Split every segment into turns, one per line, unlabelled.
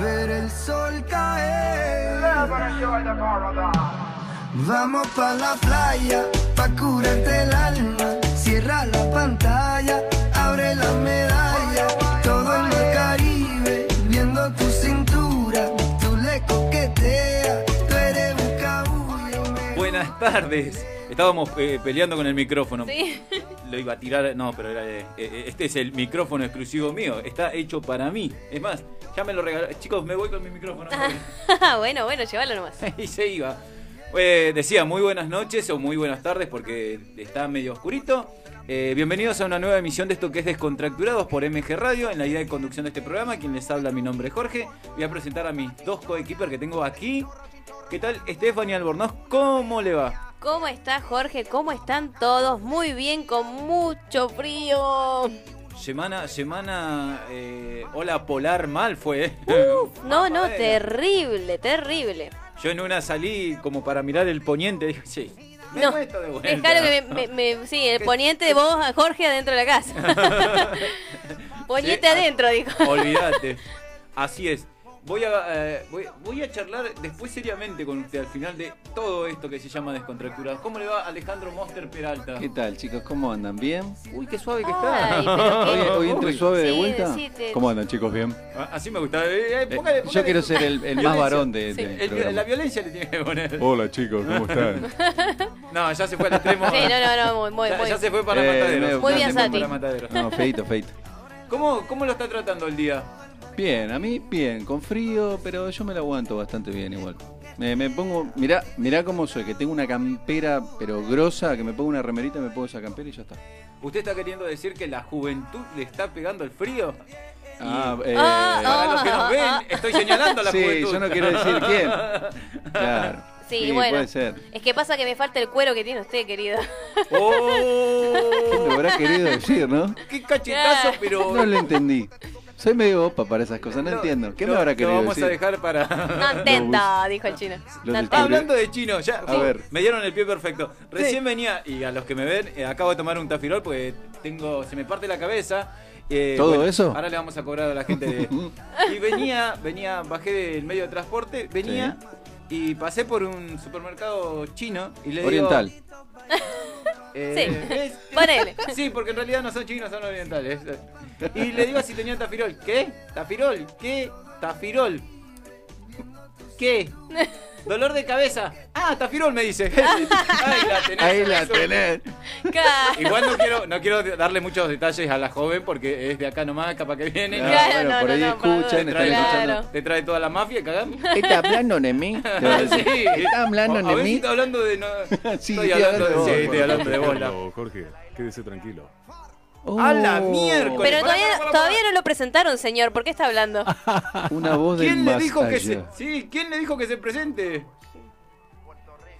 ver el sol caer. Vamos pa la playa, pa curarte el alma. Cierra la pantalla, abre la medalla. Todo en el Caribe, viendo tu cintura. Tú le coqueteas, tú eres un cabullo. y me
Buenas tardes. Estábamos eh, peleando con el micrófono.
Sí.
Lo iba a tirar, no, pero era, eh, eh, este es el micrófono exclusivo mío. Está hecho para mí. Es más, ya me lo regalaron. Chicos, me voy con mi micrófono.
bueno, bueno, llévalo nomás.
y se iba. Eh, decía muy buenas noches o muy buenas tardes porque está medio oscurito. Eh, bienvenidos a una nueva emisión de esto que es Descontracturados por MG Radio. En la idea de conducción de este programa, quien les habla, mi nombre es Jorge. Voy a presentar a mis dos coequiper que tengo aquí. ¿Qué tal? Estefania Albornoz, ¿cómo le va?
¿Cómo está Jorge? ¿Cómo están todos? Muy bien, con mucho frío.
Semana, semana, eh, ola polar mal fue. ¿eh?
Uh.
Uf, no, no,
Mamadera.
terrible, terrible.
Yo en una salí como para mirar el poniente. Dije, sí, me
No,
cuesta de vuelta.
Dejalo que me, me- me- Sí, el poniente de vos a Jorge adentro de la casa. poniente
Sí, ah.
adentro, dijo.
Olvídate. Así es. Voy a, eh, voy, voy a charlar después seriamente con usted al final de todo esto que se llama descontracturados. ¿Cómo le va Alejandro Monster Peralta?
¿Qué tal, chicos? ¿Cómo andan? ¿Bien?
Uy, qué suave que
Ay, pero
está.
qué-
Hoy, hoy entre
Uy.
suave de
Sí,
vuelta.
sí, te-
¿Cómo andan, chicos? ¿Bien?
Ah, Así me gusta. Eh, eh,
Eh,
póngale-
yo
póngale-
quiero ser el, el más
Violencia.
varón de,
Sí.
del
El-
programa.
la violencia le tiene que poner.
Hola, chicos, ¿cómo están?
No, ya se fue al extremo.
Sí, no, no, no, muy, muy,
ya,
muy.
ya se fue para
Eh,
Matadero.
medio-
Muy
Ya
bien,
se fue
Santi.
para Matadero.
No, feito, feito.
¿Cómo, ¿Cómo lo está tratando el día?
Bien, a mí bien, con frío, pero yo me la aguanto bastante bien igual. Me, me pongo, mirá, mirá cómo soy, que tengo una campera, pero grosa, que me pongo una remerita, me pongo esa campera y ya está.
¿Usted está queriendo decir que la juventud le está pegando el frío?
Ah, eh,
Ah,
Para los que nos ven, estoy señalando a la
sí,
juventud.
yo no quiero decir quién. Claro.
Sí, bueno.
puede ser.
Es que pasa que me falta el cuero que tiene usted, querido.
¿Qué
¡Oh!
me habrá querido decir, no?
¡Qué cachetazo!
Claro.
Pero.
No lo entendí. Soy medio opa para esas cosas, no,
Lo-
entiendo. ¿Qué
lo-
me habrá
lo
querido
vamos
decir?
a dejar para.
No intenta, dijo el chino.
Lo
No
del
Ah,
intenta.
hablando de chino, ya.
A ver.
Me dieron el pie perfecto. Recién venía, y a los que me ven, eh, acabo de tomar un tafirol porque tengo. se me parte la cabeza. Eh,
¿Todo eso?
Ahora le vamos a cobrar a la gente de. y venía, venía, bajé del medio de transporte, venía. Y pasé por un supermercado chino y le digo,
Oriental.
eh, ¿ves?
Ponele.
Sí, porque en realidad no son chinos, son orientales. Y le digo si tenía tafirol. ¿Qué? ¿Tafirol? ¿Qué? ¿Tafirol? ¿Qué? ¿Dolor de cabeza? Ah, tafirol me dice. Ahí la tenés.
Ahí la
Eso.
tenés.
Claro.
Igual no quiero, no quiero darle muchos detalles a la joven porque es de acá nomás, capaz que viene.
Claro,
Ah, bueno,
no,
por
no,
ahí
no, por
escuchan,
favor.
están
Claro.
escuchando.
Te trae toda la mafia, cagamos.
¿Está hablando de mí? Te va a decir. ¿Está hablando
Oh.
a, a
de
ver si
mí?
está hablando de... No,
Sí,
estoy
estoy
hablando de,
hablando de
sí,
vos,
estoy hablando de bola.
Tranquilo, Jorge, quédese tranquilo.
Oh,
A la miércoles.
Pero
Pará,
todavía,
pará, pará,
todavía no lo presentaron, señor. ¿Por qué está hablando?
Una voz del
Ah, ¿Quién le
más
dijo que se,
allá.
sí, ¿quién le dijo que se presente?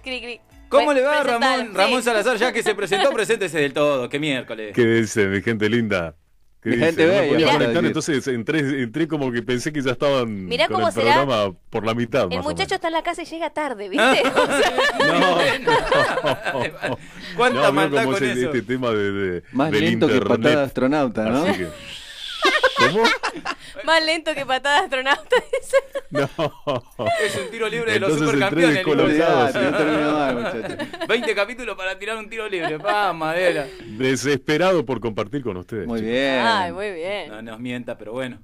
Cri, cri.
¿Cómo
Pre-
le va
presentalo,
Ramón?
sí.
Ramón Salazar, ya que se presentó, preséntese del todo, que miércoles.
¿Qué dice, mi gente linda? ¿Qué
Mi
dice?
gente
No me
bella,
podía
para
conectar,
decir.
entonces entré, entré como que pensé que ya estaban
Mirá
con
cómo
el
será.
programa por la mitad. más
El
o
muchacho está en la casa y llega tarde, ¿viste?
Ah.
menos. No,
¿Cuánta
veo
maldad
cómo
con
es
eso?
este tema de, de-
Más
del
lento que
internet.
patada astronauta, ¿no?
Así que- ¿Cómo?
Más lento que patada de astronauta. dice.
No.
Es un tiro libre de los
Entonces entré
supercampeones.
descolocado.
Nicolás.
Olvidate, no terminó mal, muchachos.
20 capítulos para tirar un tiro libre. Pa, madera.
Desesperado por compartir con ustedes.
Muy
chicos.
bien.
Ay, muy bien.
No nos mienta, pero bueno.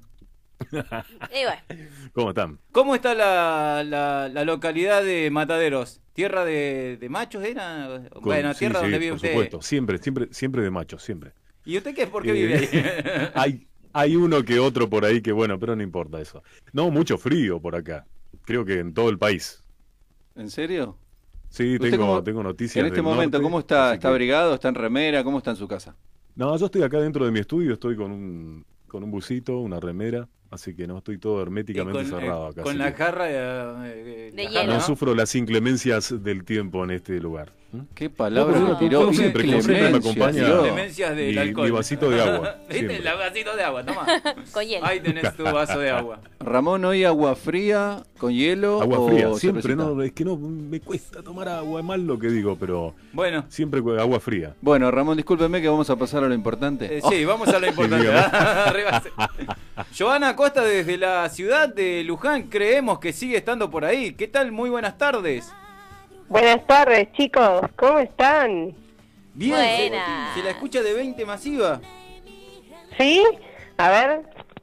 Y bueno,
¿Cómo están?
¿Cómo está la, la- la localidad de Mataderos? ¿Tierra de, de machos era?
Con-
bueno,
sí,
tierra
sí,
donde vive
por
usted.
supuesto. Siempre, siempre, siempre de macho, siempre.
¿Y usted qué es? ¿Por qué
Eh,
vive ahí?
Hay, hay uno que otro por ahí que bueno, pero no importa eso. No, mucho frío por acá. Creo que en todo el país.
¿En serio?
Sí,
¿Usted
tengo,
cómo-
tengo noticias.
En este
del
momento,
norte,
¿cómo está?
así
¿Está
que-
abrigado? ¿Está en remera? ¿Cómo está en su casa?
No, yo estoy acá dentro de mi estudio, estoy con un, con un busito, una remera, así que no estoy todo
Y
herméticamente
con, eh,
cerrado acá.
con
así
la
que
jarra eh,
De
eh, la
hielo.
jarra,
no
¿no?
sufro las inclemencias del tiempo en este lugar. ¿Mm?
Qué palabra
No,
que
no,
tiró.
no, siempre, como siempre me
Inclemencia,
acompaña-
tiró.
Demencias del
Mi-
alcohol.
mi vasito de agua,
¿Viste?
siempre.
El vasito de agua, toma.
Con hielo.
Ahí tenés tu vaso de agua.
Ramón, hoy agua fría con hielo.
Agua
o
fría, siempre,
cervecita?
no, es que no, me cuesta tomar agua, es mal lo que digo, pero
Bueno,
siempre cu- agua fría.
Bueno, Ramón, discúlpeme que vamos a pasar a lo importante.
eh, sí, vamos a lo importante. ¿eh?
dígame.
Arriba. Giovanna Acosta desde la ciudad de Luján, creemos que sigue estando por ahí. ¿Qué tal? Muy buenas tardes.
Buenas tardes, chicos. ¿Cómo están?
Bien, se-
Buenas.
Se, la escucha de 20 masiva.
¿Sí? A ver,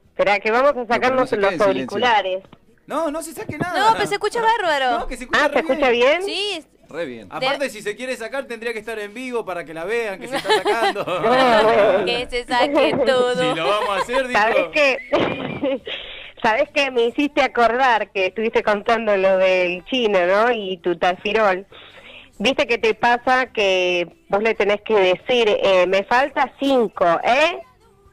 espera que vamos a
no
sacarnos
se quede en
los
silencio.
auriculares.
No, no se saque nada.
No, pero se escucha bárbaro.
No, que se escucha
Pues. Ah,
re
¿se escucha bien?
Sí, es-
Oh, re bien.
Aparte, si se quiere sacar, tendría que estar en vivo para que la vean, que se está sacando.
que se saque todo.
si lo vamos a hacer,
¿Sabes
dijo.
qué? ¿Sabes qué? Me hiciste acordar que estuviste contando lo del chino, ¿no? Y tu tafirol. Viste que te pasa que vos le tenés que decir, eh, me falta cinco, ¿eh?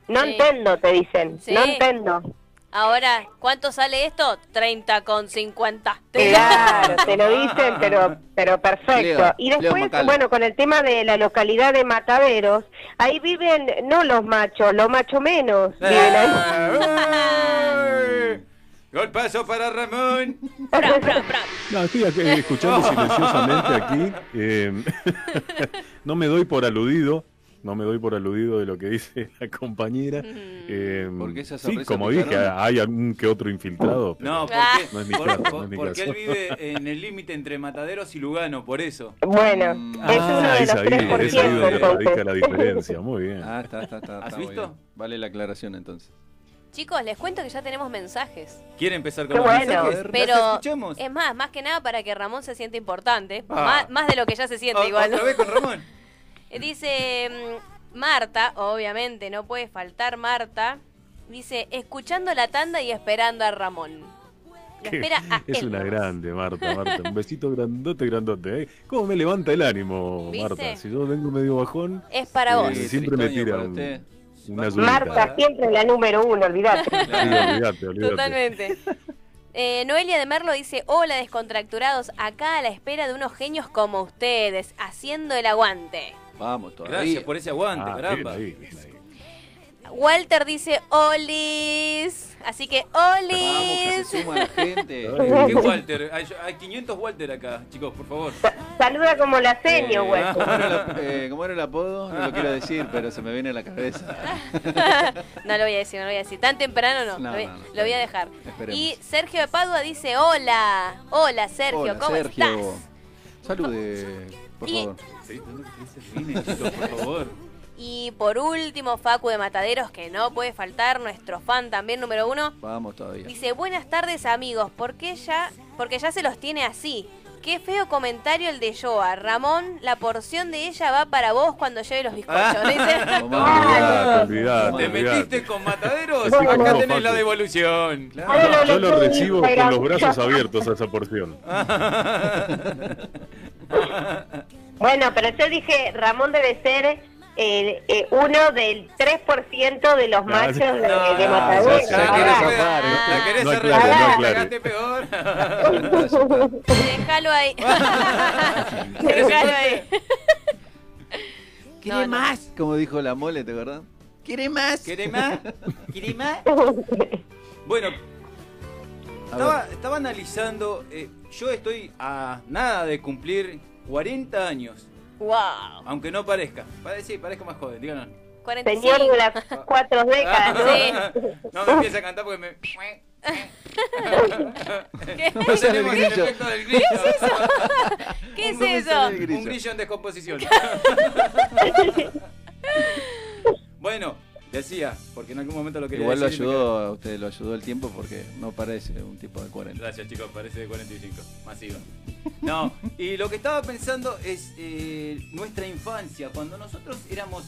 No
Sí.
entiendo, te dicen.
Sí.
No entiendo.
Ahora, ¿cuánto sale esto? 30 con 50.
Claro, te lo dicen, pero, pero perfecto.
Leo,
y
Leo
después,
Macala.
bueno, con el tema de la localidad de Mataderos, ahí viven no los machos, los machos menos. viven ahí.
Eh, Golpazo para Ramón.
Pra, pra, pra.
No, estoy aquí, eh, escuchando silenciosamente aquí. eh, no me doy por aludido. No me doy por aludido de lo que dice la compañera. eh,
Porque esa
sí,
sonrisa
como
picarona.
dije, hay algún que otro infiltrado. pero
No,
Ah.
porque,
No es mi
por-
caso,
por-
no es mi
porque él
caso.
vive en el límite entre Mataderos y Lugano, por eso.
Bueno,
Mm.
es
Ah,
uno de
es
los
ahí,
tres por
es ahí
ciento,
donde radica
entonces.
la diferencia. Muy bien.
Ah, está, está, está.
¿Has
está muy
visto?
bien. Vale la aclaración entonces.
Chicos, les cuento que ya tenemos mensajes.
¿Quiere empezar con
Qué
los
bueno.
mensajes? ¿Las
Pero
escuchamos?
es más, más que nada para que Ramón se siente importante.
Ah.
Más, más de lo que ya se siente
O-
igual.
¿Otra vez con Ramón?
Eh, Dice mm, Marta, obviamente, no puede faltar Marta. Dice, escuchando la tanda y esperando a Ramón. Lo
Qué-
espera a
es
él
una
nomás.
grande, Marta, Marta. Un besito grandote, grandote. ¿eh? ¿Cómo me levanta el ánimo,
¿Viste?
Marta? Si yo vengo medio bajón,
Es para vos.
Sí, siempre me
Tristoño
tira
para
un-
usted.
una
Vamos.
ayudita.
Marta siempre la número uno, olvidate.
sí, olvídate, olvídate.
Totalmente. Eh, Noelia de Merlo dice, hola descontracturados, acá a la espera de unos genios como ustedes, haciendo el aguante.
Vamos, todavía.
Gracias por ese aguante,
Ah,
caramba.
bien, bien, bien.
Walter dice, olis. Así que,
Vamos, que
olis.
se suma la gente.
¿Qué Walter? Hay, hay 500 Walter acá, chicos, por favor.
Ah, Saluda como la
Eh,
seño, güey.
¿cómo, era la- eh, cómo era el apodo? No lo quiero decir, pero se me viene a la cabeza.
No lo voy a decir, no lo voy a decir. Tan temprano no,
No,
lo, voy,
no, no, está
lo voy a
bien.
dejar.
Esperemos.
Y Sergio de Padua dice, hola. Hola, Sergio,
Hola,
¿cómo
Sergio.
estás?
Salude, por
Y-
favor.
Vine, chicos, por favor.
Y por último, Facu de Mataderos, que no puede faltar, nuestro fan también número uno.
Vamos todavía.
Dice, buenas tardes amigos, ¿por qué ya, porque ya se los tiene así? Qué feo comentario el de Joa. Ramón, la porción de ella va para vos cuando lleve los bizcochos. Dice,
Tomá,
olvidate,
tomá.
¿Te
olvidate.
metiste con Mataderos?
Bueno,
acá
bueno,
tenés
Facu.
la devolución.
Claro.
Yo lo recibo con los brazos abiertos a esa porción.
Bueno, pero yo dije, Ramón debe ser el, eh, uno del 3% de los machos de, de
No, no,
Mataderos.
ya-
la
ya
Ah,
querés
No
zafar, ¿eh?
cerrar, la querés cerrar,
aclare,
la
no aclare.
cagaste peor.
Ya está, ya está.
déjalo ahí. déjalo ahí.
¿Quiere
No, no.
más? Como dijo la mole, ¿te acordás? ¿Quiere más?
¿Querés más? ¿Querés más? Bueno,
A
Eh, estaba,
ver,
estaba analizando, eh, yo estoy a nada de cumplir 40 años,
Ah.
Wow.
aunque no parezca. Parece, sí, parezco más joven, díganos.
45.
Señor de las cuatro décadas, ¿no?
Ah,
No me empieza a cantar porque me...
¿Qué,
No tenemos
el
el
grillo.
efecto del grillo.
qué es
¿Dónde
eso?
sale el
Un
grillo?
grillo en descomposición. bueno, decía, porque en algún momento lo quería
Igual lo
decir y me
ayudó a usted, lo ayudó el tiempo porque no parece un tipo de 40.
Gracias, chicos, parece de 45. Masiva. No, y lo que estaba pensando es eh, nuestra infancia, cuando nosotros éramos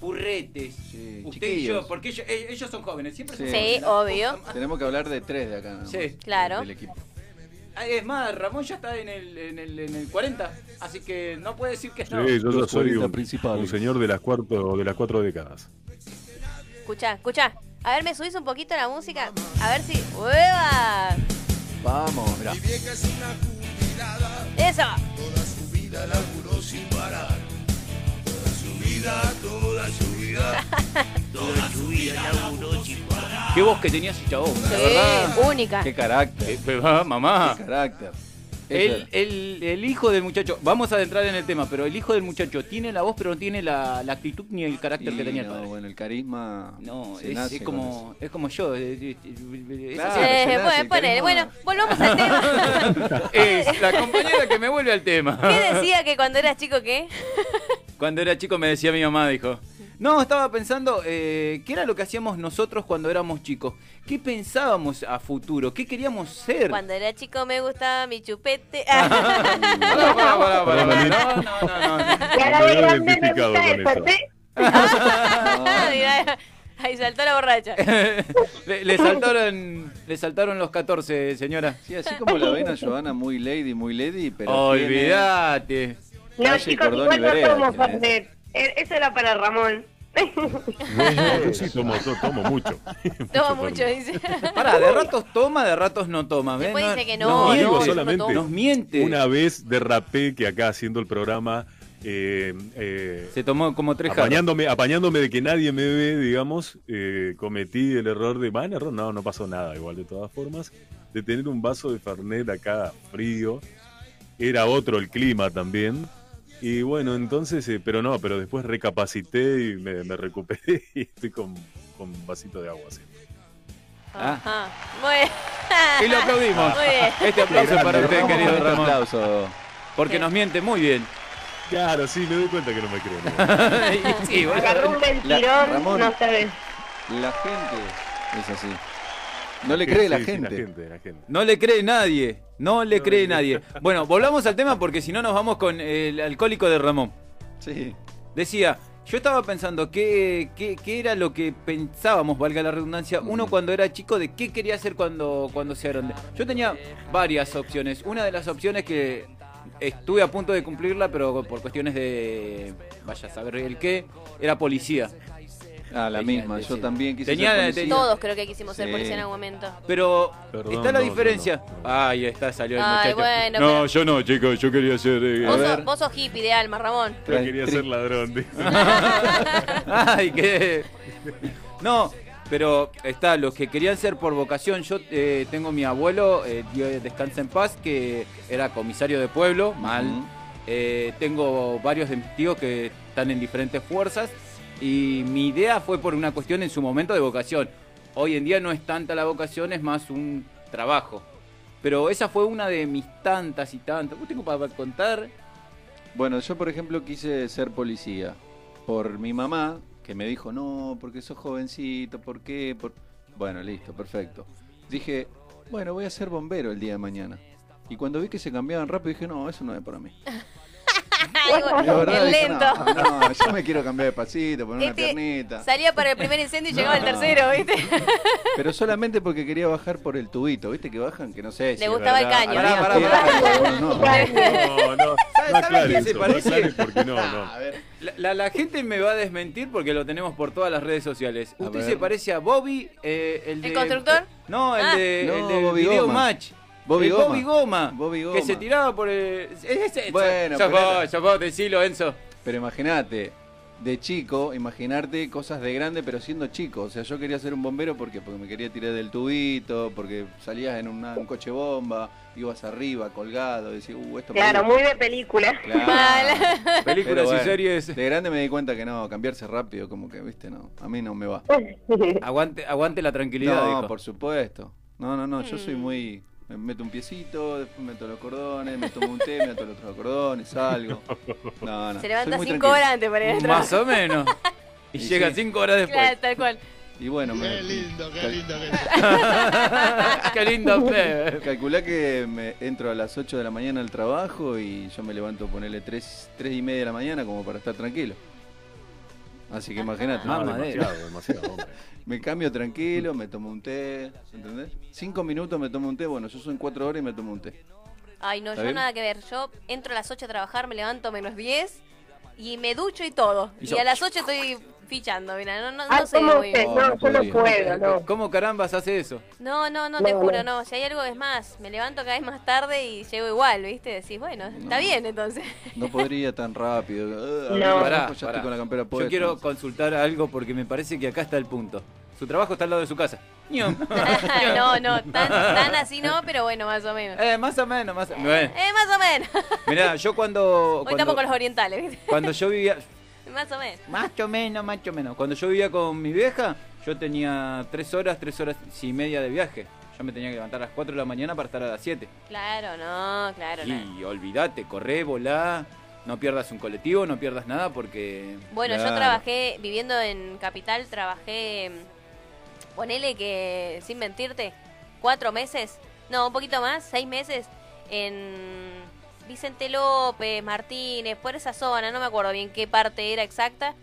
purretes.
Sí,
usted y
chiquillos.
yo, porque ellos, eh, ellos son jóvenes, siempre son
Sí.
jóvenes,
Sí,
la
obvio.
puta ma-
Tenemos que hablar de tres de acá. nada más,
Sí.
Claro.
del equipo.
Ah, Es más, Ramón ya está en el, en el, en el 40, así que no puede decir que no.
Sí, yo ya
Los
soy
40
un,
principales.
un señor de las, cuarto, de las cuatro décadas.
Escucha, escucha. A ver, ¿me subís un poquito la música? A ver si. ¡Ueba!
Vamos, mirá.
¡Eso!
Qué voz que tenías, chabón, la
Sí,
verdad.
única.
Qué carácter.
Eh, pero, ah, mamá.
Qué carácter. Eso
El,
era.
el- el hijo del muchacho, vamos a adentrar en el tema, pero el hijo del muchacho tiene la voz, pero no tiene la, la actitud ni el carácter que
Y
tenía el
no,
padre.
bueno, el carisma.
No,
se
es,
nace
es
con eso.
como, es como yo. eh, eh, eh, es
Claro.
así.
Eh,
se nace,
bueno,
el
ponele.
carisma.
Bueno, volvamos al tema.
Es la compañera que me vuelve al tema.
¿Qué decía que cuando eras chico qué?
Cuando era chico me decía mi mamá, dijo. No, estaba pensando, eh, ¿qué era lo que hacíamos nosotros cuando éramos chicos? ¿Qué pensábamos a futuro? ¿Qué queríamos ser?
Cuando era chico me gustaba mi chupete.
Pará, pará, pará, pará,
Manolito.
pará. No, no, no, no.
Y ahora
Me
de
veo
grande me
identificado
gusta el
con eso.
porté.
Mirá, Ahí saltó la borracha.
le, le saltaron, le saltaron los 14, señora.
Sí, así como la ven a Joana muy lady, muy lady, pero.
Olvídate.
No,
Calle,
chicos,
cordón y
igual no
vereda,
somos
tenés.
porté. Eh, Eso era para Ramón.
No, yo sí tomo, yo tomo mucho.
Toma
Mucho
mucho,
fernet.
dice.
Pará, de ratos toma, de ratos no toma. ¿ves?
Después dice que
no,
no,
no, digo
no,
solamente.
no
Nos
tomo.
miente.
Una vez derrapé que acá haciendo el programa, eh, eh,
Se tomó como tres jarras.
apañándome, apañándome de que nadie me ve, digamos, eh, cometí el error de, van error, no, no pasó nada igual de todas formas, de tener un vaso de Fernet acá frío, era otro el clima también, y bueno, entonces, eh, pero no, pero después recapacité y me, me recuperé y estoy con, con un vasito de agua así.
Ajá. Muy bien.
Ah. Y lo aplaudimos.
Muy bien.
Este aplauso es para
grande,
usted,
Vamos
querido
con otro
Ramón.
aplauso.
Porque nos miente muy bien.
Claro, sí, me doy cuenta que no me creo. ¿no?
Y sí, bueno.
Agarró un mentirón,
Ramón.
no sabes.
La gente es así. No le cree la,
Sí, sí,
gente.
La gente, la gente.
No le cree nadie. No le cree nadie. Bueno, volvamos al tema porque si no nos vamos con el alcohólico de Ramón.
Sí.
Decía, yo estaba pensando qué, qué, qué era lo que pensábamos, valga la redundancia, uno
Mm.
cuando era chico de qué quería hacer cuando, cuando sea grande. Yo tenía varias opciones. Una de las opciones que estuve a punto de cumplirla, pero por cuestiones de, vaya a saber el qué, era policía.
Ah, la
Tenía-
misma. Yo
sí.
también quise
Tenía-
ser policía.
tenía-
Todos creo que quisimos ser
Sí.
policía en algún momento.
Pero
Perdón,
está la
no,
diferencia.
yo no,
Ay, está, salió el
Ay,
muchacho.
bueno,
no,
pero-
yo no, chicos, yo quería ser... eh,
Vos,
ver.
sos, vos sos hippie de alma, Ramón.
Yo quería ser ladrón. dice.
Ay, qué. No, pero está, los que querían ser por vocación. Yo eh, tengo mi abuelo, eh, Dios descansa en paz, que era comisario de pueblo, mal.
Ujú.
Eh, tengo varios de mis tíos que están en diferentes fuerzas. Y mi idea fue por una cuestión en su momento de vocación. Hoy en día no es tanta la vocación, es más un trabajo. Pero esa fue una de mis tantas y tantas. ¿Vos tengo para contar?
Bueno, yo por ejemplo quise ser policía por mi mamá, que me dijo, no, porque sos jovencito, ¿por qué? Por-". Bueno, listo, perfecto. Dije, bueno, voy a ser bombero el día de mañana. Y cuando vi que se cambiaban rápido, dije, no, eso no es para mí.
Ay,
Y la
bueno,
verdad,
bien
dije,
lento.
No, no, yo me quiero cambiar de pasito, poner una
Este
piernita.
Salía para el primer incendio y llegaba al
No.
tercero, ¿viste?
Pero solamente porque quería bajar por el tubito, ¿viste? Que bajan, que no sé. si es
gustaba el
verdad.
caño.
Pará, pará, pará. Bueno, no.
No, no, no aclare
qué se
eso, no
parece?
aclare porque no, no.
Ah, A ver.
La, la- la gente me va a desmentir porque lo tenemos por todas las redes sociales.
A
Usted
ver.
se parece a Bobby, eh, el de...
¿El constructor?
No, el
Ah.
de,
No,
el del
Bobby
video
Goma.
match.
Bobby
El
Goma.
Bobby Goma.
Bobby Goma.
Que se tiraba por el... Es ese-
Bueno,
ya
pero
vos,
era-
ya vos, decilo, Enzo.
Pero imagínate, de chico, imaginarte cosas de grande, pero siendo chico. O sea, yo quería ser un bombero porque, porque me quería tirar del tubito, porque salías en una- un coche bomba, ibas arriba, colgado, decías, uh, esto me
Claro,
gusta".
muy de película.
Claro.
Mal.
Pero
Películas y
bueno,
series.
De grande me di cuenta que no, cambiarse rápido, como que, viste, no, a mí no me va.
Aguante, aguante la tranquilidad,
No,
dijo.
por supuesto. No, no, no, yo soy
Mm.
muy... Me meto un piecito, después meto los cordones, me tomo un té, me meto los otros cordones, salgo. No, no.
Se levanta
soy muy
cinco
tranquilo.
horas antes para ir al
Más
trabajo.
o menos. Y,
Y
llega
sí.
cinco horas después.
Claro, tal cual.
Y bueno, me...
Qué lindo. fe.
Calculá que me entro a las 8 de la mañana al trabajo y yo me levanto a ponerle 3, y media de la mañana como para estar tranquilo. Así que imagínate,
No,
Mamadera.
demasiado, demasiado, hombre.
me cambio tranquilo, me tomo un té, ¿entendés? 5 minutos me tomo un té, bueno, yo son 4 horas y me tomo un té.
Ay, no,
¿Está
yo
bien?
nada que ver. Yo entro a las 8 a trabajar, me levanto menos 10 y me ducho y todo.
Y
Y,
yo-
a las 8 estoy fichando, mira, no, no,
Ah,
no sé
¿cómo
muy bien.
usted? No, yo no
podría.
puedo, no.
¿Cómo carambas hace eso?
No, no, no, te
No,
juro,
no.
no. Si hay algo es más, me levanto cada vez más tarde y llego igual, ¿viste? Decís, bueno, está bien entonces.
No podría tan rápido. Ah,
No.
abrigo,
Pará,
ya estoy
pará.
con la campera puesta.
Yo quiero consultar algo porque me parece que acá está el punto. Su trabajo está al lado de su casa. Ño.
no, no, tan, tan así no, pero bueno, más o menos.
Eh, más o menos, más o menos.
Eh, más o menos.
Mirá, yo cuando.
Hoy
cuando,
estamos con los orientales, ¿viste?
cuando yo vivía.
Más o menos.
Más o menos, más o menos. Cuando yo vivía con mi vieja, yo tenía tres horas, tres horas y media de viaje. Yo me tenía que levantar a las 4 de la mañana para estar a las 7.
Claro, no, claro, no.
Y olvídate, corré, volá, no pierdas un colectivo, no pierdas nada porque...
Bueno,
Claro.
yo trabajé, viviendo en Capital, trabajé, mm, ponele que, sin mentirte, cuatro meses, no, un poquito más, seis meses, en Vicente López, Martínez, por esa zona, no me acuerdo bien qué parte era exacta.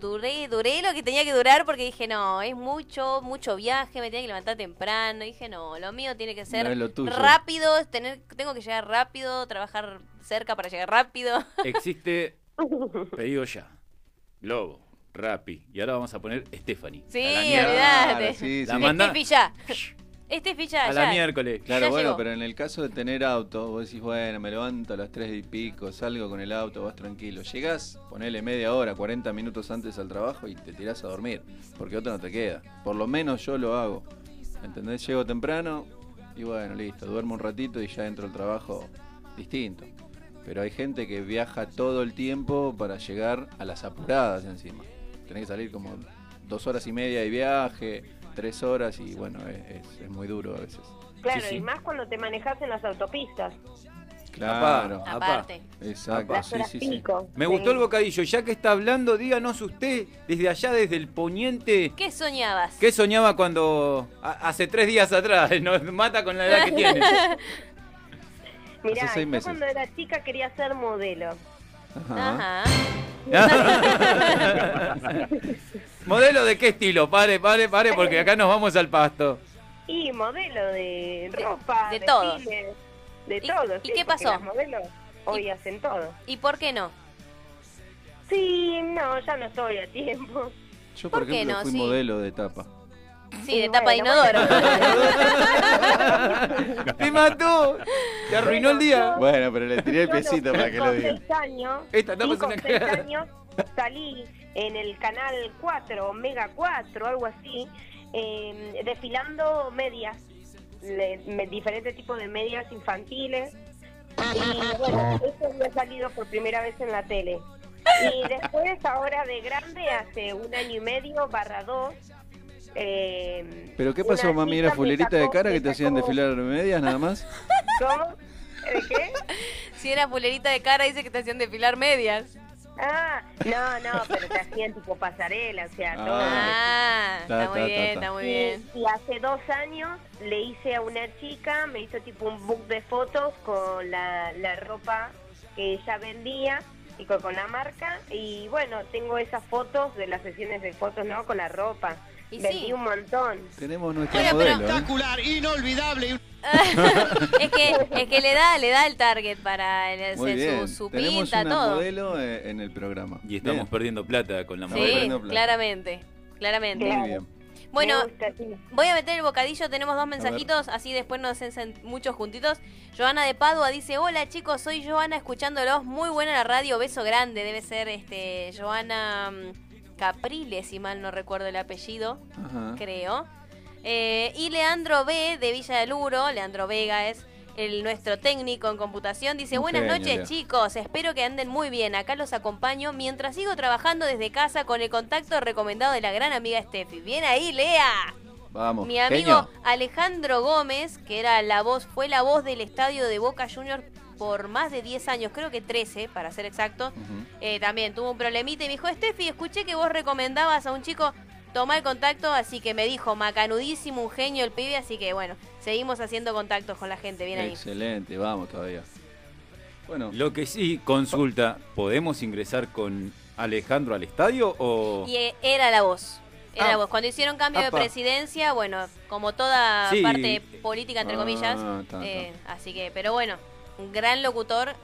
Duré, duré lo que tenía que durar porque dije, no, es mucho, mucho viaje, me tenía que levantar temprano. Dije, no, lo mío tiene que ser
No es lo tuyo.
rápido, tener, tengo que llegar rápido, trabajar cerca para llegar rápido.
Existe pedido ya, Globo, Rappi y ahora vamos a poner Stephanie.
Sí,
A la
Claro,
miércoles.
olvidate.
sí,
La
sí.
manda-
Este ficha. Este ficha
A la miércoles.
Claro,
Ya
bueno,
llegó.
pero en el caso de tener auto, vos decís, bueno, me levanto a las 3 y pico, salgo con el auto, vas tranquilo. Llegás, ponele media hora, 40 minutos antes al trabajo y te tirás a dormir, porque otro no te queda. Por lo menos yo lo hago. ¿Entendés? Llego temprano y bueno, listo, duermo un ratito y ya entro al trabajo distinto. Pero hay gente que viaja todo el tiempo para llegar a las apuradas encima. Tenés que salir como dos horas y media de viaje, tres horas y bueno, es- es- es muy duro a veces.
Claro,
Sí, sí.
y más cuando te manejas en las autopistas,
Claro.
Apá.
Aparte.
Exacto,
las
sí,
horas
sí, sí.
pico.
Me
Sí.
gustó el bocadillo, ya que está hablando, díganos usted, desde allá, desde el poniente,
¿Qué soñabas?
¿qué soñaba cuando a- hace tres días atrás nos mata con la edad que tiene?
Mirá,
Hace seis
yo
meses.
cuando era chica quería ser modelo.
Ajá.
Ajá.
¿Modelo de qué estilo? Pare, pare, pare, porque acá nos vamos al pasto.
Y modelo de ropa,
de
de,
todo.
cine, de
¿Y-
todo.
y
sí, porque
qué pasó?
Las modelos hoy
¿Y-
hacen todo.
¿Y por qué no?
Sí, no, ya no estoy a tiempo.
Yo,
¿Por
por,
qué
ejemplo,
no?
fui
Sí.
modelo de tapa.
Sí, de
Y
tapa de
bueno, bueno.
inodoro.
¡Te mató! ¡Te arruinó el día!
Bueno, pero le tiré el
Yo a los
pesito para que lo
cinco,
diga.
seis años,
Esta tapa es
cinco,
una
seis
cagada.
años, salí en el canal 4, Omega 4, algo así, eh, desfilando medias, le- me- diferentes tipos de medias infantiles. Y bueno, eso me ha salido por primera vez en la tele. Y después, ahora de grande, hace un año y medio, barra dos. eh,
¿Pero qué
una
pasó, mami? ¿Era
chica me
fulerita de
sacó-
cara
me
que te hacían
sacó-
desfilar medias nada más?
¿Cómo? ¿De qué?
Si era pulerita de cara, dice que te hacían depilar medias.
Ah, no, no, pero te hacían tipo pasarela, o sea,
Ah.
todo.
Ah,
Ta,
está muy
ta, ta,
bien,
ta.
está muy
Y,
bien.
y hace dos años le hice a una chica, me hizo tipo un book de fotos con la, la ropa que ella vendía y con, con la marca. Y bueno, tengo esas fotos de las sesiones de fotos, ¿no? Con la ropa.
Y
Vendí
sí.
un montón.
Tenemos nuestro
Oye, pero-
modelo. ¿eh?
Es que, es que le da, le da el target para el-
Muy bien.
su, su
Tenemos
pinta,
una
todo.
modelo eh, en el programa.
Y estamos
Bien.
perdiendo plata con la
Estamos
Sí,
modelo.
perdiendo plata.
claramente. Claramente.
Claro.
Muy bien.
Bueno,
Me gusta, sí.
Voy a meter el bocadillo, tenemos dos mensajitos, así después nos hacen muchos juntitos. Joana de Padua dice, hola chicos, soy Joana escuchándolos, muy buena la radio, beso grande, debe ser este Joana mm, Capriles, si mal no recuerdo el apellido,
Ajá.
creo. Eh, y Leandro B de Villa del Uro, Leandro Vega es el nuestro técnico en computación, dice,
Un
buenas
genio,
noches
Leo".
chicos, espero que anden muy bien, acá los acompaño mientras sigo trabajando desde casa con el contacto recomendado de la gran amiga Steffi. Bien ahí, Lea.
Vamos.
Mi amigo
Genio.
Alejandro Gómez, que era la voz, fue la voz del estadio de Boca Juniors por más de 10 años, creo que 13 para ser exacto,
Ujú.
eh, también tuvo un problemita y me dijo, Steffi, escuché que vos recomendabas a un chico tomar contacto, así que me dijo, macanudísimo, un genio el pibe, así que bueno, seguimos haciendo contactos con la gente, bien ahí.
Excelente, vamos todavía. Bueno,
Lo que sí, consulta, ¿podemos ingresar con Alejandro al estadio o...?
Y eh, era la voz. Era
Ah.
la voz. Cuando hicieron cambio
Apa.
de presidencia, bueno, como toda
Sí.
parte política, entre
Ah,
comillas.
ta, ta.
eh, así que, pero bueno, un gran locutor.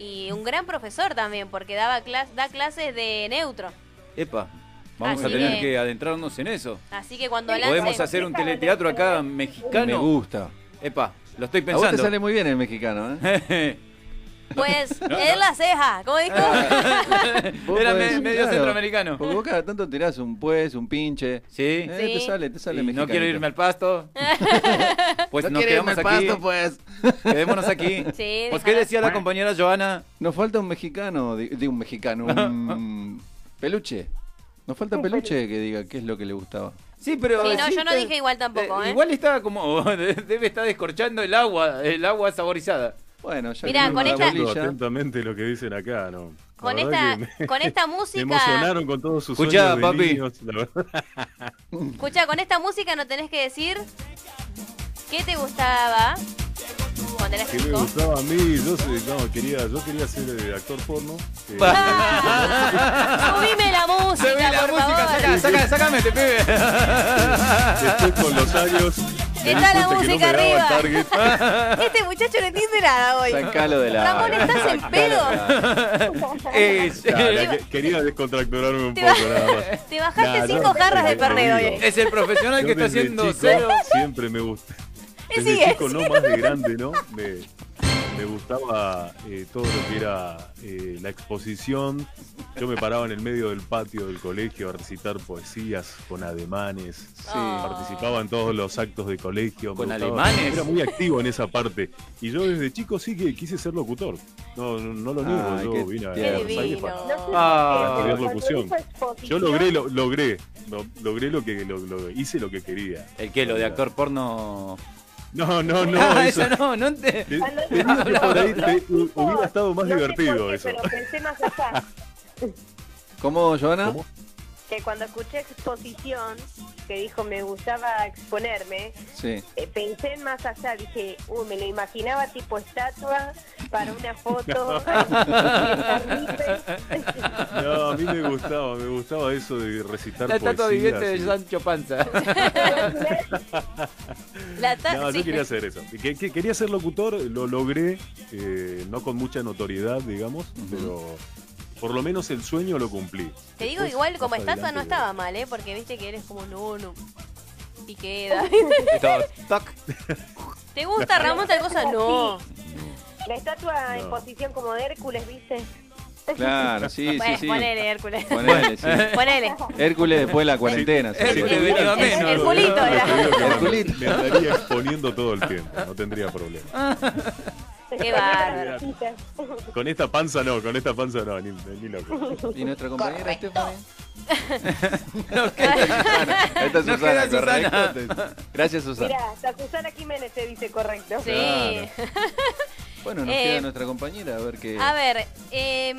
y un gran profesor también, porque daba clas- da clases de neutro.
Epa, vamos
Así
a tener
que-
que adentrarnos en eso.
Así que cuando lance-
Podemos hacer un teleteatro acá
Me
mexicano.
gusta.
Epa, lo estoy
A vos te
pensando.
sale muy bien el mexicano, ¿eh?
Pues, es la ceja, ¿cómo dijo?
Ah,
Vos
Era me-
podés-
medio
claro,
centroamericano.
Porque vos cada tanto tirás un pues, un pinche.
Sí.
Eh,
Sí.
Te sale, te sale
Y no
mexicanito.
quiero irme al pasto. Pues
No
nos
quiero irme
quedamos
al
aquí.
pasto, pues.
Quedémonos aquí.
Sí,
pues qué
déjala.
decía la compañera Joana.
Nos falta un mexicano, di- di- un mexicano, un peluche. Nos falta un peluche que diga qué es lo que le gustaba.
Sí, pero
Sí, no, yo no
está-
dije igual tampoco, ¿eh?
Igual estaba como debe estar descorchando el agua, el agua saborizada.
Bueno, ya
Mirá,
que
con
la
esta-
Escuchando
bolilla-
atentamente lo que dicen acá, ¿no? La
Con
verdad
esta,
que me-
con esta
Me
música,
emocionaron con todos sus
Escuchá,
sueños de
papi.
niños, la verdad.
escucha, con esta música no tenés que decir qué te gustaba cuando eras
que me
chico.
gustaba a mí, yo sé- no, quería, yo quería ser eh, actor porno. eh,
Ah, Subime la música,
Subí la
por
música,
favor.
saca, saca, sacame este pibe.
después con los años. me di
Está la
cuenta que no me
música
daba el
arriba.
target.
Este muchacho no entiende nada hoy.
Sacalo de la.
Ramón, estás en pedo.
Eh,
Nada, que- quería descontracturarme un poco nada más.
Te bajaste
Nah, yo
cinco
no,
jarras de
te lo
perdido
digo.
hoy.
es el profesional que
Yo
está
desde
haciendo
chico
cero.
Siempre me gusta. Desde
sigue,
chico, no más de grande, ¿no? Me, me gustaba eh, todo lo que era eh, la exposición. Yo me paraba en el medio del patio del colegio a recitar poesías con ademanes.
Oh.
Participaba en todos los actos de colegio. me
¿Con
gustaba-
alemanes?
Era muy activo en esa parte. Y yo desde chico sí que quise ser locutor. No, no, no lo niego.
Ay, qué
yo vine a
Qué
Buenos Aires
divino.
para-
Ah.
Estudiar locución. Yo logré, lo, logré, lo- logré lo que lo- lo- hice lo que quería.
El que lo de actor porno.
No, no, no.
Ah,
eso-
esa no, no te.
te- te digo que por ahí te- hu- hubiera estado más
No sé por
divertido
qué,
eso.
Pero pensé más allá,
¿Cómo, Joana?
¿Cómo?
que cuando escuché exposición, que dijo me gustaba exponerme,
Sí.
eh, pensé en más allá, dije, uy, me lo imaginaba tipo estatua para una foto.
No, a mí me gustaba, me gustaba eso de recitar
La estatua
poesías
viviente este de
y-
Sancho Panza.
La ta-
No,
sí.
yo quería hacer eso. Que- que- quería ser locutor, lo logré, eh, no con mucha notoriedad, digamos, pero por lo menos el sueño lo cumplí.
Te digo,
Después,
igual como
más
estatua no
adelante,
estaba mal, ¿eh? Porque viste que eres como, no, no. Y queda.
Esto, toc.
¿Te gusta Ramón tal cosa? No.
La estatua en
No.
posición como de Hércules, ¿viste?
Claro, sí, sí,
Bueno,
sí.
ponele, Hércules.
Ponele, sí.
eh.
Ponele.
Hércules después de la cuarentena. sí.
Sí,
Hércules
sí,
venido a
sí, sí,
menos.
sí,
culito
sí,
era.
te digo que
El
me-
culito.
Me andaría exponiendo todo el tiempo, no tendría problema.
Qué bárbaro.
Con esta panza no, con esta panza no, ni, ni loco.
Y nuestra compañera Stephanie.
Nos queda-
Ahí está
Nos
Susana,
queda Susana.
correcto. Gracias, Susana.
Mira, hasta Susana Jiménez te dice correcto.
Sí.
Bueno, nos
Eh,
queda nuestra compañera a ver qué.
A ver, em,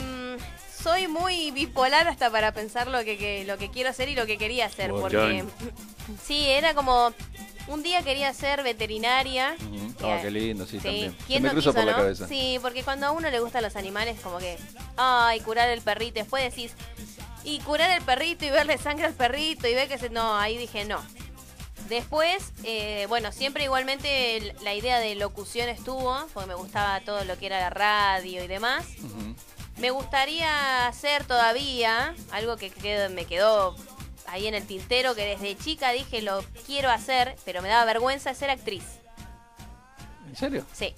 soy muy bipolar hasta para pensar lo que, que- lo que quiero hacer y lo que quería hacer.
Bueno,
porque sí, era como un día quería ser veterinaria.
Ujú.
Eh,
Ah, qué lindo, sí,
sí,
también.
¿quién
Se me
no
cruza
quiso,
por la
no?
cabeza.
Sí, porque cuando a uno le gustan los animales, como que, ay, curar el perrito, después decís, y curar el perrito y verle sangre al perrito y ver que se... No, ahí dije no. Después, eh, bueno, siempre igualmente el- la idea de locución estuvo, porque me gustaba todo lo que era la radio y demás.
Ujú.
Me gustaría hacer todavía algo que quedó- me quedó ahí en el tintero, que desde chica dije lo quiero hacer, pero me daba vergüenza ser actriz.
¿En serio?
Sí,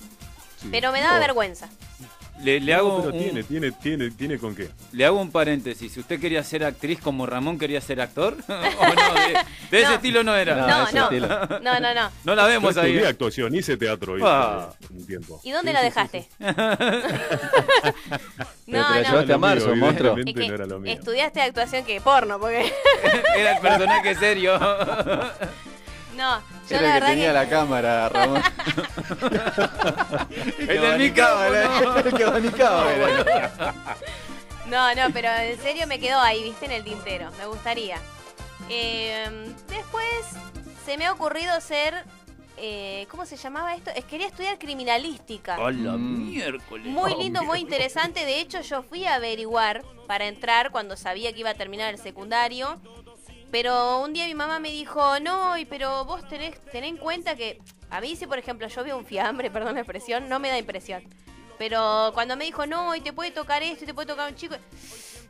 Sí.
pero
Oh,
me daba
Oh.
vergüenza.
Le, le hago
pero
un-
tiene, tiene, tiene, tiene con qué.
Le hago un paréntesis. Si usted quería ser actriz como Ramón quería ser actor, o Oh, no, de, de ese
No.
estilo no era.
No,
No,
No,
ese
no,
estilo.
no, no, no.
la
Yo
vemos ahí.
estudié actuación, hice teatro hice,
Ah.
eh, un tiempo.
¿Y dónde
Sí,
la
sí, sí,
dejaste?
sí.
Pero te
No,
la
no.
llevaste a
Era lo mío,
marzo, monstruo.
evidentemente.
Es que
no era lo mío.
estudiaste actuación que porno, porque...
Era el personaje serio.
No, yo la
Era el que
verdad
tenía
que...
la cámara, Ramón.
el del micrófono.
El que abanicaba era.
No, no, pero en serio me quedó ahí, viste, en el tintero. Me gustaría. Eh, después se me ha ocurrido ser... eh, ¿Cómo se llamaba esto? Es, quería estudiar criminalística.
Hola,
Mm.
miércoles.
Muy
Oh,
lindo, muy
miércoles.
interesante. De hecho, yo fui a averiguar para entrar cuando sabía que iba a terminar el secundario. Pero un día mi mamá me dijo, no, y pero vos tenés, tenés en cuenta que a mí si, por ejemplo, yo veo un fiambre, perdón la expresión, no me da impresión. Pero cuando me dijo, no, y te puede tocar esto, y te puede tocar un chico.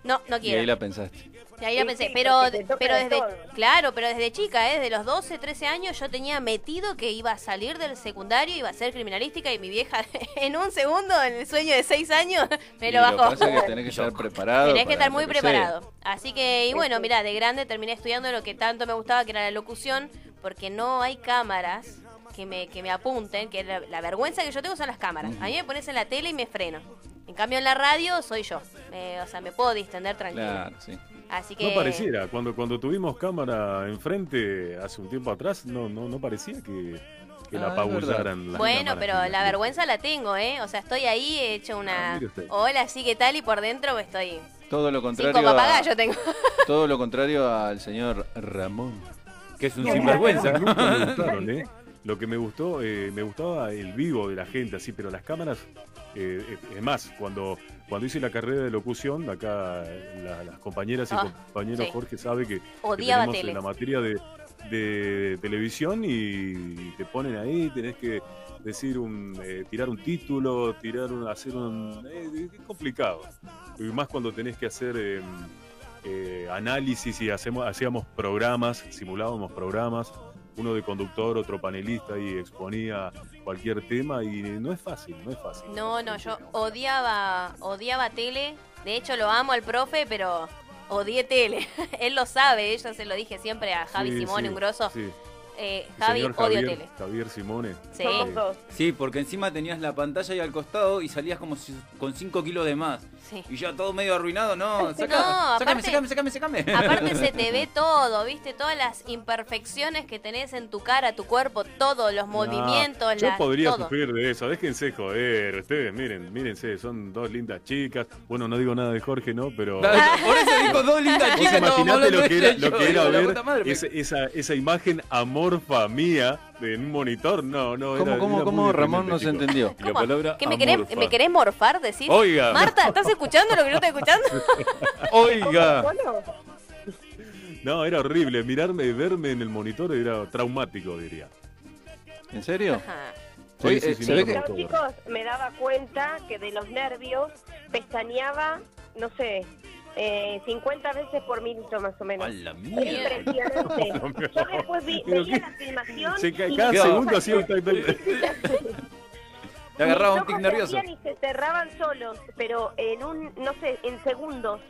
No, no
Y ahí
quiero.
la pensaste.
Y ahí la
Sí,
pensé,
sí,
pero,
porque te toca
pero
de
desde,
todo.
claro, pero desde chica, ¿eh? desde los 12, 13 años yo tenía metido que iba a salir del secundario, iba a ser criminalística y mi vieja en un segundo, en el sueño de 6 años, me
Y
lo
que
bajó.
pasa es que tenés que estar preparado.
Tenés que
para
estar muy
lo sea.
preparado. Así que, y bueno, mira, de grande terminé estudiando lo que tanto me gustaba, que era la locución, porque no hay cámaras que me, que me apunten, que la, la vergüenza que yo tengo son las cámaras. A mí me pones en la tele y me freno. En cambio, en la radio soy yo. Me- o sea, me puedo distender tranquilo.
Claro, sí.
Así que...
No pareciera, cuando, cuando tuvimos cámara enfrente hace un tiempo atrás, no, no, no parecía que, que
Ah,
la
es verdad.
apabullaran. las
Bueno,
cámaras.
pero la vergüenza la tengo, ¿eh? O sea, estoy ahí, he hecho
Ah,
una...
mire usted.
Hola, sí, ¿qué tal? Y por dentro estoy...
Todo lo
Cinco
contrario. a-
papagayos tengo.
todo lo contrario al señor Ramón.
Que es un
Claro.
sinvergüenza.
Nunca me gustaron, ¿eh? Lo que me gustó, eh, me gustaba el vivo de la gente, así, pero las cámaras, eh, es- es más, cuando, cuando hice la carrera de locución, acá eh, la- las compañeras y
Ah,
compañeros
sí.
Jorge sabe que, que
Odiaba
tenemos
tele.
en la materia de, de televisión y te ponen ahí, tenés que decir un, eh, tirar un título, tirar un, hacer un, eh, es complicado. Y más cuando tenés que hacer eh, eh, análisis y hacemos, hacíamos programas, simulábamos programas, uno de conductor, otro panelista y exponía cualquier tema y no es fácil, no es fácil.
No, no, yo odiaba, odiaba tele. De hecho, lo amo al profe, pero odié tele. Él lo sabe, yo se lo dije siempre a Javi
Sí,
Simón,
sí,
un grosso.
sí.
Eh,
El
Javi,
señor
odio
Javier,
tele.
Javier Simone.
Sí.
Somos dos.
Sí, porque encima tenías la pantalla ahí al costado y salías como si- con 5 kilos de más.
Sí.
Y ya todo medio arruinado, no, saca,
No,
sácame,
aparte-
sácame, sácame, sácame.
Aparte se te ve todo, viste, todas las imperfecciones que tenés en tu cara, tu cuerpo, todos los movimientos,
Yo
las-
podría
todo.
sufrir de eso, déjense joder, ustedes miren, mírense, son dos lindas chicas. Bueno, no digo nada de Jorge, ¿no? Pero
Por eso dijo dos lindas
Vos
chicas, estábamos
imaginate
hablando
lo
de
que era,
ello,
lo que era
digo, la
ver
puta madre,
esa, esa, esa imagen amorfa mía en un monitor. No, no,
¿Cómo,
era,
cómo,
era
cómo
muy
Ramón no se
deprimente,
entendió?
La palabra
¿Qué me querés,
amorfa.
me querés morfar, decís?
Oiga.
Marta, ¿estás escuchando lo que yo estoy escuchando?
Oiga.
Solo.
chicos. No, era horrible. Mirarme, verme en el monitor era traumático, diría.
¿En serio?
Ajá.
Sí,
Oye,
sí,
eh,
sí,
se
me
ve
tocó.
que-
Yo, chicos, me daba cuenta que de los nervios pestañeaba, no sé, eh, 50 veces por minuto más o menos.
la
Era impresionante. Yo después vi,
Pero
veía
qué-
la filmación.
Se ca-
y
cada
me-
segundo hacía un type
Te agarraba
mis
un tic
ojos se
nervioso.
abrían Y se cerraban solos, pero en un, no sé, en segundos.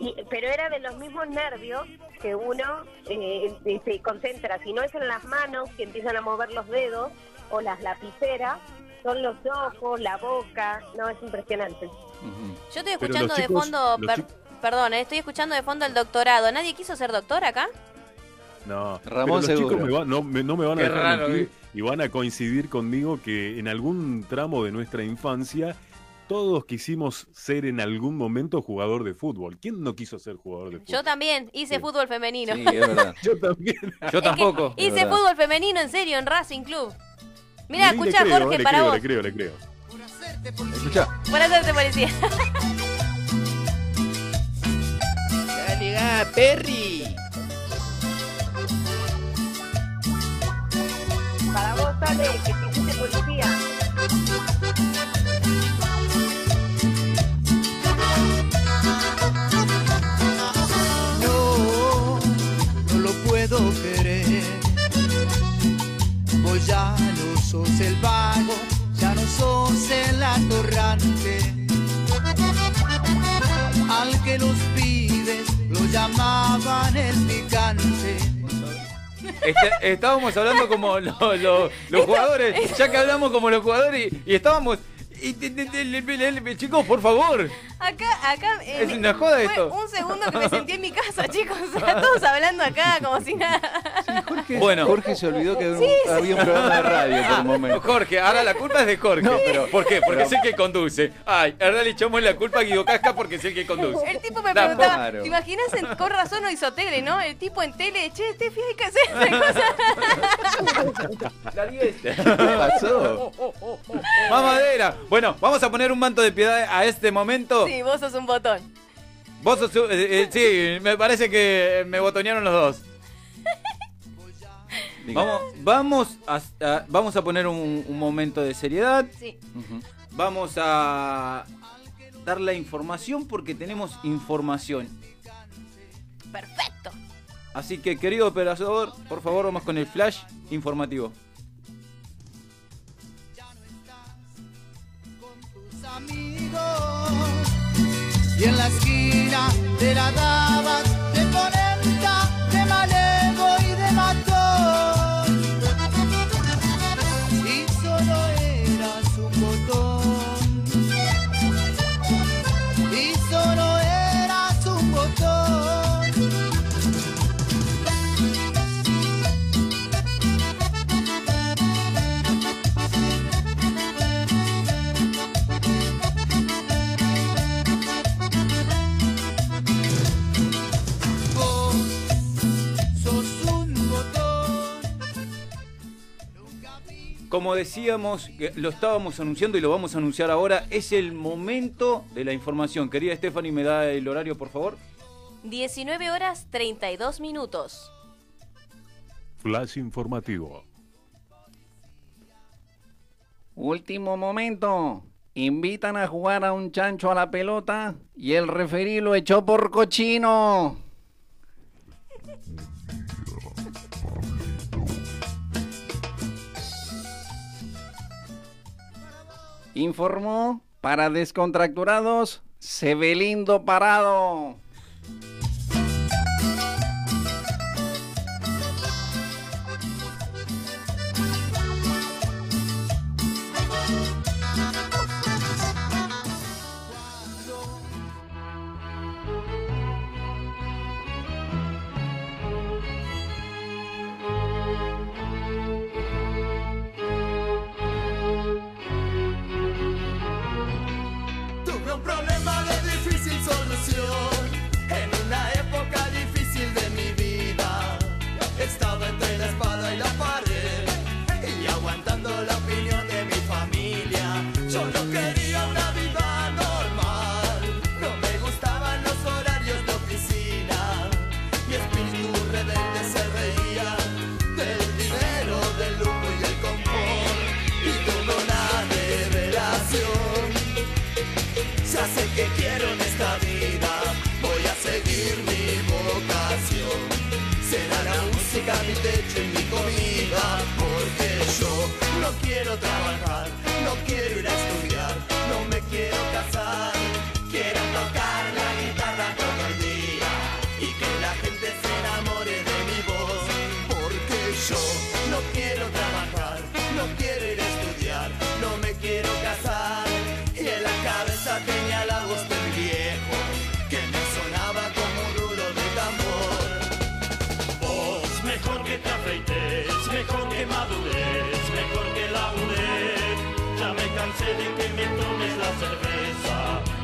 Y, pero era de los mismos nervios que uno eh, eh, se concentra. Si no es en las manos que empiezan a mover los dedos o las lapiceras, son los ojos, la boca. No, es impresionante.
Yo estoy
Pero
escuchando
los
de
chicos-
fondo,
los
per-
chi-
perdón, eh, estoy escuchando de fondo el doctorado. ¿Nadie quiso ser doctor acá?
No,
Ramón
pero los
seguro.
chicos me va- no, me, no me van a
Qué
dejar
raro, eh.
mentir y van a coincidir conmigo que en algún tramo de nuestra infancia todos quisimos ser en algún momento jugador de fútbol. ¿Quién no quiso ser jugador de fútbol?
Yo también hice
Sí.
fútbol femenino.
Sí, es verdad.
Yo también.
Yo tampoco.
es
Hice
verdad.
fútbol femenino en serio en Racing Club. Mira,
Ni le
escucha
creo,
Jorge
le
para
creo,
vos,
Le creo, le creo.
Escucha,
para hacerte policía.
Para vos, Ale, que te hiciste policía.
No, no lo puedo querer. Vos ya no sos el vago, ya no sos el atorrante. Al que los pibes lo llamaban el picante.
Este- estábamos hablando como lo- lo- los jugadores. Ya que hablamos como los jugadores y, y estábamos. y- y- y- y- y- chicos, por favor.
Acá, acá. eh,
Es una joda
fue
esto.
Un segundo que me sentí en mi casa, chicos. O sea, todos hablando acá como si nada.
Jorge,
Bueno.
Jorge se olvidó que había un, había un programa de radio por un momento.
Jorge, ahora la culpa es de Jorge.
No, pero-
¿Por qué? Porque
pero-
es el que conduce. Ay, ahora le echamos la culpa a Guido Casca porque es el que conduce.
El tipo me
Claro.
preguntaba, ¿te imaginas en, con razón no hizo tele, no? El tipo en tele, che, Tefi, hay que hacer esa cosa.
La dieta.
¿Qué
Oh,
pasó?
Mamadera. Bueno, vamos a poner un manto de piedad a este momento.
Sí, vos sos un botón.
Vos sos, eh, eh, sí, me parece que me botonearon los dos.
Diga.
Vamos, vamos, a, a- vamos a poner un, un momento de seriedad.
Sí.
Ujú.
Vamos a dar la información porque tenemos información.
Perfecto.
Así que, querido operador, por favor, vamos con el flash informativo.
Y en la esquina te la daban de polenta, de malevo y de matón. Y solo eras un botón. Y solo eras un botón. Vos sos un botón.
Como decíamos, que lo estábamos anunciando y lo vamos a anunciar ahora. Es el momento de la información. Querida Stephanie, ¿me da el horario, por favor?
19 horas 32 minutos.
Flash informativo.
Último momento. Invitan a jugar a un chancho a la pelota y el referí lo echó por cochino. Informó para descontracturados Sebelindo Parado.
Tuve un problema de difícil solución en una época difícil de mi vida. Estaba entre la espada y la pared y aguantando la opinión de mi familia. Yo no quería una vida normal, no me gustaban los horarios de oficina. Mi espíritu rebelde se reía del dinero, del lujo y del confort y tuve una revelación. Ya sé que quiero en esta vida, voy a seguir mi vocación. Será la música mi techo y mi comida, porque yo no quiero trabajar, no quiero ir a estudiar, no me quiero casar. Quiero tocar la guitarra todo el día y que la gente se enamore de mi voz, porque yo no quiero trabajar, no quiero ir a estudiar, no me quiero casar. Y en la cabeza tenía la voz del viejo, que me sonaba como un rulo de tambor. Vos, mejor que te afeites, mejor que madures, mejor que labures. Ya me cansé de que me tomes la cerveza,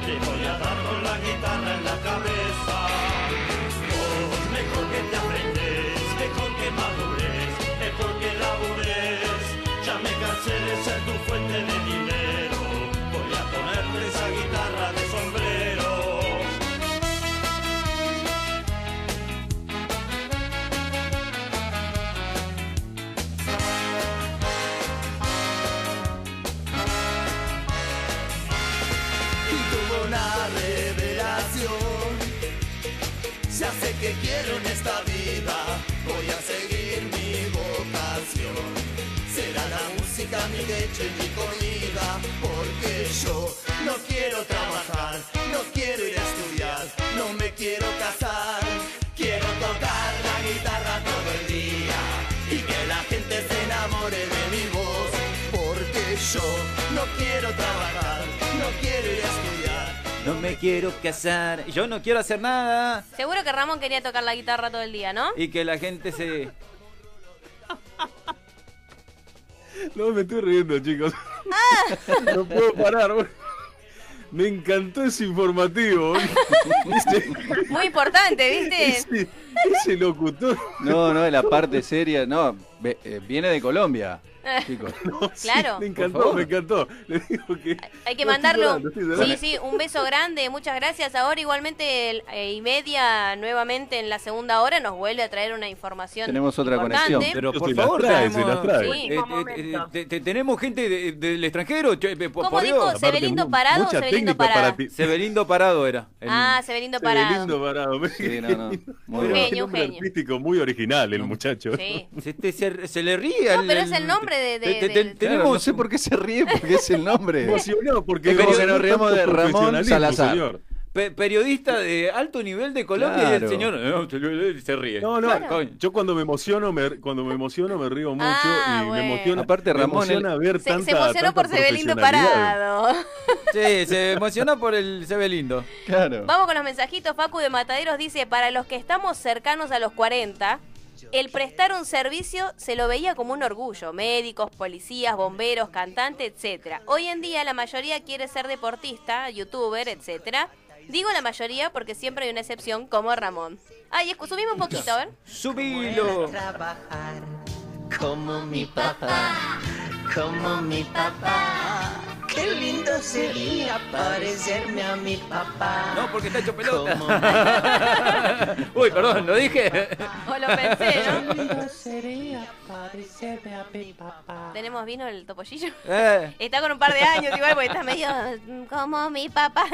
te voy a dar con la guitarra en la cabeza. Vos, mejor que te afeites, mejor que madures, mejor que labures. Ya me cansé de ser tu fuente de dinero, voy a ponerte esa guitarra de sombrero. y tuvo una revelación. Ya sé que quiero en esta vida, voy a seguir mi vocación. Será la música mi leche y mi comida, porque yo no quiero trabajar, no quiero ir a estudiar, no me quiero casar. Quiero tocar la guitarra todo el día y que la gente se enamore de mi voz, porque yo no quiero trabajar, no quiero ir a estudiar.
No me quiero casar, yo no quiero hacer nada.
Seguro que Ramón quería tocar la guitarra todo el día, ¿no?
Y que la gente se...
No, me estoy riendo, chicos.
Ah.
No puedo parar, boludo. Me encantó ese informativo. boludo.
Muy importante, ¿viste?
Sí, Ese locutor.
No, no, la parte seria. No, ve- eh, viene de Colombia,
Eh,
chicos.
No, sí,
Claro.
me
Por
encantó,
favor.
me encantó. Le digo que.
Hay que
No, estoy
mandarlo.
llorando, estoy llorando.
Sí, sí, un beso grande, muchas gracias. Ahora igualmente el- eh, y media nuevamente en la segunda hora nos vuelve a traer una información.
Tenemos otra
importante.
conexión.
Pero
Se
por
las
favor,
trae, se
tenemos-
las trae.
Sí.
Eh, eh, eh, te- te- tenemos gente de- del extranjero, che, eh, por
¿Cómo
por
dijo?
Dios.
Se- Sebelindo
mu-
parado,
mucha
Sebelindo
técnica
parada.
para ti.
Sebelindo Parado era. el-
Ah, Sebelindo Parado.
Sebelindo parado. me-
Sí, no, no. Muy
Pero
bueno.
genio,
un hombre
un genio.
artístico muy original el muchacho.
Sí.
Se, te- se- se le ríe
No,
al-
pero es el nombre de- de-
te- te-
del-
Claro,
tenemos-
no sé por qué se ríe, porque es el nombre.
Emocionado porque
Es como
digo,
que nos
no
reamos
tanto
de Ramón
profesionalismo,
Salazar.
señor.
pe- periodista de alto nivel de Colombia y el
Claro.
señor no, se le- se ríe.
No, no,
Claro. coño.
yo cuando me emociono, me, cuando me emociono me río mucho
Ah,
y
bueno.
me emociona.
Aparte,
me
Ramón,
emociona ver
Se,
tanta,
se emocionó
tanta
por Sebelindo
profesionalidad.
Parado.
Sí, se emociona por el Sebelindo.
Claro.
Vamos con los mensajitos. Facu de Mataderos dice, para los que estamos cercanos a los 40, el prestar un servicio se lo veía como un orgullo. Médicos, policías, bomberos, cantantes, etcétera. Hoy en día la mayoría quiere ser deportista, youtuber, etcétera. Digo la mayoría porque siempre hay una excepción como Ramón. Ay, escu- subime un poquito, a ver.
Subilo.
trabajar como mi papá, como mi papá. Qué lindo sería parecerme a mi papá.
No, porque está hecho
Como
pelota.
mi
Uy, perdón, lo dije.
O lo pensé, ¿no?
lindo sería parecerme a mi papá.
Tenemos vino el topollillo.
Eh,
Está con un par de años igual porque está medio mm, como mi papá.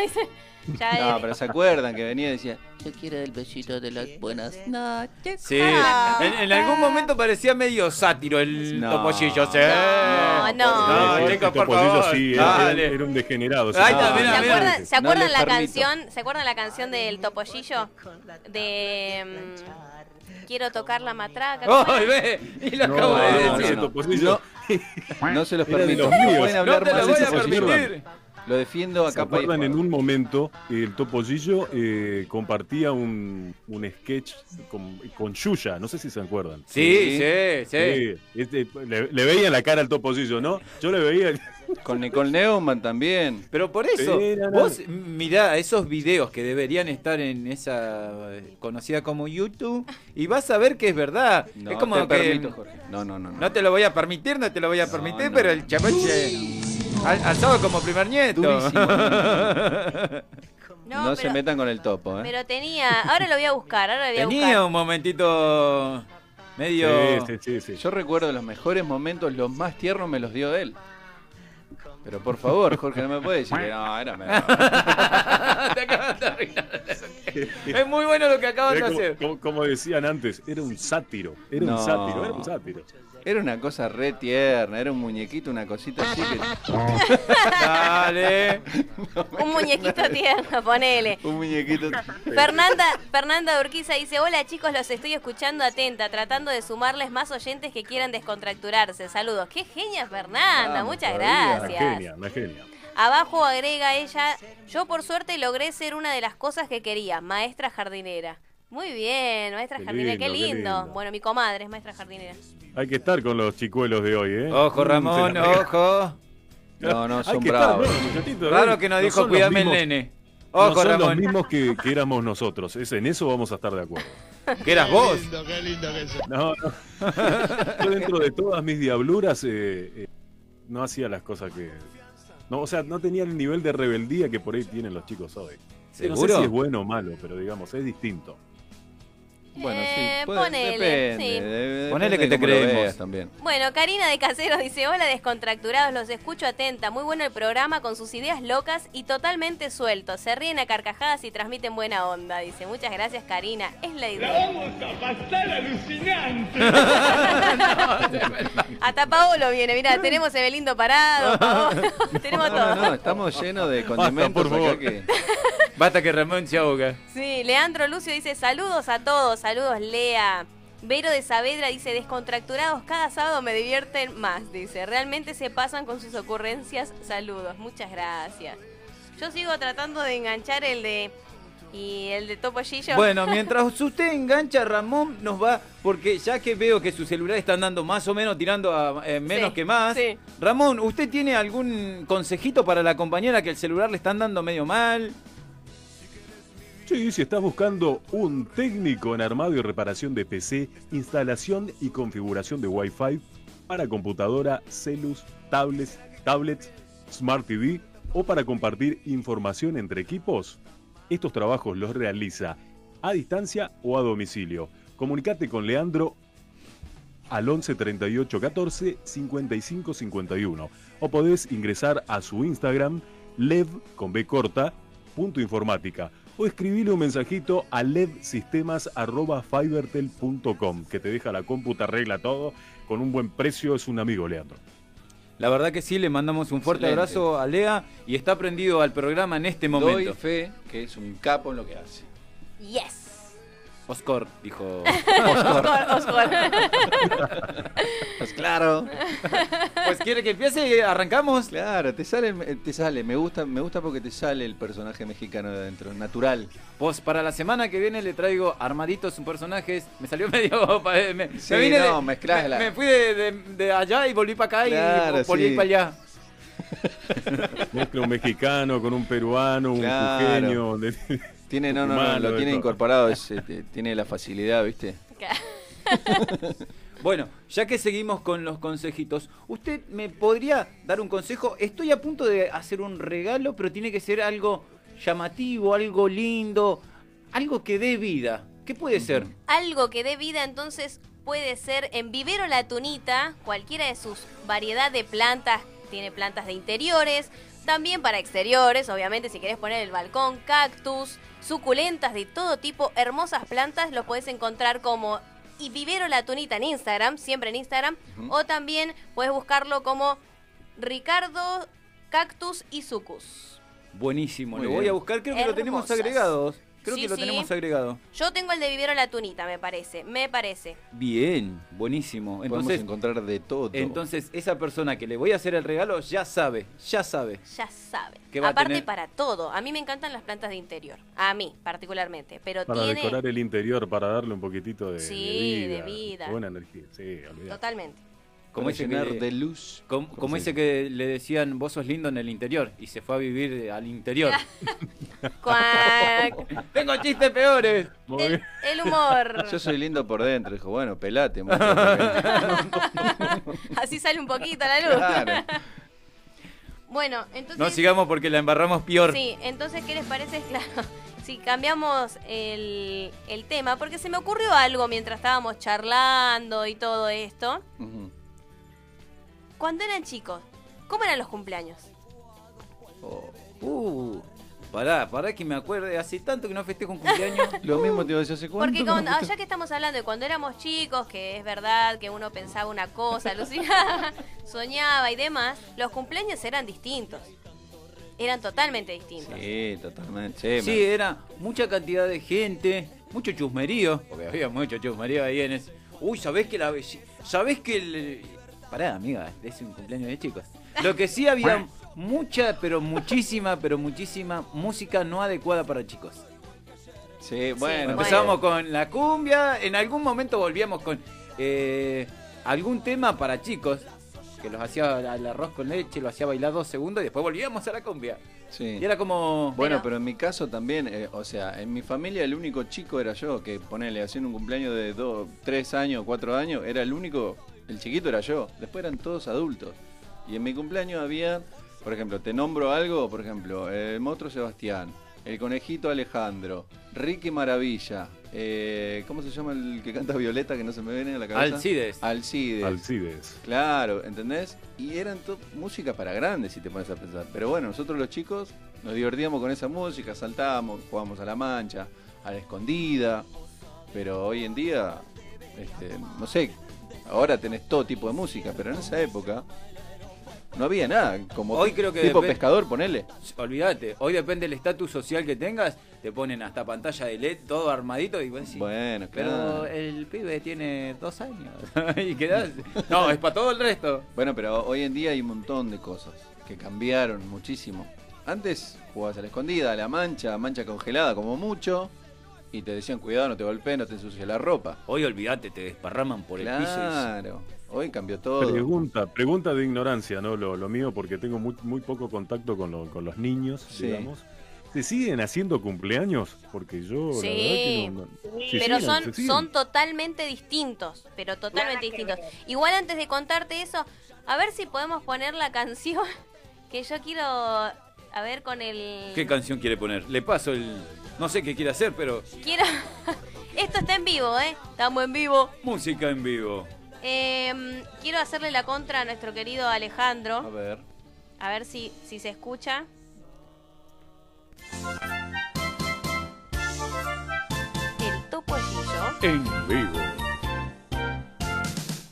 ya eh,
No,
es-
pero se acuerdan que venía y decía,
Yo quiero el besito de las buenas
Ah,
noches.
sí.
Ah.
En, en algún momento parecía medio sátiro el
No.
topollillo. sí.
No, no.
No,
Sí,
chicos,
este
por
Topolillo
favor.
sí, era,
Dale.
era un degenerado. sí.
Ahí está,
Ah,
mirá,
¿Se
mirá.
acuerdan, ¿se
No
acuerdan
les
la
permito.
canción? ¿Se acuerdan la canción del Topollillo? De mm, Quiero tocar la matraca. ¿cómo
Ay,
era?
ve, y lo
No,
acabo de
no,
decir.
no, Topolillo.
no se los
Era de
permito.
los míos.
Pueden
No
hablar
te
mal
lo
de
voy a
ese señor.
permitir.
Lo defiendo a
¿Se
capa y
acuerdan en
espada.
un momento el Topollillo eh, compartía un, un sketch con, con Yuya? No sé si se acuerdan.
Sí, sí, sí.
Sí, este, le, le veía la cara al Topollillo, ¿no? Yo le veía.
Con Nicole Neumann también.
Pero por eso,
Sí, no, no.
vos mirá esos videos que deberían estar en esa eh, conocida como YouTube y vas a ver que es verdad.
No
es como
te
que
permito, Jorge. No, no, no. no.
no te lo voy a permitir, no te lo voy a permitir,
no,
pero
no.
el chaval se- al- alzado como primer nieto.
Durísimo,
No, pero,
No se metan con el topo, ¿eh?
pero tenía. Ahora lo voy a buscar, ahora lo voy a
Tenía
buscar.
un momentito medio
Sí, sí, sí, sí.
Yo recuerdo los mejores momentos, los más tiernos me los dio él. Pero por favor, Jorge, no me puedes decir que no, era mejor.
Te acabas de arruinar. es muy bueno lo que acabas de
Era como,
hacer.
como- como decían antes, era un sátiro. Era
No.
un sátiro, era un sátiro.
Era una cosa re tierna, era un muñequito, una cosita así que.
Dale.
Un muñequito tierno, ponele.
Un muñequito.
Fernanda, Fernanda Urquiza dice, hola chicos, los estoy escuchando atenta, tratando de sumarles más oyentes que quieran descontracturarse. Saludos. Qué genia Fernanda,
Vamos,
muchas
todavía.
Una
gracias.
genia, una genia.
Abajo agrega ella, yo por suerte logré ser una de las cosas que quería, maestra jardinera. Muy bien, maestra
Qué
jardinera, qué
lindo, qué
lindo.
lindo.
Bueno, mi comadre es maestra jardinera.
Hay que estar con los chicuelos de hoy, ¿eh?
Ojo,
Mm,
Ramón,
se la pega.
ojo.
No, no,
Hay
son
que estar,
bravos.
¿no, muchachitos?
Raro que nos
¿eh? No
dijo
son los
cuidame el
mismos-
nene.
no
Ojo,
son los
Ramón.
mismos que, que éramos nosotros. Es, en eso vamos a estar de acuerdo.
Que eras vos.
No, no. Yo dentro de todas mis diabluras eh, eh, no hacía las cosas que... No, o sea, no tenía el nivel de rebeldía que por ahí tienen los chicos hoy. No sé si es
¿Seguro?
bueno o malo, pero digamos, es distinto.
Bueno,
Eh,
sí, puede-
ponele,
depende,
sí.
de-
Ponele
depende
que te
cómo lo
creemos.
veas también.
Bueno, Karina de Caseros dice, hola descontracturados, los escucho atenta, muy bueno el programa con sus ideas locas y totalmente sueltos, se ríen a carcajadas y transmiten buena onda, dice, muchas gracias Karina, es la idea. Hasta Paolo viene, mira, tenemos Evelindo parado, Paolo, tenemos
No, no,
todo.
no, estamos llenos de condimentos
por favor.
acá que.
Basta que Ramón se ahoga.
Sí, Leandro Lucio dice saludos a todos, saludos Lea. Vero de Saavedra dice descontracturados cada sábado me divierten más, dice. Realmente se pasan con sus ocurrencias, saludos, muchas gracias. Yo sigo tratando de enganchar el de... Y el de Topollillo.
Bueno, mientras usted engancha, Ramón nos va, porque ya que veo que su celular está andando más o menos tirando a eh, menos
Sí,
que más,
sí.
Ramón, ¿usted tiene algún consejito para la compañera que el celular le están dando medio mal?
Sí, si estás buscando un técnico en armado y reparación de PC, instalación y configuración de Wi-Fi para computadora, celus, tablets, tablets, Smart TV o para compartir información entre equipos, estos trabajos los realiza a distancia o a domicilio. Comunicate con Leandro al 11 38 14 55 51 o podés ingresar a su Instagram lev con b corta punto informática o escribile un mensajito a levsistemas@fibertel.com que te deja la cómputa arregla todo con un buen precio es un amigo Leandro.
La verdad que sí, le mandamos un fuerte
Excelente.
abrazo a Lea y está prendido al programa en este
Doy
momento.
fe que es un capo en lo que hace.
Yes.
Oscor, dijo.
Oscar, Oscar.
Pues claro.
Pues quiere que empiece y arrancamos.
Claro, te sale, eh, te sale. Me gusta, me gusta porque te sale el personaje mexicano de adentro, natural.
Pues para la semana que viene le traigo armaditos, un personajes. Me salió medio. pa- eh, Me, me
Sí,
vine
no,
de-
mezclazla.
Me, me fui de, de- de allá y volví para acá y
Claro,
volví
sí.
para allá.
Mezcla un mexicano con un peruano, un
Claro.
jujeño. de-
Tiene, no, no, no,
Humano
lo
de
tiene
todo.
incorporado, es, este, tiene la facilidad, ¿viste?
Bueno, ya que seguimos con los consejitos, ¿usted me podría dar un consejo? Estoy a punto de hacer un regalo, pero tiene que ser algo llamativo, algo lindo, algo que dé vida. ¿Qué puede ser?
Algo que dé vida entonces puede ser en vivero la tunita, cualquiera de sus variedad de plantas, tiene plantas de interiores, también para exteriores, obviamente si querés poner el balcón, cactus, suculentas de todo tipo, hermosas plantas, los podés encontrar como y vivero la tunita en Instagram, siempre en Instagram, o también puedes buscarlo como Ricardo Cactus y Sucus.
Buenísimo,
Muy
lo voy
bien.
a buscar, creo que lo tenemos
Hermosas.
agregado. Creo
Sí,
que lo
sí.
tenemos agregado.
Yo tengo el de vivero la tunita, me parece, me parece.
Bien, buenísimo.
Podemos
Entonces,
encontrar de todo.
entonces esa persona que le voy a hacer el regalo ya sabe, ya sabe.
Ya saben.
¿Qué va a
Aparte
tener?
para todo. A mí me encantan las plantas de interior. A mí, particularmente. Pero
Para
tiene...
decorar el interior, para darle un poquitito de, de
Sí,
vida,
de vida.
Buena energía, sí, olvidate.
Totalmente.
Como
como
ese
llenar
que-
de luz.
Com- Como, ese que le decían, vos sos lindo en el interior, y se fue a vivir eh, al interior.
Ah.
Cuac.
Tengo chistes peores.
Muy
el,
bien.
el humor.
Yo soy lindo por dentro, dijo, bueno, pelate. monstruo.
Así sale un poquito la luz.
Claro.
Bueno, entonces...
No sigamos porque la embarramos peor.
Sí, entonces, ¿qué les parece? Claro, si cambiamos el, el tema, porque se me ocurrió algo mientras estábamos charlando y todo esto.
Ujú.
Cuando eran chicos, ¿cómo eran los cumpleaños?
Oh.
Uh, pará, pará que me acuerde. Hace tanto que no festejo un cumpleaños.
Lo mismo te iba a decir, ¿hace cuánto?
Porque
que no
cuando-
fuiste?
ya que estamos hablando de cuando éramos chicos, que es verdad que uno pensaba una cosa, alucinaba, soñaba y demás, los cumpleaños eran distintos. Eran totalmente distintos.
Sí, totalmente.
sí, era mucha cantidad de gente, mucho chusmerío. Porque había mucho chusmerío ahí en ese. Uy, ¿sabés que la belle- ¿Sabés que el. Pará, amiga, es un cumpleaños de chicos. Lo que sí había mucha, pero muchísima, pero muchísima música no adecuada para chicos.
Sí, bueno.
Empezamos con la cumbia, en algún momento volvíamos con eh, algún tema para chicos, que los hacía al arroz con leche, lo hacía bailar dos segundos y después volvíamos a la cumbia.
Sí.
Y era como...
Bueno,
Pero-
pero en mi caso también, eh, o sea, en mi familia el único chico era yo, que ponele, haciendo un cumpleaños de dos, tres años, cuatro años, era el único, el chiquito era yo, después eran todos adultos. Y en mi cumpleaños había, por ejemplo, te nombro algo, por ejemplo, el monstruo Sebastián, el conejito Alejandro, Ricky Maravilla, eh, ¿cómo se llama el que canta Violeta que no se me viene a la cabeza?
Alcides.
Alcides.
Alcides.
Claro, ¿entendés? Y eran to- música para grandes, si te pones a pensar. Pero bueno, nosotros los chicos nos divertíamos con esa música, saltábamos, jugábamos a la mancha, a la escondida. Pero hoy en día, este, no sé, ahora tenés todo tipo de música, pero en esa época no había nada. Como
Hoy creo que
tipo
depe-
pescador, ponele.
Olvídate, hoy depende del estatus social que tengas, te ponen hasta pantalla de LED, todo armadito y vos decís,
Bueno, claro.
Pues Pero el pibe tiene dos años y quedás... No, es para todo el resto.
Bueno, pero hoy en día hay un montón de cosas que cambiaron muchísimo. Antes jugabas a la escondida, a la mancha, a mancha congelada como mucho, y te decían cuidado, no te golpees, no te ensucies la ropa.
Hoy olvídate, te desparraman por el piso y
Claro, hoy cambió todo.
Pregunta, pregunta de ignorancia, ¿no? Lo, lo mío, porque tengo muy, muy poco contacto con, lo- con los niños,
Sí.
digamos. ¿Se siguen haciendo cumpleaños? Porque yo, la
Sí.
verdad que no- no-
Sí,
se
pero
siguen, se
son,
siguen.
son totalmente distintos, pero totalmente
Nada que
distintos. Igual antes de contarte eso, a ver si podemos poner la canción que yo quiero, a ver con el...
¿Qué canción quiere poner? Le paso el. No sé qué quiere hacer, pero.
quiero... Esto está en vivo, ¿eh? Estamos en vivo.
Música en vivo.
Eh, quiero hacerle la contra a nuestro querido
A
Alejandro,
ver.
a ver si, si se escucha. El topollillo.
En vivo.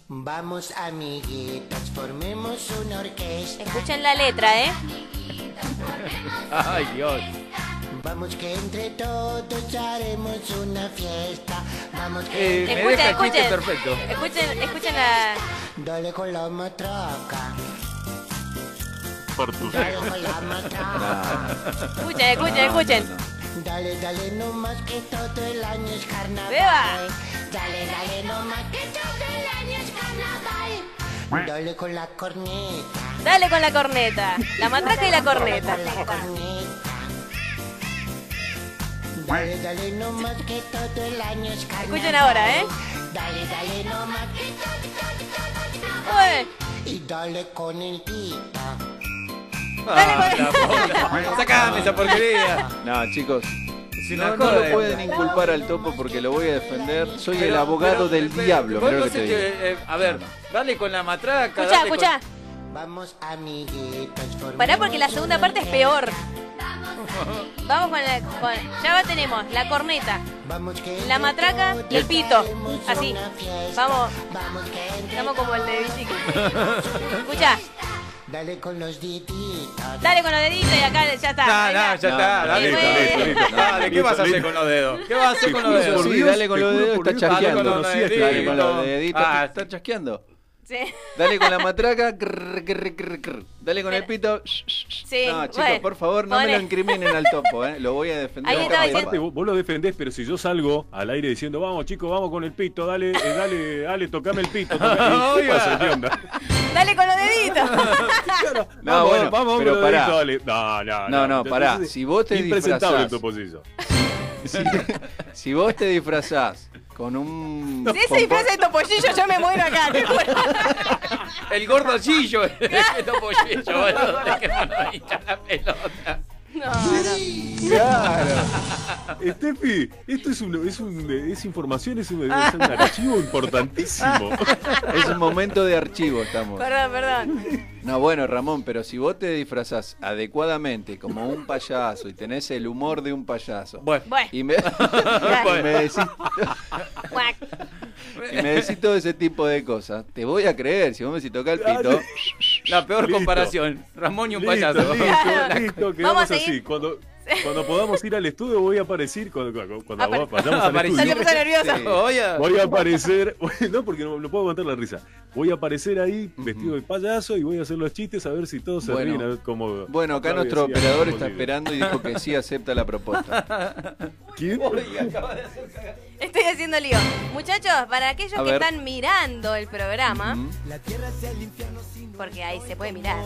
Vamos amiguitos, formemos una orquesta.
Escuchen la letra, ¿eh?
Ay, Dios.
Vamos que entre todos haremos una fiesta. Vamos que
Eh, me
Escuchen,
deja el chiste
escuchen.
perfecto.
Escuchen, escuchen la...
dale con la matraca.
Por tus
Dale con la matraca.
Escuchen, escuchen, escuchen.
No, no, no.
Dale, dale no más que todo el año es carnaval.
Beba.
Dale, dale no más que todo el año es carnaval. Dale con la corneta.
Dale con la corneta. La matraca y la corneta.
Dale con la corneta. Dale, dale no más que todo el año es carnaval.
Escuchen ahora, ¿eh?
Dale, dale no más que todo, todo, todo, todo.
Uy,
Y dale con el pita.
Ah, la puta. Sacame esa porquería.
No, chicos.
Es una
No, no
cosa
lo
de-
pueden inculpar al topo porque lo voy a defender. Soy el
Pero-
abogado
pero-
del
pero-
diablo.
vos
mirá lo que
no sé
te
que-
digo.
eh, a ver, dale con la matraca.
escuchá,
dale con-
escuchá.
Vamos amiguitos.
Pará
formemos
porque la segunda
una
parte es peor. Vamos con la... con- ya la tenemos, la corneta.
Vamos que
La
entre
matraca y el
todos
pito.
haremos
Así.
una fiesta.
Vamos.
Vamos que entre
Estamos como el de
todos.
Bichica. Escucha,
Dale con los dititos.
dale con los deditos y acá ya está.
Ah, No,
Ahí va.
no, ya está.
no,
Dale,
listo,
dale,
listo,
listo. Dale, ¿qué
listo,
vas a hacer
listo.
con los dedos? ¿Qué vas a hacer con los
Te juro
dedos?
Sí,
Dios,
dale con
te
los
juro
dedos,
por
está
Dios.
chasqueando.
Dale con los deditos.
Dale con los
Ah,
deditos,
sí.
está chasqueando.
Sí.
Dale con la matraca. crrr, crrr, crrr, crrr. Dale con el pito. sh, sh, sh.
Sí,
no, chicos,
bueno,
por favor, no me
pobre.
lo incriminen al topo. eh. Lo voy a defender.
Ahí
a
estaba
capa y
diciendo-
Aparte,
espada.
vos, vos lo defendés, pero si yo salgo al aire diciendo, vamos chicos, vamos con el pito, dale, eh, dale, dale, tocame el pito. tocame". ¿Y ¿Qué
Oiga.
pasa? ¿Qué onda?
Dale con los deditos.
No,
vamos,
bueno,
vamos,
pero
con el
pará.
dedito, dale. No, no,
No, no,
Entonces,
pará.
es
Si vos te
Impresentable el
disfrazás.
topollillo.
Si, si vos te disfrazás con un.
Si ese
con-
disfraz de topollillo yo me muero acá, te juro.
El gordocillo. El topollillo, boludo. Dejémonos ahí, ya la pelota.
No, no.
Estefi, Eh, esto es, un, es, un, es información, es un, es un archivo importantísimo.
Es un momento de archivo, estamos.
Perdón, perdón.
No, bueno, Ramón, pero si vos te disfrazás adecuadamente como un payaso y tenés el humor de un payaso.
Bueno.
Bueno,
Y me, y me decís,
guac.
y me decís todo ese tipo de cosas. Te voy a creer. Si vos me decís toca el
Ah,
pito.
La peor
Listo.
comparación. Ramón y un
Listo,
payaso.
Listo, listo, quedamos
a seguir.
así. Cuando, cuando podamos ir al estudio voy a aparecer, cuando, cuando- cuando
Apare-
vayamos al
Aparecer.
Ya te
estudio,
puse nerviosa.
Sí.
Oye,
voy a aparecer, no porque no, no puedo aguantar la risa, voy a aparecer ahí vestido de payaso y voy a hacer los chistes a ver si todos se
Bueno.
ríen, a ver cómo...
Bueno, acá
Claudia
nuestro
decía,
operador
cómo
está
vive.
esperando y dijo que sí acepta la propuesta.
¿Quién?
Estoy haciendo lío. Muchachos, para aquellos
A
que
ver.
están mirando el programa,
Mm.
porque ahí se puede mirar,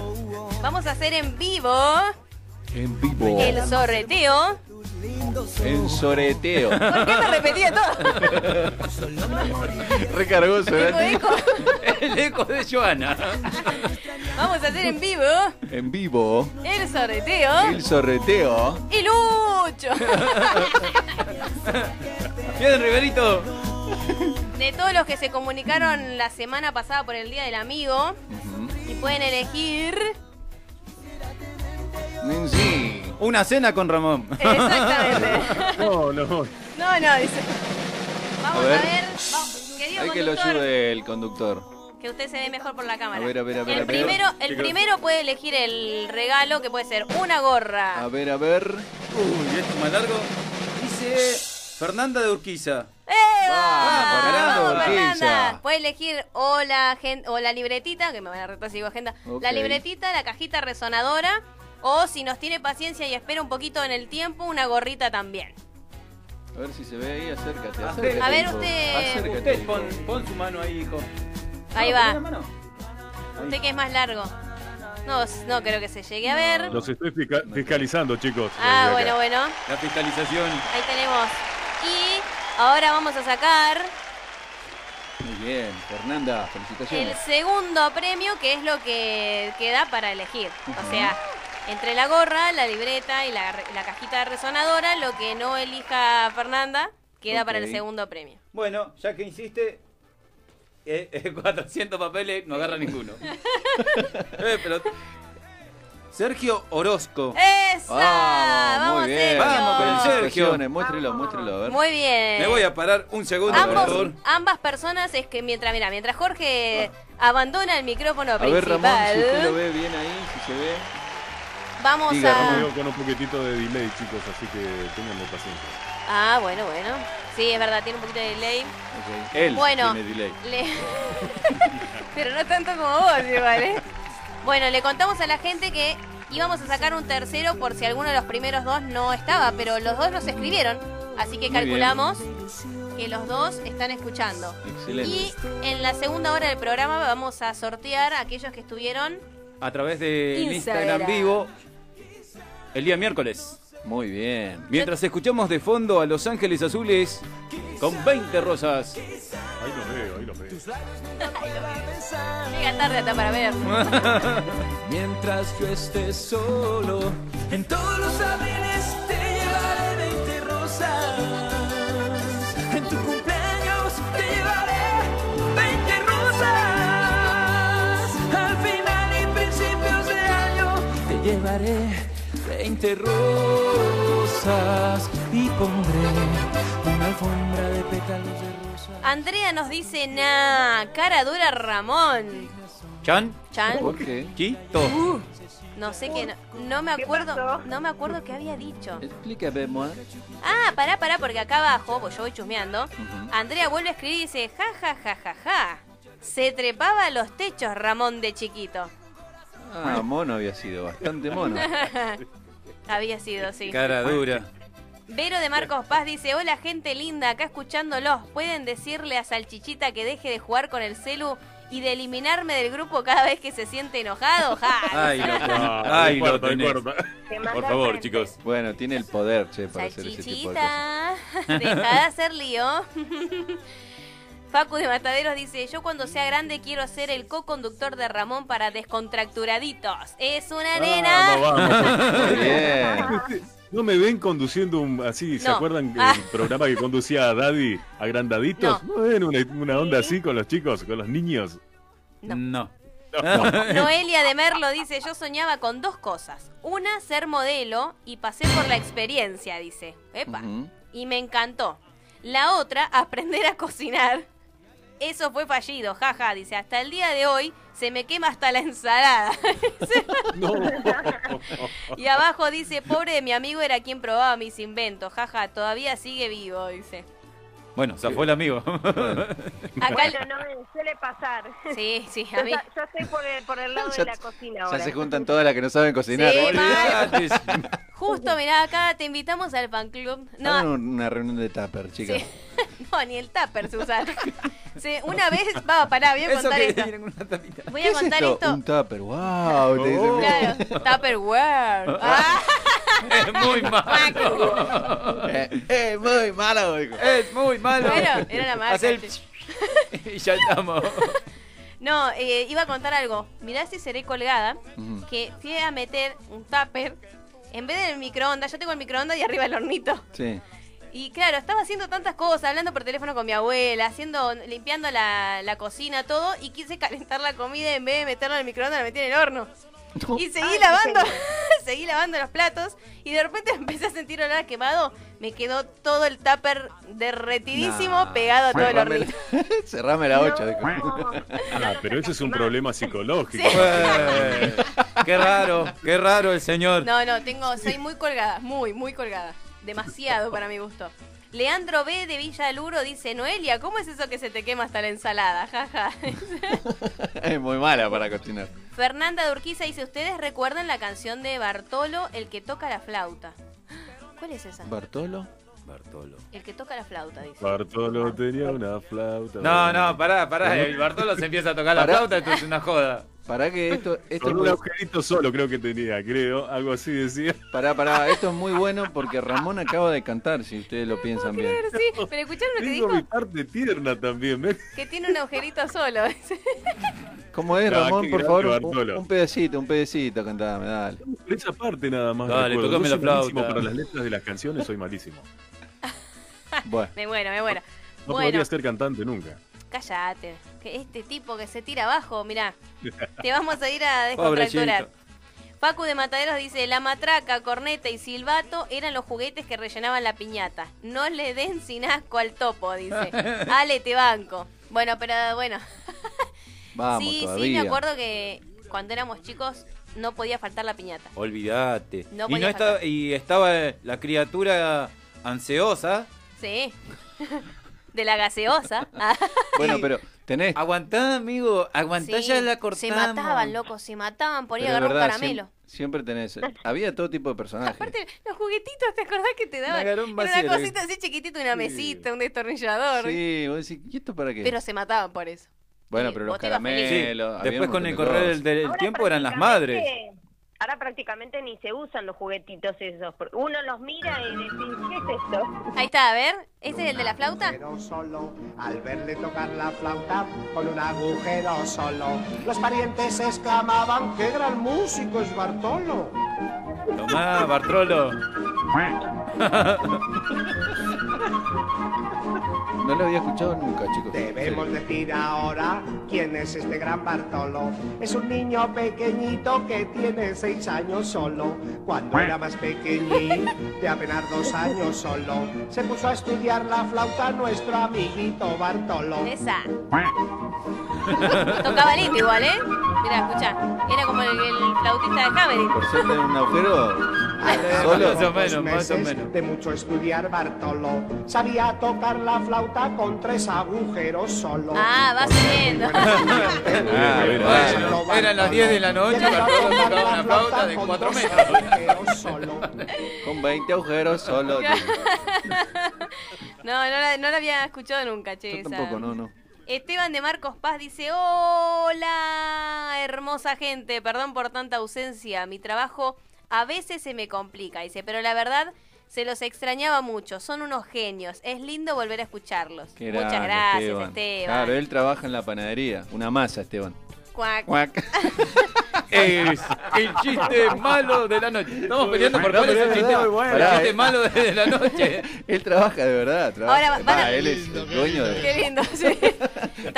vamos a hacer en vivo
Oh. En vivo.
el sorreteo.
En soreteo.
¿Por qué me repetía todo?
Recargó su
Tengo eco.
el eco de Joana.
Vamos a hacer en vivo
En vivo.
el sorreteo.
El sorreteo.
Y Lucho.
Bien, Riverito.
De todos los que se comunicaron la semana pasada por el Día del Amigo, y pueden elegir.
Mm, Sí.
Una cena con Ramón.
Exactamente.
No, no,
No, no, dice. Vamos a
A
ver.
ver.
vamos, querido
Hay que lo
conductor,
ayude el conductor.
que usted se ve mejor por la cámara.
A ver, a ver, a ver,
El
a ver.
primero, el
Chicos.
primero puede elegir el regalo, que puede ser una gorra.
A ver, a ver.
Uy, esto es más largo. Dice Fernanda de Urquiza.
¡Eva!
Vamos, Fernando,
Vamos, Fernanda.
Urquiza.
Puede elegir o la, agen- o la libretita, que me van a retar si digo agenda.
Ok.
La libretita, la cajita resonadora. O si nos tiene paciencia y espera un poquito en el tiempo, una gorrita también.
A ver si se ve ahí, acércate.
A
acércate
ver,
hijo.
usted-
Acércate,
Usted
hijo.
pon, pon su mano ahí, hijo.
Ahí
No,
va.
pon la mano.
Usted que es más largo. No, s- no creo que se llegue a ver.
Los estoy fisca- fiscalizando, chicos.
Ah,
desde
bueno,
acá.
bueno.
La fiscalización.
Ahí tenemos. Y ahora vamos a sacar
Muy bien, Fernanda,
el
felicitaciones.
segundo premio, que es lo que queda para elegir. O sea, entre la gorra, la libreta y la, re- la cajita de resonadora, lo que no elija Fernanda queda para el
Ok.
segundo premio.
Bueno, ya que insiste, eh, eh, 400 papeles no agarra ninguno. Eh, pero- Sergio Orozco.
¡Esa! ¡Vamos,
Oh. muy bien.
Sergio!
Vamos con el Sergio.
Felicitaciones, muéstrelo, muéstrelo, a ver.
Muy bien.
Me voy a parar un segundo, por
Ambos,
favor.
ambas personas es que mientras, mira, mientras Jorge abandona el micrófono
Ah. A ver,
principal,
Ramón, si usted lo ve bien ahí, si se ve.
vamos
diga,
a.
Ramón.
Yo con un poquitito de delay, chicos, así que ténganme paciencia.
Ah, bueno, bueno. Sí, es verdad, tiene un poquito de delay.
ok, Él
Bueno.
tiene delay.
Le- Pero no tanto como vos, igual, ¿eh? Bueno, le contamos a la gente que íbamos a sacar un tercero por si alguno de los primeros dos no estaba, pero los dos nos escribieron, así que
Muy bien.
calculamos que los dos están escuchando.
Excelente.
Y en la segunda hora del programa vamos a sortear a aquellos que estuvieron
A través de
Instagram.
Instagram vivo el día miércoles.
Muy bien.
Mientras escuchamos de fondo a Los Ángeles Azules con 20 rosas.
Ahí los veo, ahí los veo.
Llega tarde hasta para ver.
Mientras yo esté solo, en todos los aviones te llevaré 20 rosas. En tu cumpleaños te llevaré 20 rosas. Al final y principios de año te llevaré 20 rosas y pondré una alfombra de pétalos de rosas.
Andrea nos dice, nah, cara dura Ramón.
Chan,
Chan.
¿Por qué?
Chito.
Uh. No sé qué, no, no me
¿Qué
acuerdo,
pasó?
no me acuerdo qué había dicho.
Eh, Explícame, moi.
Ah, pará, pará, porque acá abajo, pues yo voy chusmeando. Andrea vuelve a escribir y dice, ja, ja, ja, ja, ja. Se trepaba a los techos Ramón de chiquito.
Ah, mono había sido, bastante mono.
Había sido, sí.
Cara dura.
Vero de Marcos Paz dice, hola gente linda, acá escuchándolos. ¿Pueden decirle a Salchichita que deje de jugar con el celu y de eliminarme del grupo cada vez que se siente enojado? Ja.
Ay, lo, ten-
Ah,
ay,
ahí
lo
cuarta, ahí
tenés.
cuarta.
Te
Por
manda
favor,
gente.
chicos.
Bueno, tiene el poder, che, para hacer ese tipo de cosas.
Salchichita, deja de hacer lío. Facu de Mataderos dice, yo cuando sea grande quiero ser el co-conductor de Ramón para descontracturaditos. Es una nena.
Ah, no, vamos. Este,
Muy bien.
No me ven conduciendo un, así, ¿se
No.
acuerdan
Ah.
el programa que conducía a Daddy agrandaditos? ¿No ven una, una onda así con los chicos, con los niños?
No.
No.
Noelia de Merlo dice, yo soñaba con dos cosas. Una, ser modelo y pasé por la experiencia, dice. Epa.
Ujú.
Y me encantó. La otra, aprender a cocinar. Eso fue fallido, jaja, dice. Hasta el día de hoy se me quema hasta la ensalada.
No.
Y abajo dice, pobre de mi amigo era quien probaba mis inventos, jaja, todavía sigue vivo, dice.
Bueno, se fue el amigo.
Acá,
Bueno, no me suele pasar.
sí, sí,
Yo,
a mí.
sa- yo estoy por el, por el lado
Ya-
de la cocina
Ya
ahora.
se juntan todas las que no saben cocinar.
Sí,
Olvidate.
Justo, mirá, acá te invitamos al fan club.
Hagan
No,
una reunión de tupper, chicas.
sí. no ni el tupper se usa. Sí, una vez, va, pará, voy a
Eso
contar
que
esto.
viene con una tapita.
Voy
¿Qué
a
es
contar
esto?
esto.
Un tupper, wow. te dicen.
Claro, Tupperware. Ah,
Es muy malo.
Eh, eh, muy malo, Eh, dijo.
Es muy malo.
Bueno, era la marca.
Hacé el y ya estamos.
No, eh, iba a contar algo. Mirá si seré colgada,
Ujú.
que fui a meter un tupper en vez del microondas. Yo tengo el microondas y arriba el hornito.
Sí.
Y claro, estaba haciendo tantas cosas, hablando por teléfono con mi abuela, haciendo, limpiando la, la cocina, todo, y quise calentar la comida y en vez de meterla en el microondas, la metí en el horno. Y seguí lavando, seguí lavando los platos y de repente empecé a sentir olor a quemado. Me quedó todo el tupper derretidísimo
Nah.
pegado a todo el
Cerrame la-
hornito.
Cerrame la 8,
Ah, pero ese es un problema psicológico.
Eh, qué raro, qué raro el señor.
No, no, tengo, soy muy colgada, muy, muy colgada. Demasiado para mi gusto. Leandro B de Villa del Uro dice, Noelia, ¿cómo es eso que se te quema hasta la ensalada? Jaja.
Es muy mala para cocinar.
Fernanda Durquiza dice, ¿ustedes recuerdan la canción de Bartolo, el que toca la flauta? ¿Cuál es esa?
Bartolo.
Bartolo.
El que toca la flauta, dice.
Bartolo tenía una flauta.
No, no, pará, pará. El Bartolo se empieza a tocar la
Pará.
flauta, esto es una joda.
Para que esto, esto
Con
es
un
muy-
agujerito solo creo que tenía, creo, algo así decía.
pará, pará, esto es muy bueno porque Ramón acaba de cantar, si ustedes lo piensan bien.
Pero sí, pero escucharon lo que
Tengo mi
dijo,
parte tierna también, ¿ves?
que tiene un agujerito solo.
¿Cómo es,
No,
Ramón?
qué
Por
grande,
favor, un- un,
Bartolo.
pedacito, un pedacito, cantame, dale.
Por esa parte nada más.
Dale,
recuerdo.
tocame
Yo
la
soy malísimo
flauta.
Para las letras de las canciones soy malísimo. No
Bueno,
Me bueno, me bueno. Bueno,
podría ser cantante nunca.
cállate. Que este tipo que se tira abajo, mirá. Te vamos a ir a
Pobre
descontracturar. Facu de Mataderos dice, la matraca, corneta y silbato eran los juguetes que rellenaban la piñata. No le den sin asco al topo, dice. Ale, te banco. Bueno, pero bueno.
vamos
sí,
todavía.
sí, me acuerdo que cuando éramos chicos no podía faltar la piñata.
Olvídate.
No
y,
podía
no estaba,
faltar.
y estaba eh, la criatura ansiosa.
Sí. De la gaseosa. Ah,
Bueno, pero tenés,
Aguantá, Ah, amigo. Aguantá,
sí.
ya la
Se
cortamos.
mataban, loco, se mataban por ir a
pero de
agarrar un
verdad,
caramelo.
siem- siempre tenés. eh, Había todo tipo de personajes.
Aparte, los juguetitos, ¿te acordás que te daban? Era
agarró un
una
vaciador.
cosita así chiquitita, una mesita, un destornillador.
Sí, vos decís, ¿y esto para qué?
Pero se mataban por eso.
bueno,
sí,
pero los
vos te ibas
caramelos.
feliz.
Sí,
había
Después
un
con
montón
el
de
correr
cosas.
del, del
Ahora
tiempo eran las madres.
prácticamente- Ahora prácticamente ni se usan los juguetitos esos. porque Uno los mira y dice, ¿qué es esto?
Ahí está, a ver. ¿Ese es el de la flauta?
agujero solo al verle tocar la flauta con un agujero solo. Los parientes exclamaban, ¡qué gran músico es Bartolo!
Tomá, Bartrolo.
Ah, No lo había escuchado nunca, chicos.
Debemos
Sí.
decir ahora quién es este gran Bartolo. Es un niño pequeñito que tiene seis años solo. Cuando era más pequeñín, de apenas dos años solo, se puso a estudiar la flauta nuestro amiguito Bartolo.
Esa. Tocaba lindo igual, ¿eh? Mira, escuchá. Era como el, el flautista de Hamelin.
Por ser de un agujero.
Solo.
Solo
Más o menos, más o
meses
menos.
de mucho estudiar Bartolo sabía tocar la flauta con tres agujeros solo.
Ah, va subiendo.
Ah,
Bueno,
bueno,
Bartolo.
eran las 10 de la noche,
Llegaba a
Bartolo
tocar la
tocaba una flauta de
con
cuatro
tres
metros.
agujeros solo.
Con 20 agujeros solo.
Ya.
Yo
No, no la, no la había escuchado nunca, che. esa.
tampoco, no, no.
Esteban de Marcos Paz dice, hola, hermosa gente, perdón por tanta ausencia, mi trabajo a veces se me complica, dice, pero la verdad se los extrañaba mucho, son unos genios, es lindo volver a escucharlos.
Qué
Muchas
grande,
gracias,
Esteban.
Esteban.
Claro, él trabaja en la panadería. Una masa, Esteban.
Cuac.
Cuac.
Es el chiste malo de la noche. Estamos peleando por
No,
cuál es
pero
el
es
chiste,
verdad, bueno.
el
Pará,
chiste
eh.
malo de la noche.
Él trabaja de verdad. Trabaja.
Ahora va- van a-
Ah, él es el dueño
Qué
de.
lindo, sí. Está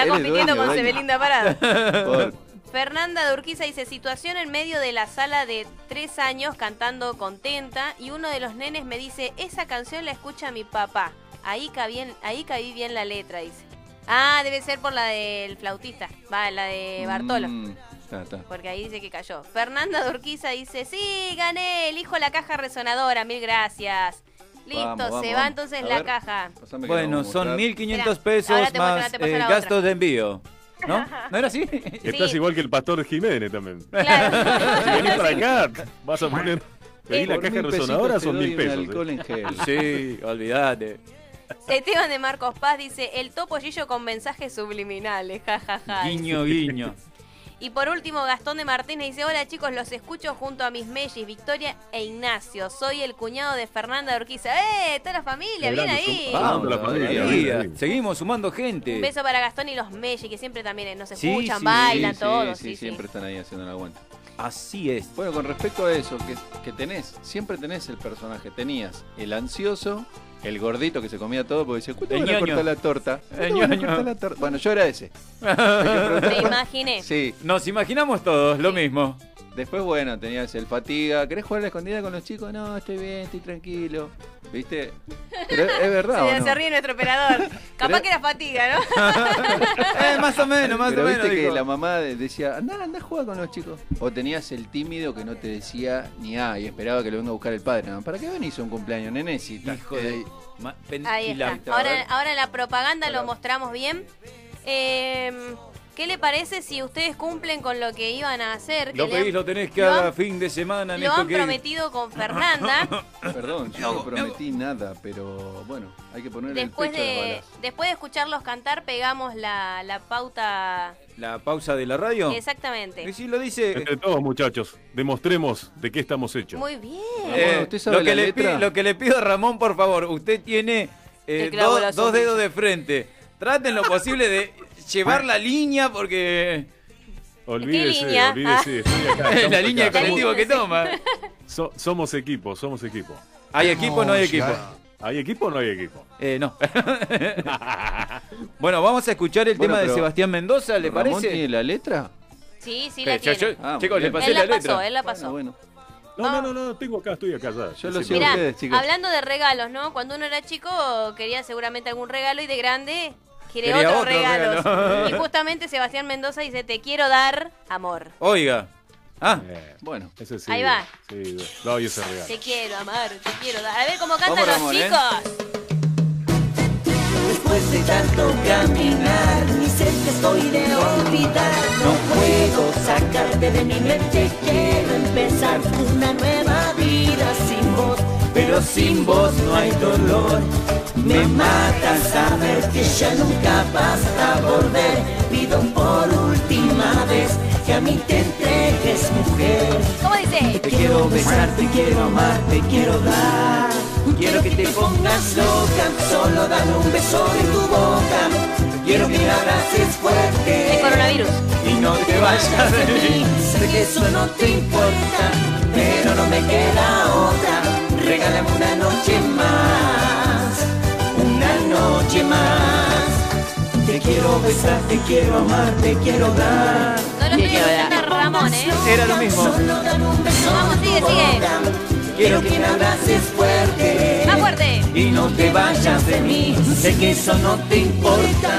Él es
compitiendo
dueño,
con
dueño.
Sebelinda Parada.
Por-
Fernanda de Urquiza dice, situación en medio de la sala de tres años cantando contenta y uno de los nenes me dice, esa canción la escucha mi papá. Ahí cabí, en- ahí cabí bien la letra, dice. Ah, debe ser por la del flautista, va, la de Eh, Bartolo.
Mm, está, está.
Porque ahí dice que cayó. Fernanda de Urquiza dice, sí, gané, elijo la caja resonadora, mil gracias. Listo,
Vamos, vamos,
se va
vamos.
entonces
A
la
ver.
caja.
Pásame que la
Bueno,
vamos a
son
mostrar.
1.500
Esperá, ahora
pesos
te muestro,
más
te paso
eh,
la otra.
gastos de envío. ¿No? ¿No era así?
Estás
Sí.
igual que el pastor Jiménez también. Si
Claro. Eh,
venís para acá, vas a poner. Pedí la
Por
caja
mil pesitos
resonadora,
te
son
doy
mil
un
pesos.
alcohol
eh.
en gel.
Sí, olvídate.
Esteban de Marcos Paz dice, el topo Gillo con mensajes subliminales, jajaja.
Guiño, guiño.
Y por último, Gastón de Martínez dice, hola chicos, los escucho junto a mis mellis, Victoria e Ignacio. Soy el cuñado de Fernanda de Urquiza. ¡Eh! Toda la familia,
Qué
bien
grande,
ahí.
son-
Vamos,
Vamos, la
todavía.
familia,
Sí,
bien, bien.
Seguimos sumando
Un
gente.
beso para Gastón y los mellis, que siempre también nos
Sí,
escuchan,
sí,
bailan,
sí,
todos.
sí,
sí, sí.
siempre están ahí haciendo el aguante.
Así es.
Bueno, con respecto a eso, que, que tenés, siempre tenés el personaje. Tenías el ansioso, el gordito que se comía todo porque decía, ¿cuánto
El
van a
ñoño.
cortar la torta?
El
¿Cuándo van a
ñoño.
cortar la torta? Bueno, yo era ese. Hay que preguntar-
Me imaginé.
Sí.
Nos imaginamos todos lo mismo.
Después, bueno, tenías el fatiga. ¿Querés jugar a la escondida con los chicos? No, estoy bien, estoy tranquilo. ¿Viste? Pero es verdad. ¿o
Se,
no?
se ríe nuestro operador. Capaz
Pero-
que era fatiga, ¿no?
Eh, más o menos, más
Pero
o
viste
menos.
que
dijo.
la mamá de- decía, andá, andá a jugar con los chicos. O tenías el tímido que no te decía ni A y esperaba que lo venga a buscar el padre. No, ¿Para qué venís a un cumpleaños, nenecita?
Hijo de.
Eh,
ma- pen-
Ahí
y la-
está. Ahora,
ver.
ahora en la propaganda
Pará.
lo mostramos bien. Eh, ¿Qué le parece si ustedes cumplen con lo que iban a hacer? que
Lo
le
pedís,
han-
lo tenés
lo
cada
han-
fin de semana en
Lo
esto
han
que-
prometido con Fernanda.
Perdón, yo no prometí nada, pero bueno, hay que poner
Después
el pecho a las
de,
balas.
después de escucharlos cantar, pegamos la, la pauta.
La pausa de la radio.
Exactamente.
Y si lo dice.
Entre todos, muchachos, demostremos de qué estamos hechos.
Muy bien.
Eh,
¿usted sabe
lo, que
la
le
letra?
pi- lo que le pido a Ramón, por favor, usted tiene eh,
Te clavo
dos-
la
dos
sonrisa.
dedos de frente. Traten lo posible de llevar la línea porque
Olvídese,
¿Qué línea? Ah.
olvídese. estoy acá,
es la
estamos
línea de
acá.
colectivo que toma.
So- somos equipo, somos equipo. Ah,
¿Hay equipo o no hay equipo?
¿Hay equipo o no hay equipo?
Eh, no. bueno, vamos a escuchar el
Bueno,
tema de
pero-
Sebastián Mendoza, ¿le
¿Ramón
parece?
tiene la letra?
Sí, sí,
Eh,
la
yo-
tiene.
yo-
Ah,
chicos,
bien.
le pasé
él la
la letra.
pasó, él la pasó.
Bueno,
No, no, no, no, tengo acá, estoy acá ya.
Yo lo
Sí,
sigo.
sí.
Mirá,
ustedes, chicos.
hablando de regalos, ¿no? Cuando uno era chico quería seguramente algún regalo y de grande quiere
Quería
otros
otro
regalos.
regalo.
Y justamente Sebastián Mendoza dice, te quiero dar amor.
Oiga. Ah,
Eh,
bueno.
ese sí.
Ahí va.
Sí, no, y ese regalo.
Te quiero amar, te quiero dar. A ver cómo cantan
Vamos,
los
Ramón, ¿eh?
chicos.
Después de tanto caminar, mi sed te estoy de olvidar. No puedo sacarte de mi mente. Quiero empezar una nueva vida sin vos, pero sin vos no hay dolor. Me mata saber que ya nunca vas a volver. Pido por última vez que a mí te entregues, mujer.
¿Cómo dice?
Te quiero besar, te quiero amar, te quiero dar. Quiero que te pongas loca, solo dame un beso en tu boca. Quiero que me abraces
El
fuerte
coronavirus.
y no te vayas de mí. Sé que eso no te importa, pero no me queda otra. Regálame una noche más, una noche más. Te quiero besar, te quiero amar, te quiero dar.
No lo estoy escuchando a Ramón, ¿eh?
era lo mismo.
Solo dame un beso
Vamos,
en tu
sigue, sigue.
Quiero que me abraces fuerte
Más fuerte.
y no te vayas de mí. Sé que eso no te importa,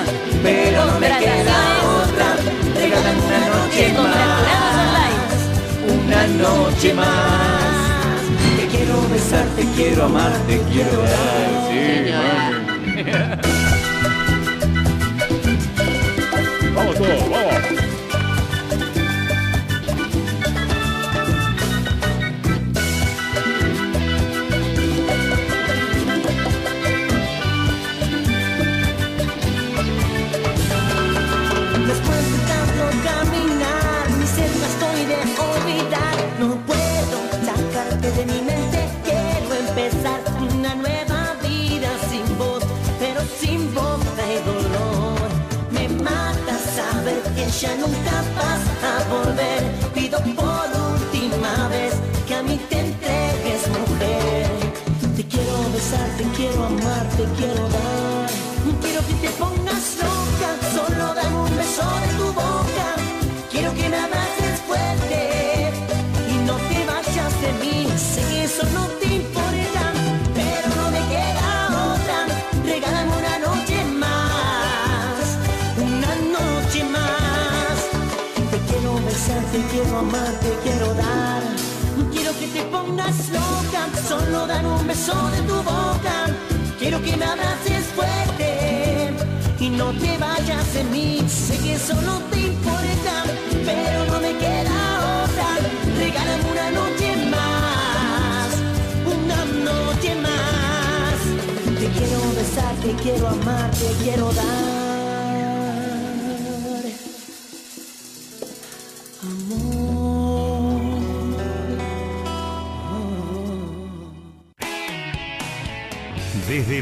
pero no me
Gracias,
queda
¿eh?
otra. Regálame una noche
Contracturados
más,
online.
una noche más. Te quiero besar, te quiero amar, te quiero dar.
Vamos todos, vamos.
¿eh?
Después de tanto caminar, mi ser la estoy de olvidar. No puedo sacarte de mi mente. Quiero empezar una nueva vida sin vos, pero sin vos hay dolor. Me mata saber que ya nunca vas a volver. Pido por última vez que a mí te entregues, mujer. Te quiero besar, te quiero amar, te quiero dar. Quiero que te pongas loca, solo dame un beso de tu boca. Quiero que me abraces fuerte y no te vayas de mí. Sé que eso no te importa, pero no me queda otra. Regálame una noche más, una noche más. Te quiero besar, te quiero amar, te quiero dar. Quiero que te pongas loca, solo dar un beso de tu boca. Quiero que me abraces fuerte y no te vayas de mí. Sé que eso no te importa, pero no me queda otra. Regálame una noche más, una noche más. Te quiero besar, te quiero amar, te quiero dar.
Desde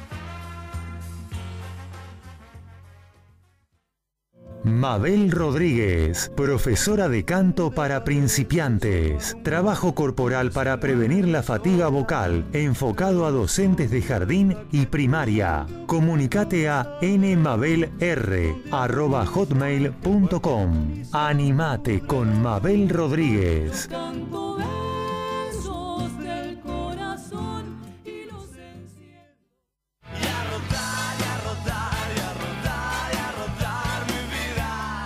Mabel Rodríguez, profesora de canto para principiantes. Trabajo corporal para prevenir la fatiga vocal, enfocado a docentes de jardín y primaria. Comunicate a nmabelr@hotmail.com. Animate con Mabel Rodríguez.
Canto besos del corazón y los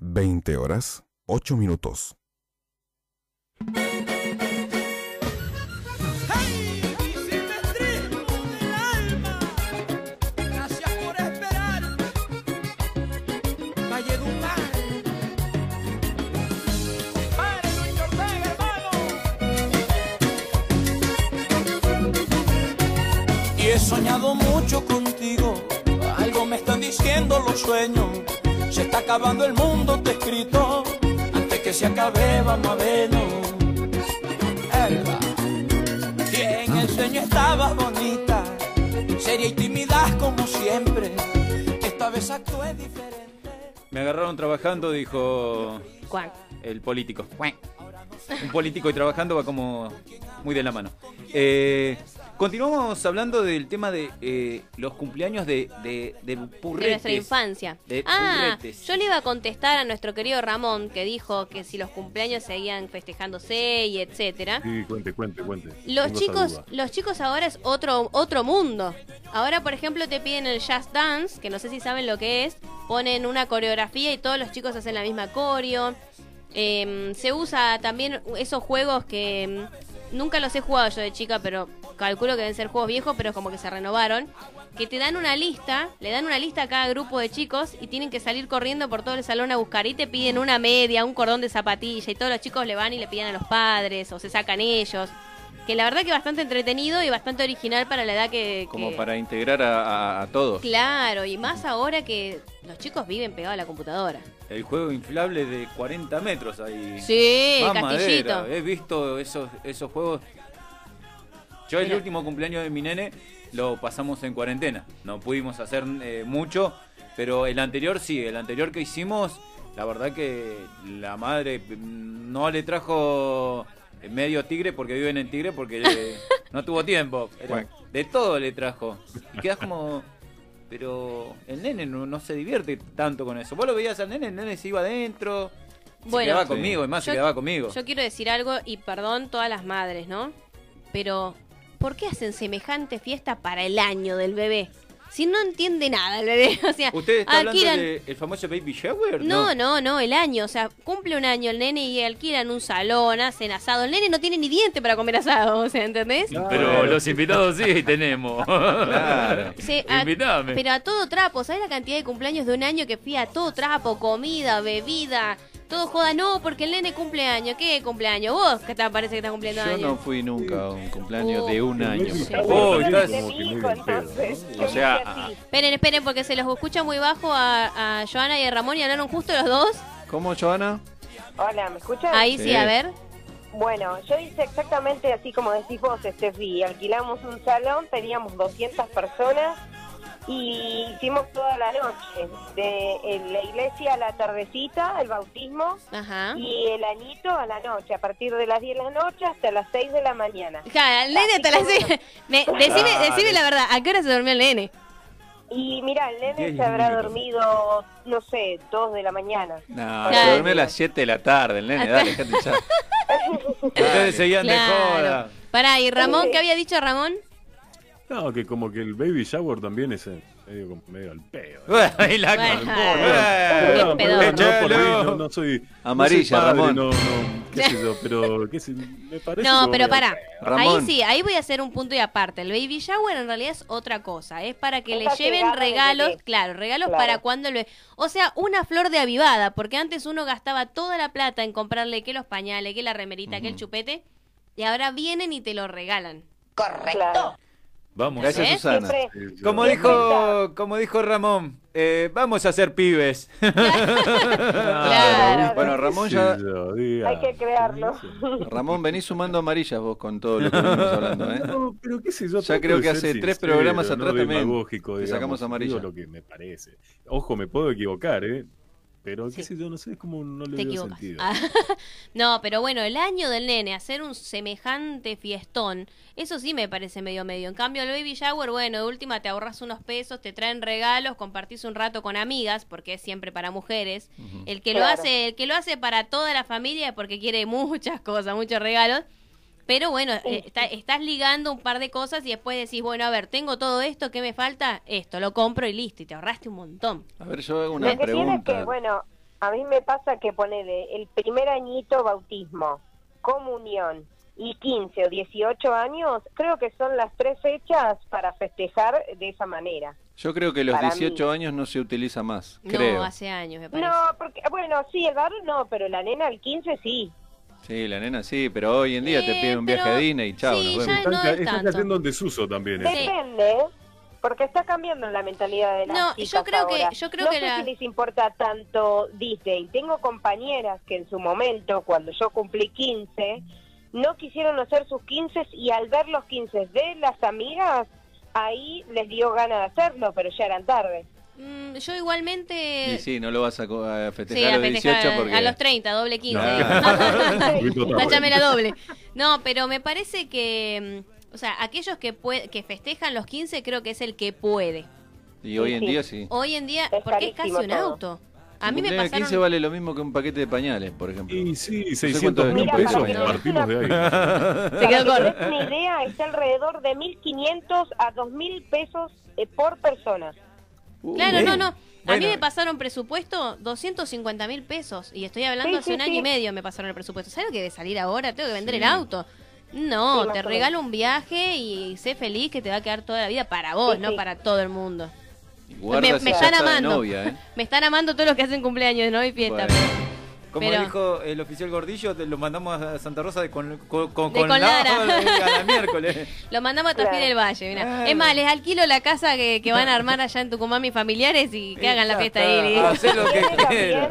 Veinte horas, ocho minutos.
Gracias por esperar, Valledupar. Pare, Luis Ortega, hermano.
Y he soñado mucho contigo. Algo me están diciendo los sueños. Se está acabando el mundo, te he escrito. Antes que se acabe, vamos a vernos. Elba. Y en el sueño estabas bonita. Seria y timidez como siempre. Esta vez actué diferente.
Me agarraron trabajando, dijo
Cuac.
el político. Cuac. Un político y trabajando va como muy de la mano. Eh, continuamos hablando del tema de eh, los cumpleaños de, de, de
de nuestra
purretes.
infancia.
De
ah,
purretes.
yo le iba a contestar a nuestro querido Ramón que dijo que si los cumpleaños seguían festejándose y etcétera.
Sí, cuente, cuente, cuente.
Los
Tengo esa
chicos,
duda.
los chicos ahora es otro otro mundo. Ahora, por ejemplo, te piden el Just Dance, que no sé si saben lo que es, ponen una coreografía y todos los chicos hacen la misma coreo. Eh, se usa también esos juegos que mm, nunca los he jugado yo de chica, pero calculo que deben ser juegos viejos, pero como que se renovaron. Que te dan una lista, le dan una lista a cada grupo de chicos y tienen que salir corriendo por todo el salón a buscar. Y te piden una media, un cordón de zapatilla y todos los chicos le van y le piden a los padres o se sacan ellos. Que la verdad que bastante entretenido y bastante original para la edad que...
Como
que-
para integrar a, a- a todos.
Claro, y más ahora que los chicos viven pegados a la computadora.
El juego inflable de 40 metros ahí.
Sí, el
Mamadera,
castillito.
He visto esos, esos juegos. Yo el
Mira.
último cumpleaños de mi nene lo pasamos en cuarentena. No pudimos hacer eh, mucho, pero el anterior sí, el anterior que hicimos La verdad que la madre mm, no le trajo medio tigre porque viven en tigre porque le- no tuvo tiempo. Era-
Bueno.
De todo le trajo. Y quedas como. Pero el nene no, no se divierte tanto con eso. Vos lo veías al nene, el nene se iba adentro.
Bueno,
se quedaba conmigo, es más, se
yo-
quedaba conmigo.
Yo quiero decir algo y perdón todas las madres, ¿no? Pero, ¿por qué hacen semejante fiesta para el año del bebé? Si no entiende nada el bebé, o sea,
¿Usted está hablando
alquilan...
del famoso baby shower?
No, no, no, el año, o sea, cumple un año el nene y alquilan un salón, hacen asado. El nene no tiene ni diente para comer asado, o sea, ¿entendés?
Pero los invitados sí tenemos. Claro.
Sí, a-
Invitame.
pero a todo trapo, ¿sabes la cantidad de cumpleaños de un año que fui a todo trapo? Comida, bebida, todo joda. No, porque el nene cumple años. ¿Qué cumpleaños? Vos que te parece que estás cumpliendo
Yo
años.
no fui nunca a un cumpleaños de un año.
Sí.
Oh, estás-
O sea,
Esperen, esperen, porque se los escucha muy bajo a, a Joana y a Ramón y hablaron justo los dos.
¿cómo, Joana?
Hola, ¿me escuchas?
Ahí sí,
Sí.
a ver.
Bueno, yo hice exactamente así como decís vos, Estefi. Alquilamos un salón, teníamos 200 personas y hicimos toda la noche. De en la iglesia a la tardecita, el bautismo
Ajá.
y el añito a la noche, a partir de las 10 de la noche hasta las 6 de la mañana.
Ja, el nene hasta las seis. Me- Eh, decime,
Dale.
decime la verdad, ¿a qué hora se durmió el nene?
Y mira, el nene
Diez
se habrá
minutos.
dormido, no sé, 2 de la mañana.
No,
Claro.
se durmió a las 7 de la tarde, el nene, dale, dejate echar.
Ustedes seguían
Claro.
de joda.
Pará, ¿y Ramón? ¿Qué había dicho Ramón?
No, que como que el baby shower también es eh, medio, como- medio al pedo.
y la
Perdón,
Bueno,
perdón,
qué
perdón, no, por
pedo. Chelo.
mí, no, no soy. no
Amarilla,
soy padre,
Ramón.
No, no, qué sé yo, pero. Qué sé, me parece
No,
como
pero
que-
pará. Ahí sí, ahí voy a hacer un punto y aparte. El baby shower en realidad es otra cosa. Es para que
Es
le
la
lleven
llegada del
regalos,
bebé.
claro, regalos
Claro.
para cuando lo... O sea, una flor de avivada, porque antes uno gastaba toda la plata en comprarle que los pañales, que la remerita, que el chupete, y ahora vienen y te lo regalan.
Correcto.
vamos.
Gracias,
¿Ves?
Susana.
¿eh? Siempre-
Como
siempre
dijo, como dijo Ramón, eh, vamos a ser pibes.
Claro. Bueno, Ramón ya-
Sí, yo, diga.
Hay que crearlo.
Ramón, venís sumando amarillas vos con todo lo que venimos hablando, ¿eh?
No, pero qué sé yo.
Ya
trato
creo
de
que
ser
hace tres
sincero,
programas
no
atrás también
demagógico,
le
digamos,
sacamos
digo
amarilla.
lo que me parece. Ojo, me puedo equivocar, ¿eh? Pero qué sé yo, no sé, es como no le
Te
veo
equivocas.
sentido.
Ah, no, pero bueno, el año del nene, hacer un semejante fiestón, eso sí me parece medio medio. En cambio, el baby shower, bueno, de última te ahorras unos pesos, te traen regalos, compartís un rato con amigas, porque es siempre para mujeres. El que lo
Claro.
hace, el que lo hace para toda la familia es porque quiere muchas cosas, muchos regalos. Pero bueno, eh, está- estás ligando un par de cosas y después decís, bueno, a ver, tengo todo esto, ¿qué me falta? Esto, lo compro y listo, y te ahorraste un montón.
A ver, yo hago
Lo
una
que tiene es que,
pregunta.
bueno, a mí me pasa que ponele el primer añito bautismo, comunión y 15 o 18 años, creo que son las tres fechas para festejar de esa manera.
Yo creo que los
para
18 años no se utiliza más,
No,
creo.
hace años me parece.
No, porque, bueno, sí, el varón no, pero la nena al 15 sí.
Sí, la nena sí, pero hoy en día
Eh,
te piden un
pero-
viaje a Disney y chao,
sí,
nos vemos.
ya no es
Está
tanto.
cayendo en desuso también. eso.
Depende, porque está cambiando la mentalidad de las
No, yo
chicas
creo que-
ahora.
yo creo
No
que
sé
la-
si les importa tanto Disney. Tengo compañeras que en su momento, cuando yo cumplí 15, no quisieron hacer sus 15 y al ver los 15 de las amigas, ahí les dio ganas de hacerlo, pero ya eran tarde.
Mm, yo igualmente...
Y sí, no lo vas a, co- a
Sí,
festejar a
a
los
festejar
18 porque...
a los 30, doble 15.
No.
Táchame la doble. No, pero me parece que, mm, o sea, aquellos que, pue- que festejan los 15 creo que es el que puede.
Y hoy en día sí.
Hoy en día, porque es casi
carísimo
un
todo.
auto. Oh, A mí me
Un cumpleaños de 15
pasaron...
vale lo mismo que un paquete de pañales, por ejemplo.
Y sí,
cuánto
600
es.
mil
Mira,
pesos
para que-
partimos de ahí.
Para
Se quedó
que
corto.
te des
eh,
una idea, está alrededor de 1.500 a 2.000 pesos eh, por persona.
Uh,
Claro, no, no. A mí
Bueno.
me pasaron presupuesto 250 mil pesos. Y estoy hablando
Sí,
hace
sí,
un año
sí.
y medio me pasaron el presupuesto. ¿Sabes lo que debe salir ahora? Tengo que vender
Sí.
el auto.
Sí,
No,
más
te
o menos.
regalo un viaje y sé feliz que te va a quedar toda la vida para vos,
Sí,
no
sí.
para todo el mundo.
Guarda
me,
si
me
ya
están
está de
amando.
novia, ¿eh?
Me están amando todos los que hacen cumpleaños, ¿no? Y fiesta.
Bueno.
pero-
Como
Pero-
dijo el oficial Gordillo, te lo mandamos a Santa Rosa de con, con, con,
De
con
con
la-
Lara.
a la miércoles.
Lo mandamos a Tafí del Valle, mirá. Es más, les alquilo la casa que, que van a armar allá en Tucumán mis familiares y que hagan la fiesta ahí.
Ah, hacé lo que quieras.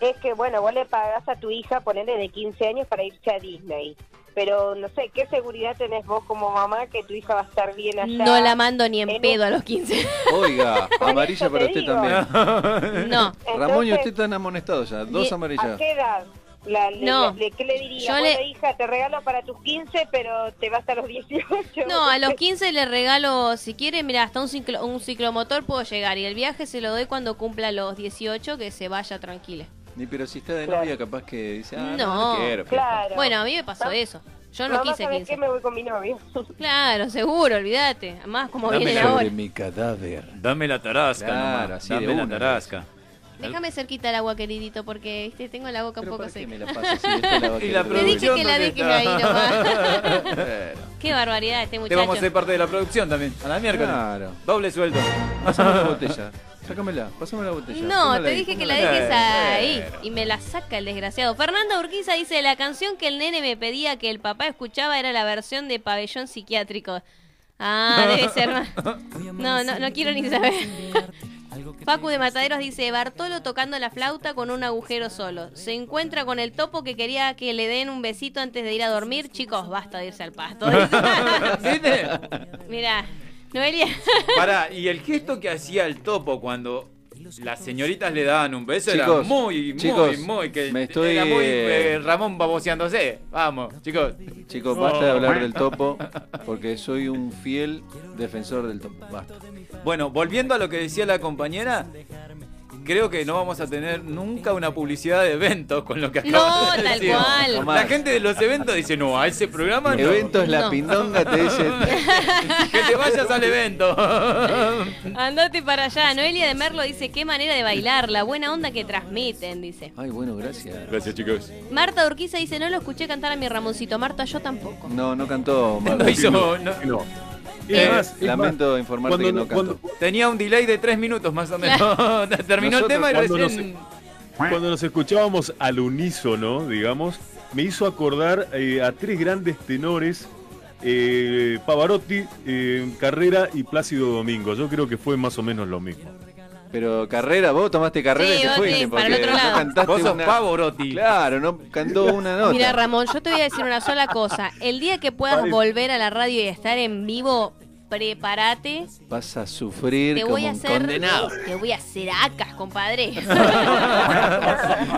Es que, bueno, vos le pagás a tu hija, ponerle de 15 años para irse a Disney. pero no sé, ¿qué seguridad tenés vos como mamá que tu hija va a estar bien allá?
No la mando ni en pedo a los 15.
Oiga, amarilla para usted también.
No.
Ramón, y
Entonces-
usted están amonestados ya. Dos
Ni- ¿A
amarillas.
qué edad? La- le-
No.
le- ¿Qué le diría?
Yo
Bueno,
le-
hija, te regalo para tus 15, pero te vas a los 18.
No, a los 15 le regalo, si quiere, mira, hasta un, ciclo- un ciclomotor puedo llegar. Y el viaje se lo doy cuando cumpla los 18, que se vaya tranquila.
Ni pero si está de novia, capaz que dice, ah, no,
No.
no quiero.
Bueno, a mí me pasó eso. Yo no
Mamá,
quise
¿sabes
15.
qué? Me voy con mi novio.
Claro, seguro, olvídate. Además, como
Dame
vienen
sobre
ahora.
mi cadáver.
Dame la tarasca,
Claro,
nomás,
así de
Dame la
una.
tarasca.
Déjame cerquita el agua, queridito, porque viste, tengo la boca un poco seca.
Y
Te dije
la producción
que la
dónde
dejen
está.
ahí nomás.
Bueno.
Qué barbaridad este
Te
muchacho.
vamos a ser parte de la producción también. A la miércoles.
Claro.
Doble sueldo.
Pásame la botella. Sácamela, pásame la botella.
No,
Póngala
te
ahí,
dije que la
póngala
dejes
ahí.
ahí. Y me la saca el desgraciado. Fernanda Urquiza dice, la canción que el nene me pedía que el papá escuchaba era la versión de Pabellón Psiquiátrico. Ah, debe ser más. No, no, no quiero ni saber. Facu de Mataderos dice, Bartolo tocando la flauta con un agujero solo. Se encuentra con el topo que quería que le den un besito antes de ir a dormir. Chicos, basta de irse al pasto.
¿Viste?
Mira, Noelia.
Pará, y el gesto que hacía el topo cuando las señoritas le daban un beso era
Chicos,
muy, muy,
chicos,
muy. Que
me estoy-
Era muy eh, Ramón baboseándose. Vamos, chicos.
Chicos, basta de hablar del topo, porque soy un fiel defensor del topo. Basta.
Bueno, volviendo a lo que decía la compañera, creo que no vamos a tener nunca una publicidad de eventos con lo que
No,
acabas de
tal
decir.
cual.
La
Jamás.
gente de los eventos dice, no, a ese programa no.
Eventos La
No.
Pindonga te dice,
Que te vayas al evento.
Andate para allá. Noelia de Merlo dice, qué manera de bailar, la buena onda que transmiten, dice.
ay, bueno, gracias.
Gracias, chicos.
Marta Urquiza dice, no lo escuché cantar a mi Ramoncito. Marta, yo tampoco.
No, no cantó. Marta.
No hizo- no-
Es
Eh,
más, es
lamento informarte
cuando
que no
no-
cantó.
Tenía un delay de tres minutos más o menos. Terminó el
Nosotros
tema y
cuando
recién...
Cuando nos escuchábamos al unísono, digamos, me hizo acordar eh, a tres grandes tenores, eh, Pavarotti, eh, Carrera y Plácido Domingo. Yo creo que fue más o menos lo mismo.
Pero carrera, vos tomaste carrera
Sí,
y te
vos
fuiste.
sí,
porque
para el otro
no
lado.
cantaste
Vos sos
una...
Pavarotti.
Claro, no cantó una nota.
Mira, Ramón, yo te voy a decir una sola cosa. El día que puedas
Parece.
volver a la radio y estar en vivo, prepárate.
Vas a sufrir
Te
como
voy a
un
hacer.
condenado.
Te voy a hacer acas, compadre.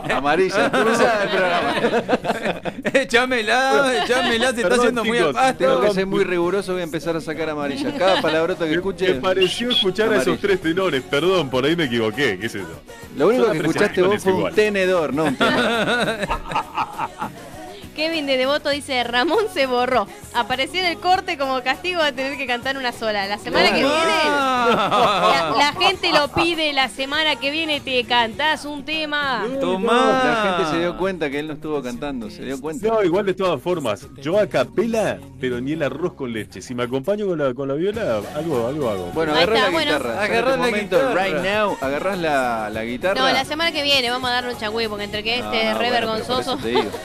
Amarilla, cruzada el programa.
Échamela, échamela, se está haciendo muy al pasto.
Tengo que ser muy riguroso, voy a empezar a sacar amarillas. Cada palabrota
Eh,
que escuche.
Me pareció escuchar a esos tres tenores, perdón, por ahí me equivoqué, qué sé yo. Son
Lo único que
las
escuchaste vos
presentaciones
fue un
igual.
tenedor, no un tenedor.
Kevin de Devoto dice: Ramón se borró. Apareció en el corte como castigo de tener que cantar una sola. La semana que viene. La, la gente lo pide, la semana que viene te cantás un tema.
La gente se dio cuenta que él no estuvo cantando, se dio cuenta.
No, igual de todas formas, yo a capela, pero ni el arroz con leche. Si me acompaño con la, con la viola, algo, algo hago.
Bueno,
Ahí
agarrá
está,
la
bueno.
guitarra. Yo en este
Agarrá la
momento,
guitarra.
Right now, agarrás la, la guitarra.
No, la semana que viene vamos a darle un changüí, porque entre que
No,
este es
no,
re
bueno, pero por
vergonzoso.
eso te digo.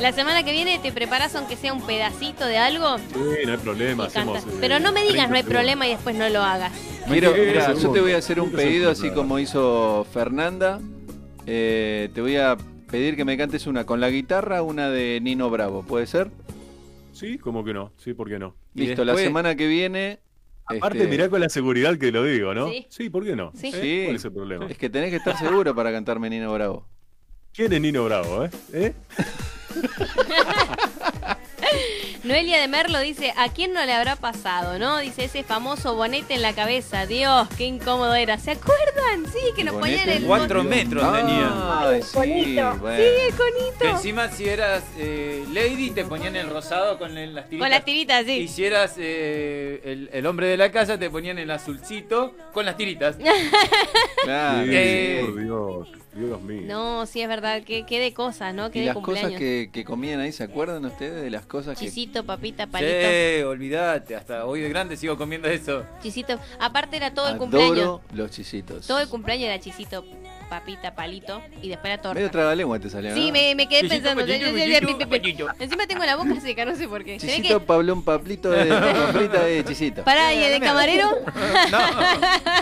La semana que viene te preparas aunque sea un pedacito de algo.
Sí, no hay problema, hacemos.
eh,
eh.
Canta. Pero no me digas no hay problema y después no lo hagas.
Quiero-
Mentira,
mira, yo te
seguro.
voy a hacer un
Nunca se
pedido
escucha
así
nada.
como hizo Fernanda. Eh, te voy a pedir que me cantes una con la guitarra, una de Nino Bravo, ¿puede ser?
Sí, como que no, sí, ¿por qué no?
Listo, la semana que viene.
Aparte,
este,
mirá con la seguridad que lo digo, ¿no?
Sí.
Sí, ¿por qué no?
Sí.
¿Eh? ¿Cuál es el problema?
Es que tenés que estar seguro para cantarme Nino Bravo.
¿Quién es Nino Bravo, eh? ¿Eh?
Noelia de Merlo dice, ¿a quién no le habrá pasado, no? Dice ese famoso bonete en la cabeza. Dios, qué incómodo era. ¿Se acuerdan? Sí, que nos ponían el
Cuatro
mon-
metros tenía.
este Ay, sí, bueno.
Sí, el
Que
conito.
encima si eras eh, lady te ponían el rosado con el- las tiritas.
Con las tiritas, sí.
Y si eras eh, el, el hombre de la casa te ponían el azulcito con las tiritas.
Claro.
Sí,
Eh.
por Dios, Dios mío.
No, sí es verdad, que, que de cosas, ¿no? Que
Y
de
las cosas
cumpleaños.
que, que comían ahí, ¿se acuerdan ustedes de las cosas que
Chisito, papita, palito.
Sí, olvidate, hasta hoy de grande sigo comiendo eso.
Chisito. Aparte era todo el cumpleaños.
adoro los chisitos?
Todo el cumpleaños era chisito, papita, palito y después la torta.
Medio trabalengua te
¿eh?
salió,
Sí,
¿no?
me, me quedé
Chisito,
pues,
pensando.
pachito, pachito,
Encima tengo la boca seca, no sé por qué. Se ve
Chisito,
que-
Pablón, Paplito de Papas fritas de chisito.
Pará, ¿y el de camarero?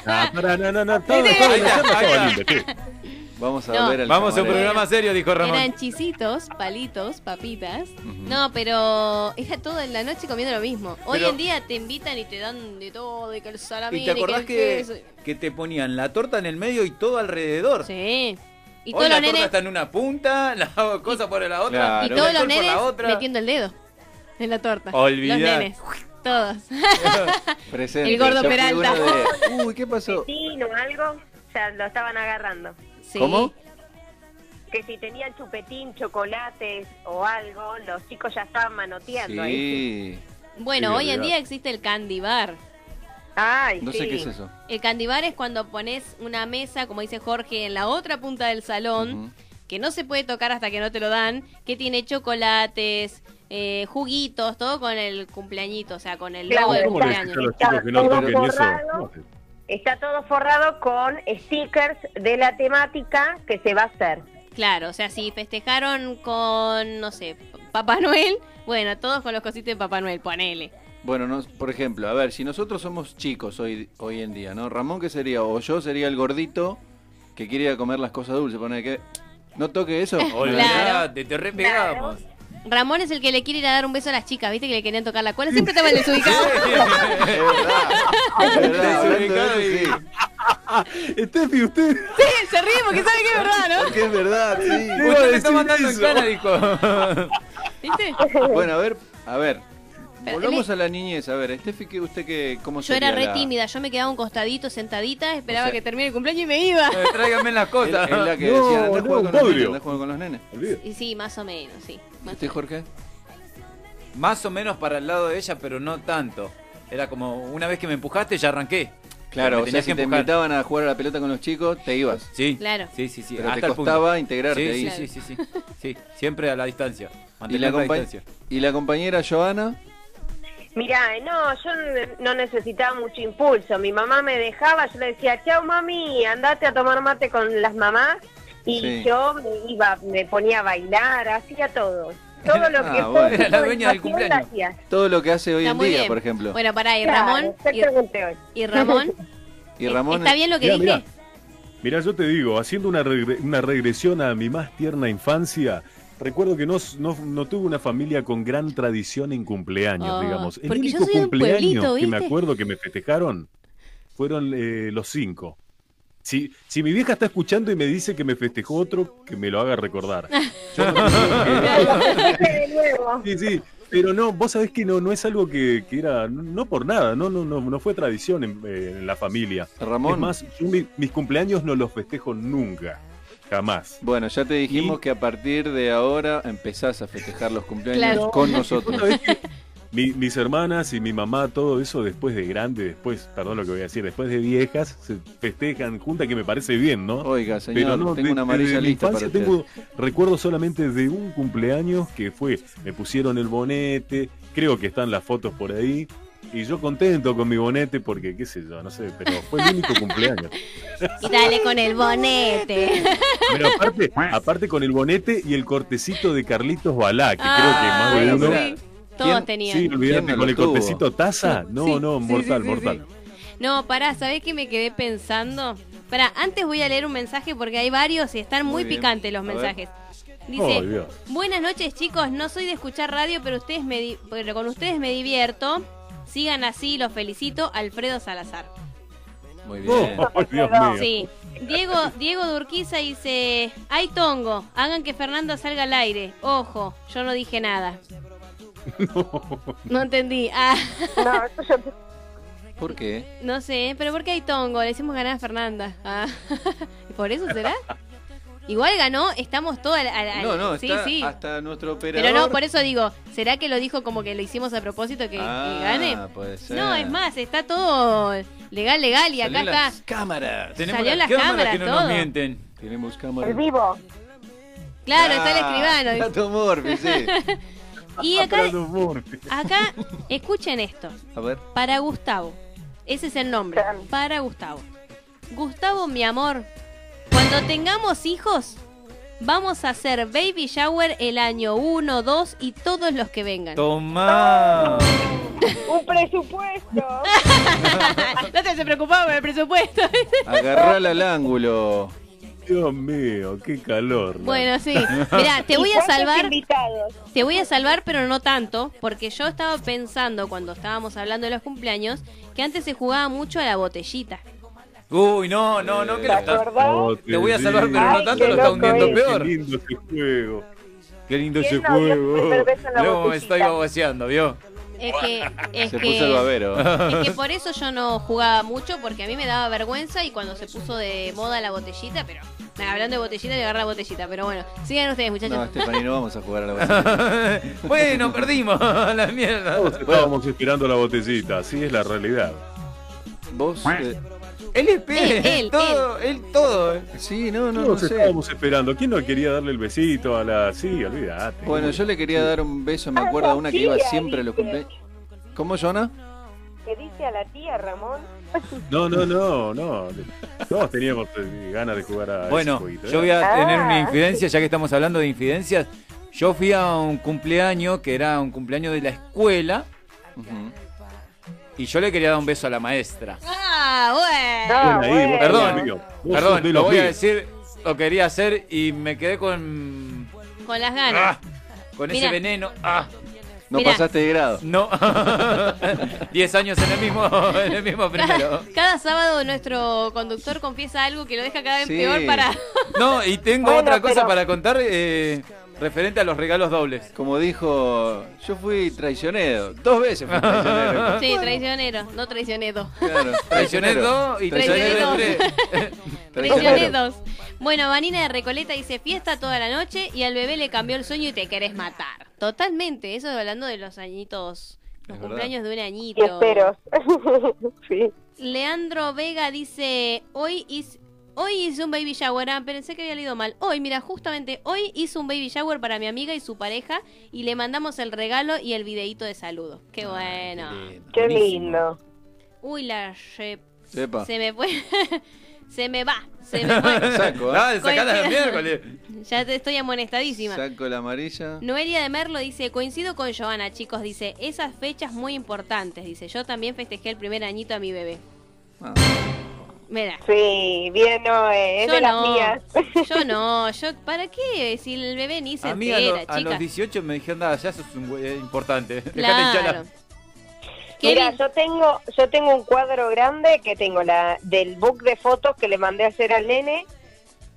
Ah, No, no, no, no, no, todo, todo,
Ahí está,
todo,
ahí
todo
está.
lindo, sí.
Vamos a
No.
volver al
Vamos a un
camarero.
programa serio, dijo Ramón.
Eran chisitos, palitos, papitas.
Ujú.
No, pero era toda la noche comiendo lo mismo. Hoy
Pero-
en día te invitan y te dan de todo, y que el salamín,
¿Y te acordás
el queso.
que, que te ponían la torta en el medio y todo alrededor?
Sí. Y
Hoy
todos
la
los
torta
nenes,
está en una punta, la cosa por la otra,
y
el
todos
alcohol
los
por
nenes
la otra.
metiendo el dedo en la torta.
Olvidá.
Los nenes. Todos.
Presente,
El gordo
yo fui uno
Peralta.
de-
Uy, ¿qué pasó? o algo, ya lo estaban agarrando.
¿Cómo?
Que si tenían chupetín, chocolates o algo, los chicos ya estaban manoteando ahí.
Sí.
Bueno,
Sí,
hoy en
olvidá.
día existe el candy bar.
Ay,
No sé qué es eso.
El candy bar es cuando pones una mesa, como dice Jorge, en la otra punta del salón, que no se puede tocar hasta que no te lo dan, que tiene chocolates, eh, juguitos, todo con el cumpleañito, o sea, con el logo
Claro,
del
¿Cómo le decís
cumpleaños.
a los chicos que no toquen eso?
Está todo forrado con stickers de la temática que se va a hacer.
Claro, o sea, si festejaron con, no sé, Papá Noel, bueno, todos con los cositos de Papá Noel, ponele.
Bueno, nos- por ejemplo, a ver, si nosotros somos chicos hoy, hoy en día, ¿no? Ramón, ¿qué sería? O yo sería el gordito que quiere ir a comer las cosas dulces. Pone que. No toque eso.
Te, te repegamos.
Ramón es el que le quiere ir a dar un beso a las chicas, viste que le querían tocar la cola, siempre estaba el desubicado.
Es verdad, hablando de eso, sí.
Steffi, usted.
Sí, se ríe porque sabe que es verdad, ¿no?
Porque es verdad, sí.
Te iba a
Usted
decir eso.
¿Viste?
Bueno, a ver, a ver.
Pero
Volvamos a la niñez. A ver, Steffi, ¿qué- ¿usted qué, cómo
Yo era
sería
re
la-
tímida, yo me quedaba un costadito sentadita, esperaba
O sea- Eh.
que termine el cumpleaños y me iba.
Tráigame las cosas.
Es la que
No,
decía, andá a
no,
jugar con los nenes,
podrio.
andá a jugar con los nenes.
Y sí, más o menos, sí. Más
¿Usted, Jorge?
Más o menos para el lado de ella, pero no tanto. Era como, una vez que me empujaste, ya arranqué.
Claro,
Me
o sea,
tenías
si te
empujar.
invitaban a jugar a la pelota con los chicos, te ibas.
Sí.
Claro.
Sí, sí, sí.
Pero
hasta
te
el punto.
costaba integrarte
sí,
ahí.
Sí, sí, sí, sí. Sí, siempre a la distancia.
¿Y,
Mantener
la
la,
compa-
distancia.
¿Y la compañera Joana?
Mirá, eh, no, yo n- no necesitaba mucho impulso. Mi mamá me dejaba, yo le decía, chao mami, andate a tomar mate con las mamás. Y
Sí.
yo me iba, me ponía a bailar, hacía todo. Todo lo
Ah,
que
bueno. Era la
todo
dueña del
lo que
cumpleaños.
hacía.
Todo lo que hace hoy
Está
en
muy
día,
bien.
por ejemplo.
Bueno, pará, y
Claro,
Ramón. Y, y Ramón,
y Ramón
Eh, ¿está bien lo que
Mirá,
dije?
mirá. Mirá, yo te digo, haciendo una, regre- una regresión a mi más tierna infancia, recuerdo que no, s- no, no tuve una familia con gran tradición en cumpleaños,
Ah,
digamos. El
porque yo
único
soy de un
cumpleaños
pueblito,
que me
¿viste?
acuerdo que me festejaron fueron eh, los cinco. Si, si mi vieja está escuchando y me dice que me festejó otro, que me lo haga recordar. Yo no creo que- Sí, sí. Pero no, vos sabés que no, no es algo que, que era, no por nada, no, no, no, no fue tradición en, eh, en la familia.
Ramón.
Es más, yo mi- mis cumpleaños no los festejo nunca, jamás.
Bueno, ya te dijimos que a partir de ahora empezás a festejar los cumpleaños
Claro.
con nosotros.
Una vez que mi- mis hermanas y mi mamá, todo eso después de grande, después, perdón lo que voy a decir, después de viejas, se festejan juntas, que me parece bien, ¿no?
Oiga, señor, tengo una
desde
amarilla
la
lista
infancia
para
tengo recuerdo solamente de un cumpleaños que fue, me pusieron el bonete, creo que están las fotos por ahí, y yo contento con mi bonete porque, qué sé yo, no sé, pero fue el único cumpleaños.
Y dale con el bonete.
Pero aparte, aparte con el bonete y el cortecito de Carlitos Balá, que
Ah,
creo que más de uno...
sí. Todos tenían.
Sí, olvidate,
¿Quién no
con
lo
el
tuvo?
cortecito taza. No,
Sí,
no,
sí,
mortal,
sí, sí,
mortal.
No, pará, ¿sabés qué me quedé pensando? Pará, antes voy a leer un mensaje porque hay varios y están muy,
Muy bien.
picantes los
A ver.
mensajes. Dice,
Oh, Dios.
buenas noches chicos, no soy de escuchar radio, pero, ustedes me di- pero con ustedes me divierto. Sigan así, los felicito, Alfredo Salazar.
Muy
bien. Oh, Dios mío.
Sí. Diego, Diego Durquiza dice, hay tongo, hagan que Fernanda salga al aire. Ojo, yo no dije nada. No entendí. Ah,
¿Por qué?
no sé, pero ¿por qué hay tongo? Le hicimos ganar a Fernanda. Ah, ¿Por eso será? Igual ganó, estamos todos al, al- al-
No, no,
sí,
está
sí.
hasta nuestro operador.
Pero no, por eso digo, ¿será que lo dijo como que lo hicimos a propósito que, que
Ah,
gane?
puede ser.
No, es más, está todo legal, legal y acá
Salió
está.
las cámaras.
Tenemos Salió las las cámaras cámaras, que no nos todo.
mienten.
Tenemos cámaras.
vivo.
Claro, está el
Ah,
escribano.
Plato Morphy, sí.
Y acá,
Plato Morphy.
acá, escuchen esto.
A ver.
Para Gustavo. Ese es el nombre. Para Gustavo. Gustavo, mi amor, cuando tengamos hijos, vamos a hacer baby shower el año 1, 2 y todos los que vengan.
Tomá.
Un presupuesto.
no te se preocupaba por el presupuesto.
Agarrala al ángulo.
Dios mío, qué calor. ¿no?
Bueno, sí. Mirá, te voy a salvar.
invitados.
Te voy a salvar, pero no tanto, porque yo estaba pensando cuando estábamos hablando de los cumpleaños que antes se jugaba mucho a la botellita.
Uy, no, no, no, que la está-
Oh,
Te voy a salvar, pero no
Ay,
tanto,
qué
lo está
loco
hundiendo
es.
peor.
Qué lindo ese juego.
Qué lindo
¿Quién
ese
no vio el
juego.
primer beso en la
Luego me
botellita?
estoy baboseando, ¿vio?
Es que, es
Se
que-
puso el babero.
es que por eso yo no jugaba mucho, porque a mí me daba vergüenza y cuando se puso de moda la botellita, pero hablando de botellita, le agarré la botellita, pero bueno, sigan ustedes muchachos.
No, Stephanie, no vamos a jugar a la botellita.
bueno, perdimos la mierda.
Todos estábamos esperando la botellita, así es la realidad.
Vos. eh,
Él,
Él espera,
él,
todo, él, todo.
eh.
Sí, no, no, no
Todos
sé.
estábamos esperando. ¿Quién no quería darle el besito a la.? Sí, olvídate.
Bueno, yo le quería dar un beso, me acuerdo a una que iba siempre a los cumpleaños. ¿Cómo, Jonah?
¿Qué dice a la tía, Ramón?
No, no, no, no. Todos teníamos eh, ganas de jugar a.
Bueno,
ese jueguito,
yo voy
¿eh?
Ah.
a tener una infidencia, ya que estamos hablando de infidencias. Yo fui a un cumpleaños que era un cumpleaños de la escuela y yo le quería dar un beso a la maestra.
Ah,
Bien
bueno.
ahí, vos sos
Perdón,
mío. Vos sos de
Perdón, lo
los
voy a
míos.
decir, lo quería hacer y me quedé con,
Con las ganas.
con
Mirá.
ese veneno. Ah,
No
Mirá.
pasaste de grado.
no. Diez años en el mismo, en el mismo primero.
Cada sábado nuestro conductor confiesa algo que lo deja cada vez
Sí.
peor para...
No, y tengo
Bueno,
otra cosa
pero-
para contar eh, referente a los regalos dobles.
Como dijo, yo fui traicionero. Dos veces fui traicionero.
Sí, traicionero, no traicionero.
Claro,
Traicionero y traicionero tres.
Traicioneros. Bueno, Vanina de Recoleta dice fiesta toda la noche y al bebé le cambió el sueño y te querés matar. Totalmente, eso hablando de los añitos, los
verdad.
cumpleaños de un añito.
Y esperos. sí.
Leandro Vega dice, hoy hice, hoy hice un baby shower, ah, pensé que había leído mal. Hoy, mira, justamente hoy hice un baby shower para mi amiga y su pareja y le mandamos el regalo y el videíto de saludo. Qué bueno.
Ah, Qué lindo.
Uy, la re-
Sepa.
se me fue. se me va, se me fue.
Saco, ¿eh?
Ah, sacala
Coincido.
el miércoles.
Ya te estoy amonestadísima.
Saco la amarilla.
Noelia de Merlo dice, coincido con Joana, chicos, dice, esas fechas muy importantes, dice, yo también festejé el primer añito a mi bebé.
Ah.
Mira.
Sí, bien, no, eh, es
Yo
de las
no,
mías.
yo no, yo, ¿para qué? Si el bebé ni se
Amiga, a, lo-
entera,
a los
chicas.
18 me dijeron, nada, ya sos un güey importante. Dejate
Claro.
Mira, yo tengo, yo tengo un cuadro grande que tengo la del book de fotos que le mandé a hacer al nene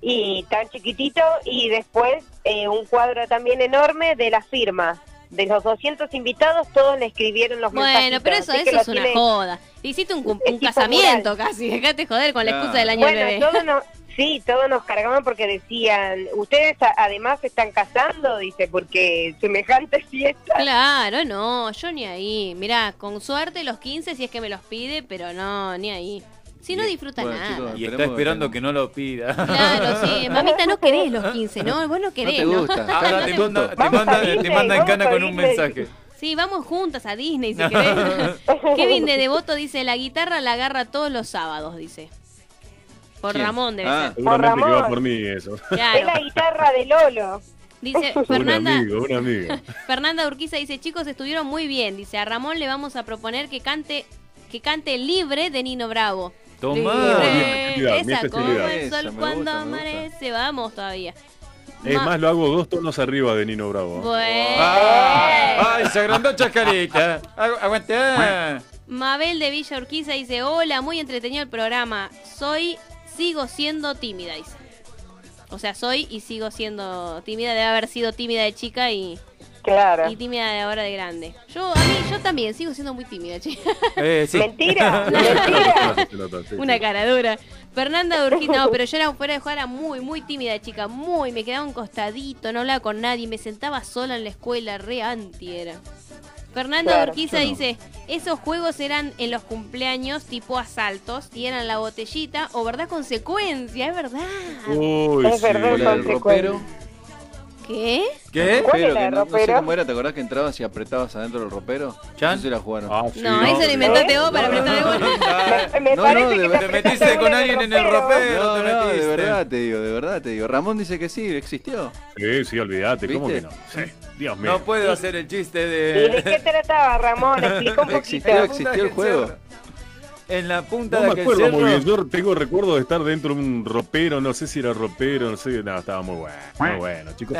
y tan chiquitito y después eh, un cuadro también enorme de las firmas. De los 200 invitados, todos le escribieron los
Bueno,
mensajitos,
pero eso,
así que
eso
lo
es una
tiene-
joda. Te hiciste un, cum- un
tipo
casamiento
mural.
casi, dejate joder con la
Claro.
excusa del año
bueno,
del bebé.
todos nos- sí, todos nos cargaban porque decían, ustedes a- además se están casando, dice, porque semejante fiesta.
Claro, no, yo ni ahí. Mirá, con suerte los 15 si es que me los pide, pero no, ni ahí. Si no disfruta nada.
Y está esperando que no lo pida.
Claro, sí. Mamita, no querés los 15, ¿no? Vos no querés, ¿no?
Ahora Ah, te manda, te manda, te manda en cana con un mensaje.
Sí, vamos juntas a Disney si querés. Kevin de Devoto dice, la guitarra la agarra todos los sábados, dice. Por
¿Quién?
Ramón debe
Ah,
ser.
seguramente
Por
que va
Ramón.
por mí eso.
Claro.
Es la guitarra de Lolo.
Dice
un
Fernanda,
amigo, un amigo.
Fernanda Urquiza dice, chicos, estuvieron muy bien. Dice, a Ramón le vamos a proponer que cante, que cante libre de Nino Bravo.
Tomá.
Mi
Libre,
festividad, mi
esa como
festividad.
el
Esa,
sol
me
cuando
gusta, me
amanece. Vamos todavía.
Es
Ma-
más, lo hago dos tonos arriba de Nino Bravo.
Bueno.
Ah,
Ay, se agrandó Chacarita. Ah, Agu-
ah.
Aguantá.
Mabel de Villa Urquiza dice, hola, muy entretenido el programa. Soy, sigo siendo tímida, dice. O sea, soy y sigo siendo tímida. Debe haber sido tímida de chica y,
Claro.
y tímida de ahora de grande. Yo, a mí, yo también sigo siendo muy tímida, chica.
Eh, sí.
Mentira,
mentira.
Una cara dura. Fernanda Urquiza, no, pero yo era fuera de juego, era muy, muy tímida de chica. Muy, me quedaba un costadito, no hablaba con nadie. Me sentaba sola en la escuela, re anti era. Fernanda
Claro,
Urquiza
yo no.
dice, esos juegos eran en los cumpleaños tipo asaltos y eran la botellita o verdad consecuencia, es verdad.
Uy,
Es
sí,
verdad,
la del
consecuencia.
ropero.
¿Qué?
El ropero, que no, no sé
ropero?
cómo era, ¿te acordás que entrabas y apretabas adentro del ropero? No se la jugaron.
Ah,
No, eso lo inventaste vos para apretar el
Me,
me parece que te metiste con alguien en el ropero,
No,
te
no, de
metiste.
verdad te digo, de verdad te digo. Ramón dice que sí, existió.
Sí, sí, olvídate, ¿cómo que
¿Viste?
no? Sí, Dios mío.
No puedo hacer el chiste
¿Y de
de.
qué trataba, Ramón? Explica un poquito.
Existió, existió el juego.
en la punta
No
de
me
aquel
acuerdo muy
cerro.
bien. Yo tengo recuerdo de estar dentro de un ropero, no sé si era ropero, no sé. No, estaba muy bueno, muy bueno, chicos.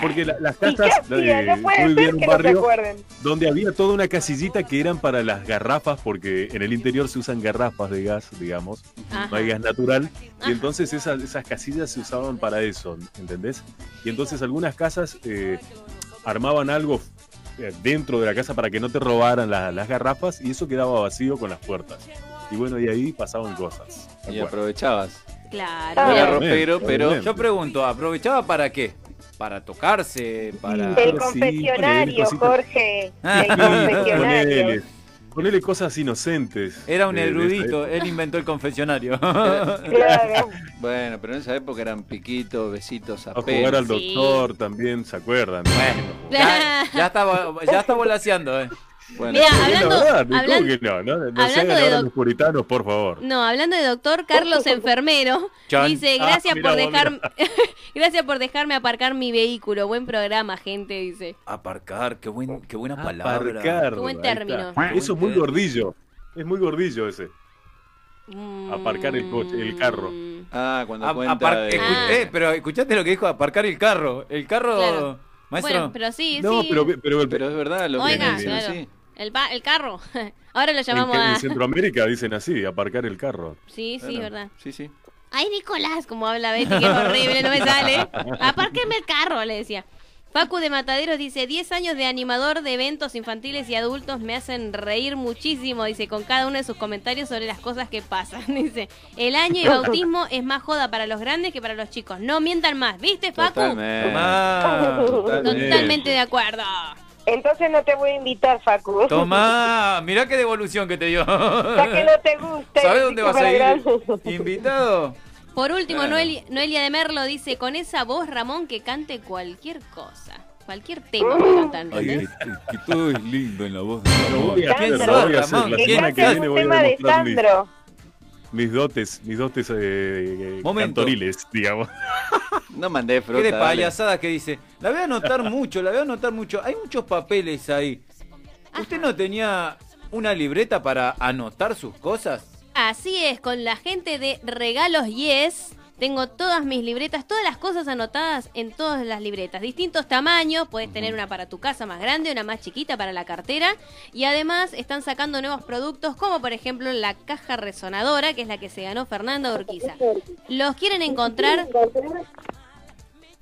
Porque la- las casas.
hacía? No puede
yo vivía
ser
en un
que no se
barrio
acuerden.
Donde había toda una casillita que eran para las garrafas, porque en el interior se usan garrafas de gas, digamos.
Ajá.
No hay gas natural. Y entonces esas, esas casillas se usaban para eso, ¿entendés? Y entonces algunas casas eh, armaban algo eh, dentro de la casa para que no te robaran la- las garrafas y eso quedaba vacío con las puertas. Y bueno, y ahí pasaban cosas.
Y aprovechabas.
Claro.
Era
Era
ropero,
ropero,
pero
pero-
yo pregunto, ¿aprovechaba para qué? Para tocarse, para
El confesionario, Jorge.
Ah.
El confesionario.
Ponele, ponele cosas inocentes.
Era un
de- de esa
erudito,
época.
él inventó el confesionario.
Bueno, pero en esa época eran piquitos, besitos,
A
apenas.
jugar al doctor también, ¿se acuerdan?
ya, ya estaba, ya está volaseando, eh.
Mira, hablando-
la verdad, ¿cómo
hablan-
que no? No, no
hablando
se hagan
de
ahora
doc-
los puritanos, por favor.
No, hablando de doctor Carlos Enfermero,
Chan.
dice,
Ah,
gracias
mirá
por
vos,
dejarme gracias por dejarme aparcar mi vehículo. Buen programa, gente, dice.
Aparcar, qué, buen, qué
Ah,
buena palabra.
Aparcar.
Qué buen
ahí está.
término.
Eso es muy gordillo. Es muy gordillo ese.
Mm.
Aparcar el coche, el carro.
Ah, cuando
A- apar- escu- eh, pero escuchaste lo que dijo, aparcar el carro. El carro, Eh.
Claro.
ah. maestro.
Bueno, pero sí,
No,
sí.
pero, pero,
Pero es verdad lo
Oiga,
que
claro. El, pa- el carro. Ahora lo
en,
llamamos
en
a
Centroamérica dicen así, aparcar el carro.
Sí, sí,
Claro.
verdad.
Sí, sí.
Ay, Nicolás, como habla Betty, que es horrible, no me sale. Apárqueme el carro, le decía. Facu de Mataderos dice, 10 años de animador de eventos infantiles y adultos me hacen reír muchísimo, dice, con cada uno de sus comentarios sobre las cosas que pasan. Dice, el año y bautismo es más joda para los grandes que para los chicos. No mientan más, ¿viste, Facu?
Totalmente.
Tomá.
Totalmente de acuerdo.
Entonces no te voy a invitar, Facu.
Tomá, mirá qué devolución que te dio.
Ya que no te gusta.
¿Sabes dónde vas a ir?
Instagram.
¿Invitado?
Por último,
Claro.
Noeli- Noelia de Merlo dice, con esa voz, Ramón, que cante cualquier cosa. Cualquier tema que cantan, ¿entendés?
que todo es lindo en la voz de
Lo voy a hacer,
Sandro,
lo voy a hacer.
Ramón,
La
¿quién
semana que
canta?
viene
Un
voy a
tema de
demostrar mis,
Sandro.
mis dotes, mis dotes eh,
Momento.
cantoriles, digamos.
No mandé
Qué
frota.
de
dale.
payasada que dice. La voy a anotar mucho, la voy a anotar mucho. Hay muchos papeles ahí. ¿Usted no tenía una libreta para anotar sus cosas?
Así es, con la gente de Regalos Yes. Tengo todas mis libretas, todas las cosas anotadas en todas las libretas. Distintos tamaños, puedes tener una para tu casa más grande, una más chiquita para la cartera. Y además están sacando nuevos productos, como por ejemplo la caja resonadora, que es la que se ganó Fernanda Urquiza. Los quieren encontrar.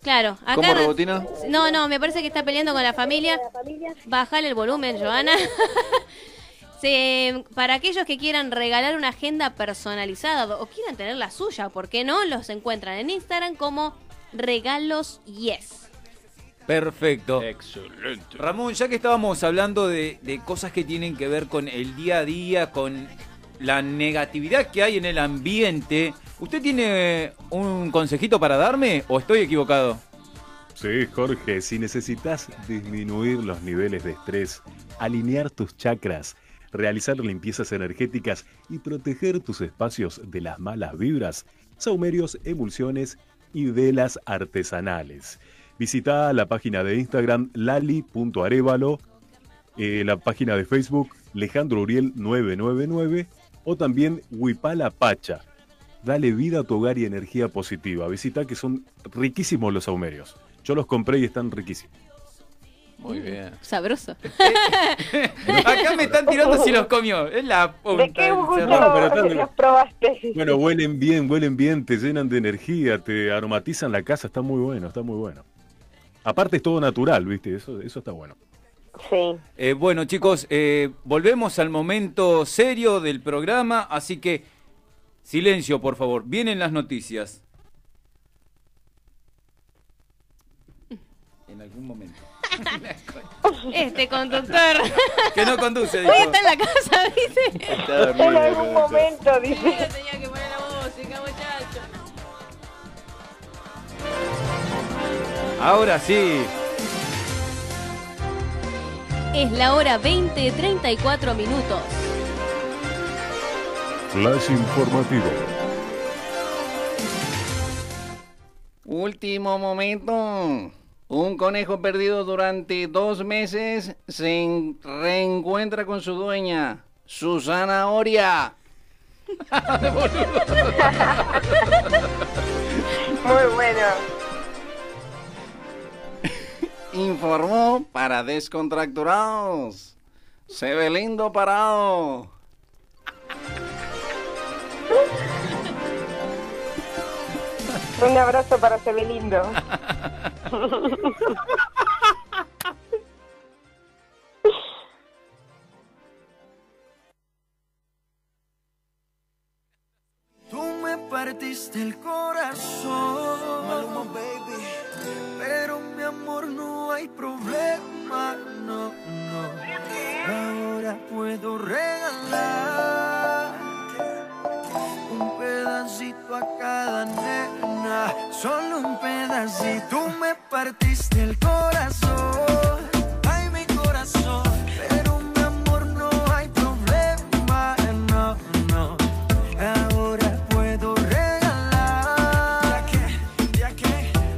Claro, acá.
¿Cómo, Robotina?
No, no, me parece que está peleando con la familia. Bajale el volumen, Joana. Se- para aquellos que quieran regalar una agenda personalizada o quieran tener la suya, ¿por qué no? Los encuentran en Instagram como regalos yes.
Perfecto. Ramón, ya que estábamos hablando de, de cosas que tienen que ver con el día a día, con la negatividad que hay en el ambiente, ¿usted tiene un consejito para darme o estoy equivocado?
Sí, Jorge, si necesitas disminuir los niveles de estrés, alinear tus chakras, realizar limpiezas energéticas y proteger tus espacios de las malas vibras, saumerios, emulsiones y velas artesanales. Visita la página de Instagram lali.arevalo, eh, la página de Facebook Alejandro Uriel 999 o también Huipala Pacha. Dale vida a tu hogar y energía positiva. Visita que son riquísimos los saumerios. Yo los compré y están riquísimos.
Muy bien.
Mm. Sabroso.
Acá me están tirando si los comió. Es la punta.
¿De qué
del
gusto
cerro.
los probaste?
Bueno, huelen bien, huelen bien, te llenan de energía, te aromatizan la casa, está muy bueno, está muy bueno. Aparte es todo natural, ¿viste? Eso, eso está bueno.
Sí.
Eh, bueno, chicos, eh, volvemos al momento serio del programa, así que silencio, por favor. Vienen las noticias. En algún momento.
Este conductor.
Que no conduce, dijo.
Hoy está en la casa, dice.
En algún momento, dice.
Tenía que poner la música, muchacho.
Ahora sí.
Es la hora 20, 34 minutos.
Flash informativo.
Último momento. Un conejo perdido durante dos meses se en- reencuentra con su dueña, su zanahoria.
Muy bueno.
Informó para descontracturados. Se ve lindo parado.
Un abrazo para Sebelindo.
Tú me partiste el corazón. baby. Pero mi amor, no hay problema. No, no. Ahora puedo regalar un pedacito a cada nena. Solo un pedacito. Tú me partiste el corazón. Ay, mi corazón. Pero mi amor, no hay problema. No, no. Ahora puedo regalar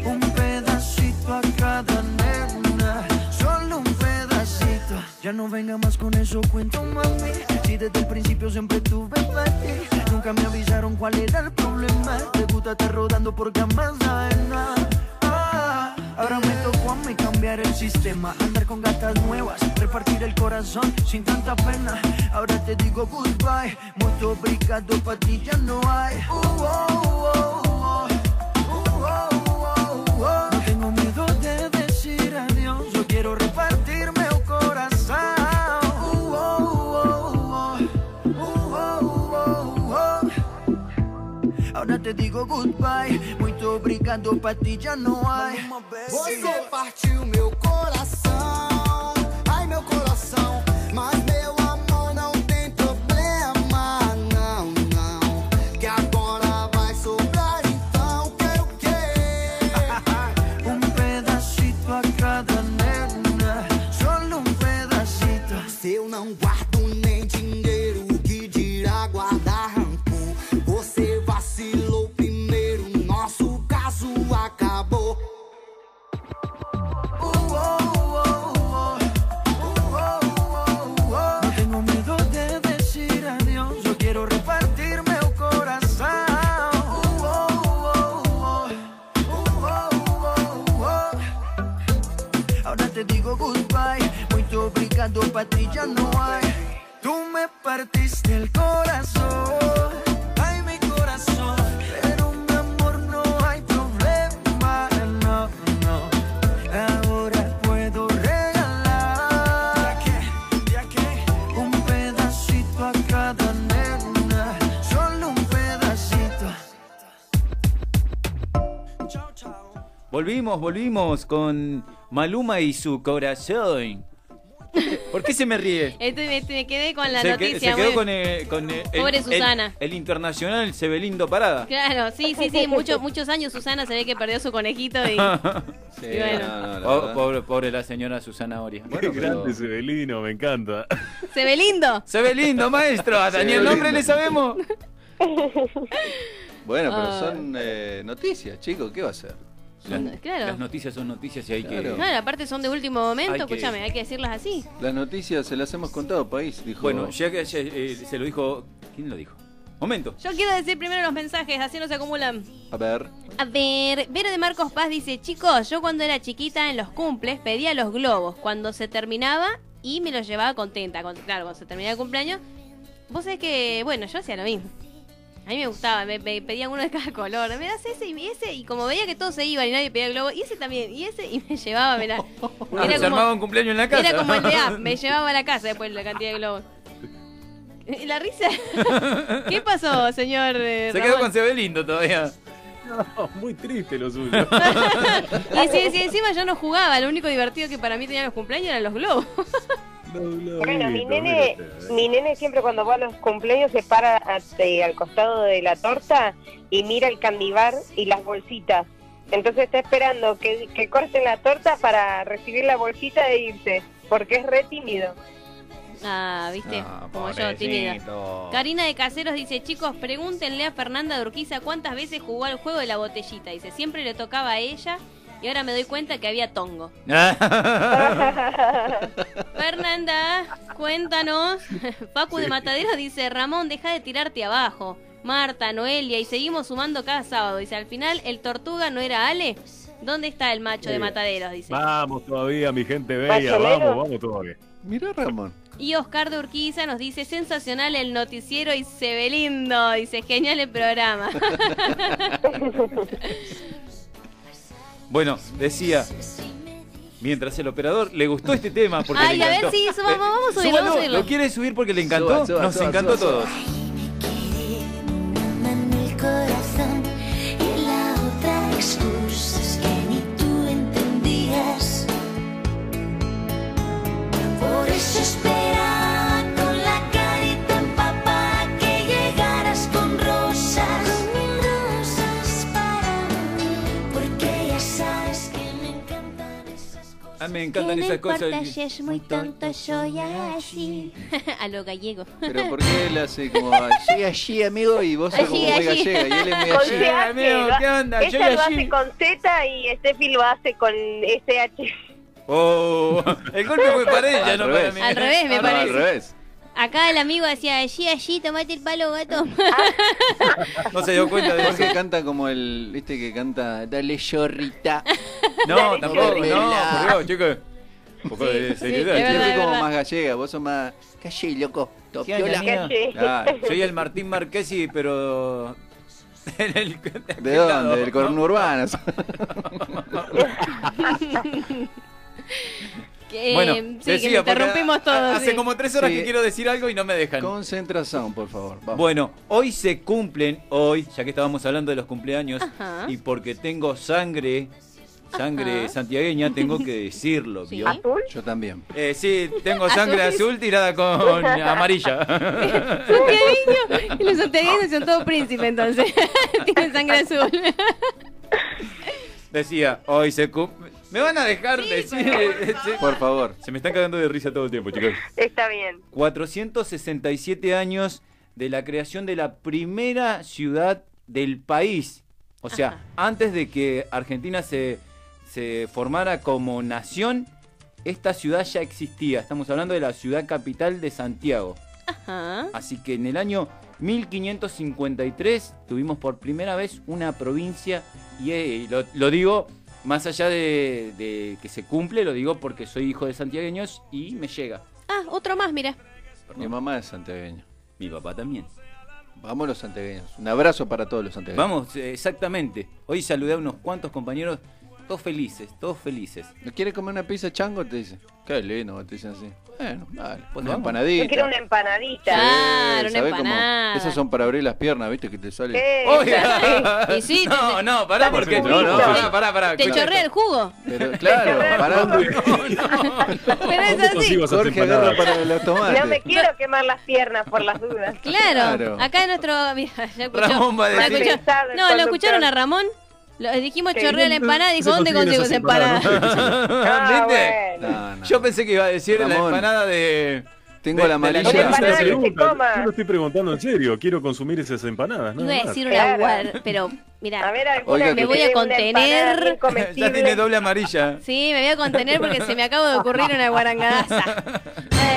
un pedacito a cada nena, solo un pedacito. Ya no venga más con eso, cuento mami. Si desde el principio siempre tuve para ti, nunca me avisaron cuál era el problema. Te gusta estar rodando por camas ajenas. Ah, Ahora me tocó a mí cambiar el sistema, andar con gatas nuevas, repartir el corazón sin tanta pena. Ahora te digo goodbye, mucho obrigado para ti ya no hay. Uh, oh, oh, oh, oh. No tengo miedo de decir adiós. Yo quiero repartirme un corazón. Uh, oh, uh, oh, uh, oh, uh, oh. Ahora te digo goodbye. Muito obrigado, pra ti já não há.
Você partiu meu coração, ai meu coração. Mas meu amor não tem problema, não, não. Que agora vai sobrar então que o quê?
Un pedacito a cada nena. Solo un pedacito.
Se eu não guardo nem dinheiro, o que dirá guardar rancor? Você vacilou primeiro, nosso caso acabou.
Uh, oh, oh, No tengo miedo de decir adiós. Yo quiero repartirme el corazón. Uh, oh, oh, oh. Uh, oh, oh, oh. Ahora te digo goodbye. Muy obrigado, pa' ti ya no hay. Tú me partiste el corazón. Ay, mi corazón. Pero mi amor, no hay problema. No, no. Ahora puedo regalar. Un pedacito a cada nena, solo un pedacito.
Volvimos, volvimos con Maluma y su corazón. ¿Por qué se me ríe?
Este me, este me quedé con la
se, que-
noticia.
se quedó
muy-
con el, con el- el-
Pobre
el-
Susana.
El, internacional Sebelindo Parada.
Claro, sí, sí, sí. Muchos, muchos años Susana se ve que perdió su conejito y.
Sí,
Y bueno. no,
Po- pobre, pobre la señora Susana Oria.
Qué grande Sebelino, me encanta.
Se ve lindo.
Se ve lindo, maestro. A
Se
Daniel
ve
Nombre
lindo.
le sabemos.
Bueno, pero
Ah.
son eh, noticias, chicos, ¿qué va a ser?
Las- claro. las
noticias son noticias y hay
Claro, aparte son de último momento,
Hay que-
escúchame, hay que decirlas así.
Las noticias se las hemos contado, país, dijo.
Oh.
Bueno, ya que ya, eh, se lo dijo. ¿Quién lo dijo? Momento.
Yo quiero decir primero los mensajes, así no se acumulan.
A ver.
A ver, Vero de Marcos Paz dice, chicos, yo cuando era chiquita en los cumples pedía los globos cuando se terminaba y me los llevaba contenta. Cuando- claro, cuando se terminaba el cumpleaños, vos sabés que, bueno, yo hacía lo mismo. A mí me gustaba, me, me pedían uno de cada color. Me das ese y ese, y como veía que todos se iban y nadie pedía el globo, y ese también, y ese, y me llevaba, mirá.
Ah, se armaba un cumpleaños en la casa.
Era como el de Up, me llevaba a la casa después la cantidad de globos. Y La risa. ¿Qué pasó, señor? eh,
Se quedó
Ramón?
con Sebelindo todavía.
No, muy triste lo suyo.
Y si, si encima yo no jugaba, lo único divertido que para mí tenían los cumpleaños eran los globos.
Bueno, mi nene,
este, ¿eh?
mi nene siempre cuando va a los cumpleaños se para a- eh, al costado de la torta y mira el candibar y las bolsitas. Entonces está esperando que, que corten la torta para recibir la bolsita e irse, porque es re tímido.
Ah, viste,
Ah,
como yo, tímida.
pobrecito.
Karina de Caseros dice, chicos, pregúntenle a Fernanda Durquiza cuántas veces jugó al juego de la botellita. Dice, siempre le tocaba a ella Y ahora me doy cuenta que había tongo. Fernanda, cuéntanos. Facu de
Sí.
Matadero dice, Ramón, deja de tirarte abajo. Marta, Noelia, y seguimos sumando cada sábado. Dice, al final, ¿el tortuga no era Ale? ¿Dónde está el macho de
Muy bien.
Mataderos? Dice.
Vamos todavía, mi gente bella,
Bachelet.
vamos, vamos todavía.
Mira, Ramón.
Y Oscar de Urquiza nos dice, sensacional el noticiero y se ve lindo. Dice, genial el programa.
Bueno, decía, mientras el operador le gustó este tema porque
Ay,
le
a ver,
encantó.
sí, suba- vamos a subirlo,
súbalo,
vamos a subirlo.
¿Lo quiere subir porque le encantó?
Suba, suba,
Nos
suba,
encantó
suba,
a
suba.
todos.
en el corazón y la otra excusas que ni tú entendías. Por eso esperaba con la carita empapada que llegaras con rosas, con rosas para mí, porque ya sabes que me encantan esas cosas.
Ah, me encantan esas cosas.
es muy tonto, soy así.
a lo gallego.
Pero ¿por qué él hace como allí, allí, amigo? Y vos sos como
Allí,
muy
allí.
gallega y él es muy
Con
allí.
TH, lo- Ella lo hace con Z y Steffi lo hace con este, SH.
Oh, el golpe fue para ella,
Al
no
revés.
para mí.
Al revés, me
No,
parece.
Al revés.
Acá el amigo decía, allí, allí, tomate el palo, gato.
No se dio cuenta de eso.
Jorge canta como el, viste que canta, dale chorrita.
No, tampoco, no,
Gabriela.
por Dios, chicos. Un poco de
Sí,
seriedad,
yo
chicos.
soy como más gallega, vos sos más. Calle, loco. Topiola.
Ah,
Claro.
soy el Martín Marquesi, pero. en el-
¿De
aquel lado,
dónde? Del
¿no?
conurbano.
Que,
bueno,
Eh, sí, que
decía,
lo
porque
interrumpimos
ha-
todo,
Hace
sí.
como tres horas
Sí.
que quiero decir algo y no me dejan.
Concentración, por favor. vamos.
Bueno, hoy se cumplen, hoy, ya que estábamos hablando de los cumpleaños,
Ajá.
y porque tengo sangre, sangre santiagueña, tengo que decirlo, ¿vio?
Yo también.
Eh, sí, tengo sangre
¿Azul?
azul tirada con amarilla.
Santiagueño. Y los santiagueños son todos príncipes, entonces. Tienen sangre azul.
Decía, hoy se cumple. ¿Me van a dejar decir?
Por favor.
Se me están cagando de risa todo el tiempo, chicos.
Está bien.
467 años de la creación de la primera ciudad del país. O sea, antes de que Argentina se, se formara como nación, esta ciudad ya existía. Estamos hablando de la ciudad capital de Santiago.
Ajá.
Así que en el año 1553 tuvimos por primera vez una provincia y eh, lo, lo digo más allá de, de que se cumple, lo digo porque soy hijo de santiagueños y me llega.
Ah, otro más, mira.
Mi mamá es santiagueña.
Mi papá también.
Vamos los santiagueños. Un abrazo para todos los santiagueños.
Vamos, eh, exactamente. Hoy saludé a unos cuantos compañeros, todos felices, todos felices.
¿No quieres comer una pizza chango? Te dice. Qué lindo, te dicen así. Bueno, dale. Una
vamos.
empanadita.
Yo quiero una empanadita.
Ah,
Sí, ¿sabés cómo? Esas son para abrir las piernas, ¿viste? Que te sale.
Eh, Oiga.
Y sí, te-
no, no, pará,
Dale,
porque.
sí, no, no,
pará,
sí.
pará,
Ah,
pará.
Te
escuchá.
chorré el jugo.
Pero claro, pará.
Pero es así.
Jorge agarra para los tomates.
No me quiero quemar las piernas por las dudas.
Claro.
Claro.
Acá nuestro. Mira, ya escuchó.
Ramón va a
Ya
decir.
escuchó.
Pensado el
No, lo
conductor.
escucharon a Ramón. Lo, dijimos
Sí.
chorrea la empanada. Dijo, ¿dónde consigo esa empanada?
Ah, ¿Viste? Yo pensé que iba a decir la
Ramón.
empanada de.
Tengo la
de- de
amarilla.
ciudad.
Esa pregunta, Yo lo estoy preguntando en serio, quiero consumir esas empanadas.
No
nada
iba a
más.
decir
Eh,
una guar- pero mira,
alguna Oiga,
me
que-
voy a
Una
contener.
Ya tiene doble amarilla.
Sí, me voy a contener porque se me acaba de ocurrir una guarangadaza.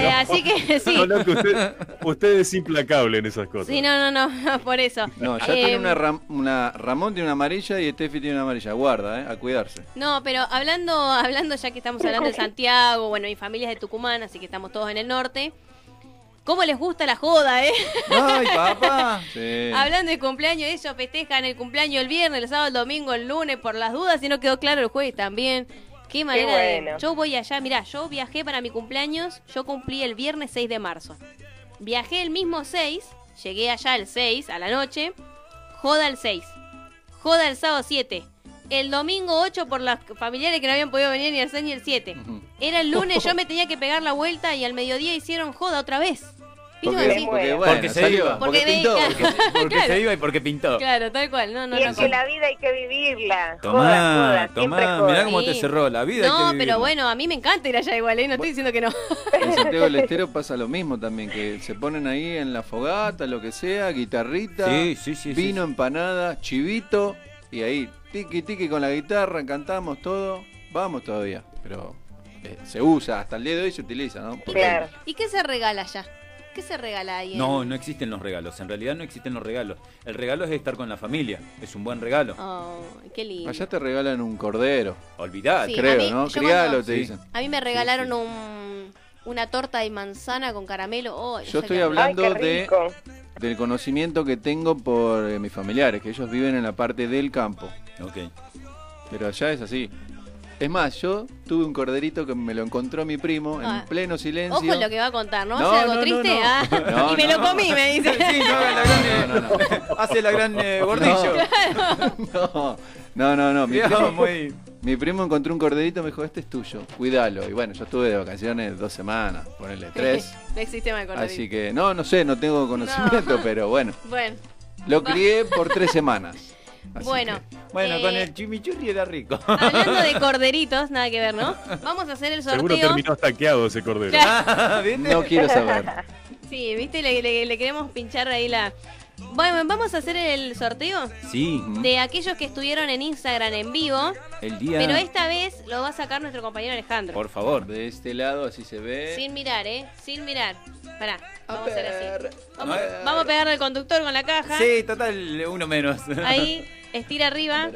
Eh, así que sí.
No, no, que usted, usted es implacable en esas cosas.
Sí, no, no, no, por eso.
No, ya
Eh,
tiene una, ram- una- Ramón tiene una amarilla y Steffi tiene una amarilla. Guarda, eh, a cuidarse.
No, pero hablando, hablando ya que estamos hablando de Santiago, bueno, mi familia es de Tucumán, así que estamos todos en el norte. ¿Cómo les gusta la joda, eh?
Ay, papá. Sí.
Hablando de cumpleaños, ellos festejan el cumpleaños el viernes, el sábado, el domingo, el lunes, por las dudas, si no quedó claro el jueves también. Qué manera de...
bueno.
Yo voy allá, mirá, yo viajé para mi cumpleaños, yo cumplí el viernes 6 de marzo. Viajé el mismo 6, llegué allá el 6 a la noche, joda el 6, joda el sábado 7, el domingo 8 por las familiares que no habían podido venir ni el 6 ni el 7. Era el lunes, yo me tenía que pegar la vuelta y al mediodía hicieron joda otra vez. ¿Viste cómo
Porque,
decís?
porque, bueno,
Porque se
salió, porque
iba.
Porque me-
pintó.
Porque se iba y porque pintó.
Claro, tal cual, no, no,
y
no.
es que la vida hay que vivirla. Joda,
Tomá,
joda, siempre
tomá,
joda.
mirá cómo te cerró la vida. hay que
No,
vivirla.
pero bueno, a mí me encanta ir allá igual, ¿eh? No estoy diciendo que no.
En Santiago del Estero pasa lo mismo también, que se ponen ahí en la fogata, lo que sea, guitarrita,
Sí, sí, sí,
vino, empanada, chivito, y ahí Tiki tiki con la guitarra, cantamos todo. Vamos todavía. Pero eh, se usa, hasta el día de hoy se utiliza, ¿no?
¿Y qué se regala ya? ¿Qué se regala ahí? en-
No, no existen los regalos. En realidad no existen los regalos. El regalo es estar con la familia. Es un buen regalo.
Oh, qué lindo.
Allá te regalan un cordero.
Olvidad,
Sí,
creo,
a mí-
¿no?
yo
Crialo
cuando-
te
sí.
dicen.
A mí me regalaron un, una torta de manzana con caramelo. Oh,
Yo estoy hablando de del conocimiento que tengo por eh, mis familiares, que ellos viven en la parte del campo.
Ok.
Pero allá es así. Es más, yo tuve un corderito que me lo encontró mi primo
Ah.
en pleno silencio.
Ojo lo que va a contar, ¿no?
No,
¿Hace algo
no, no,
triste? Ah,
no. No,
y me
no.
lo comí, me dice.
Hace la gran eh, gordillo.
No, no, no. no, Mi,
Cuidado,
primo,
muy-
mi primo encontró un corderito y me dijo, este es tuyo, cuídalo. Y bueno, yo estuve de vacaciones dos semanas, ponele tres.
no existe mal corderito.
Así que, no, no sé, no tengo conocimiento, pero bueno.
Bueno.
Lo crié por tres semanas. Así
Bueno.
Bueno,
eh,
con el chimichurri era rico.
Hablando de corderitos, nada que ver, ¿no? Vamos a hacer el
Seguro
sorteo.
terminó estaqueado ese cordero.
Ah,
No quiero saber.
Sí, viste, le, le- le queremos pinchar ahí la. Bueno, vamos a hacer el sorteo
Sí.
de aquellos que estuvieron en Instagram en vivo,
El día.
pero esta vez lo va a sacar nuestro compañero Alejandro.
Por favor.
De este lado, así se ve.
Sin mirar, ¿eh? Sin mirar. Pará, vamos a hacer así.
No,
Vamos,
eh.
vamos a pegarle al conductor con la caja.
Sí, total, uno menos.
Ahí, estira arriba.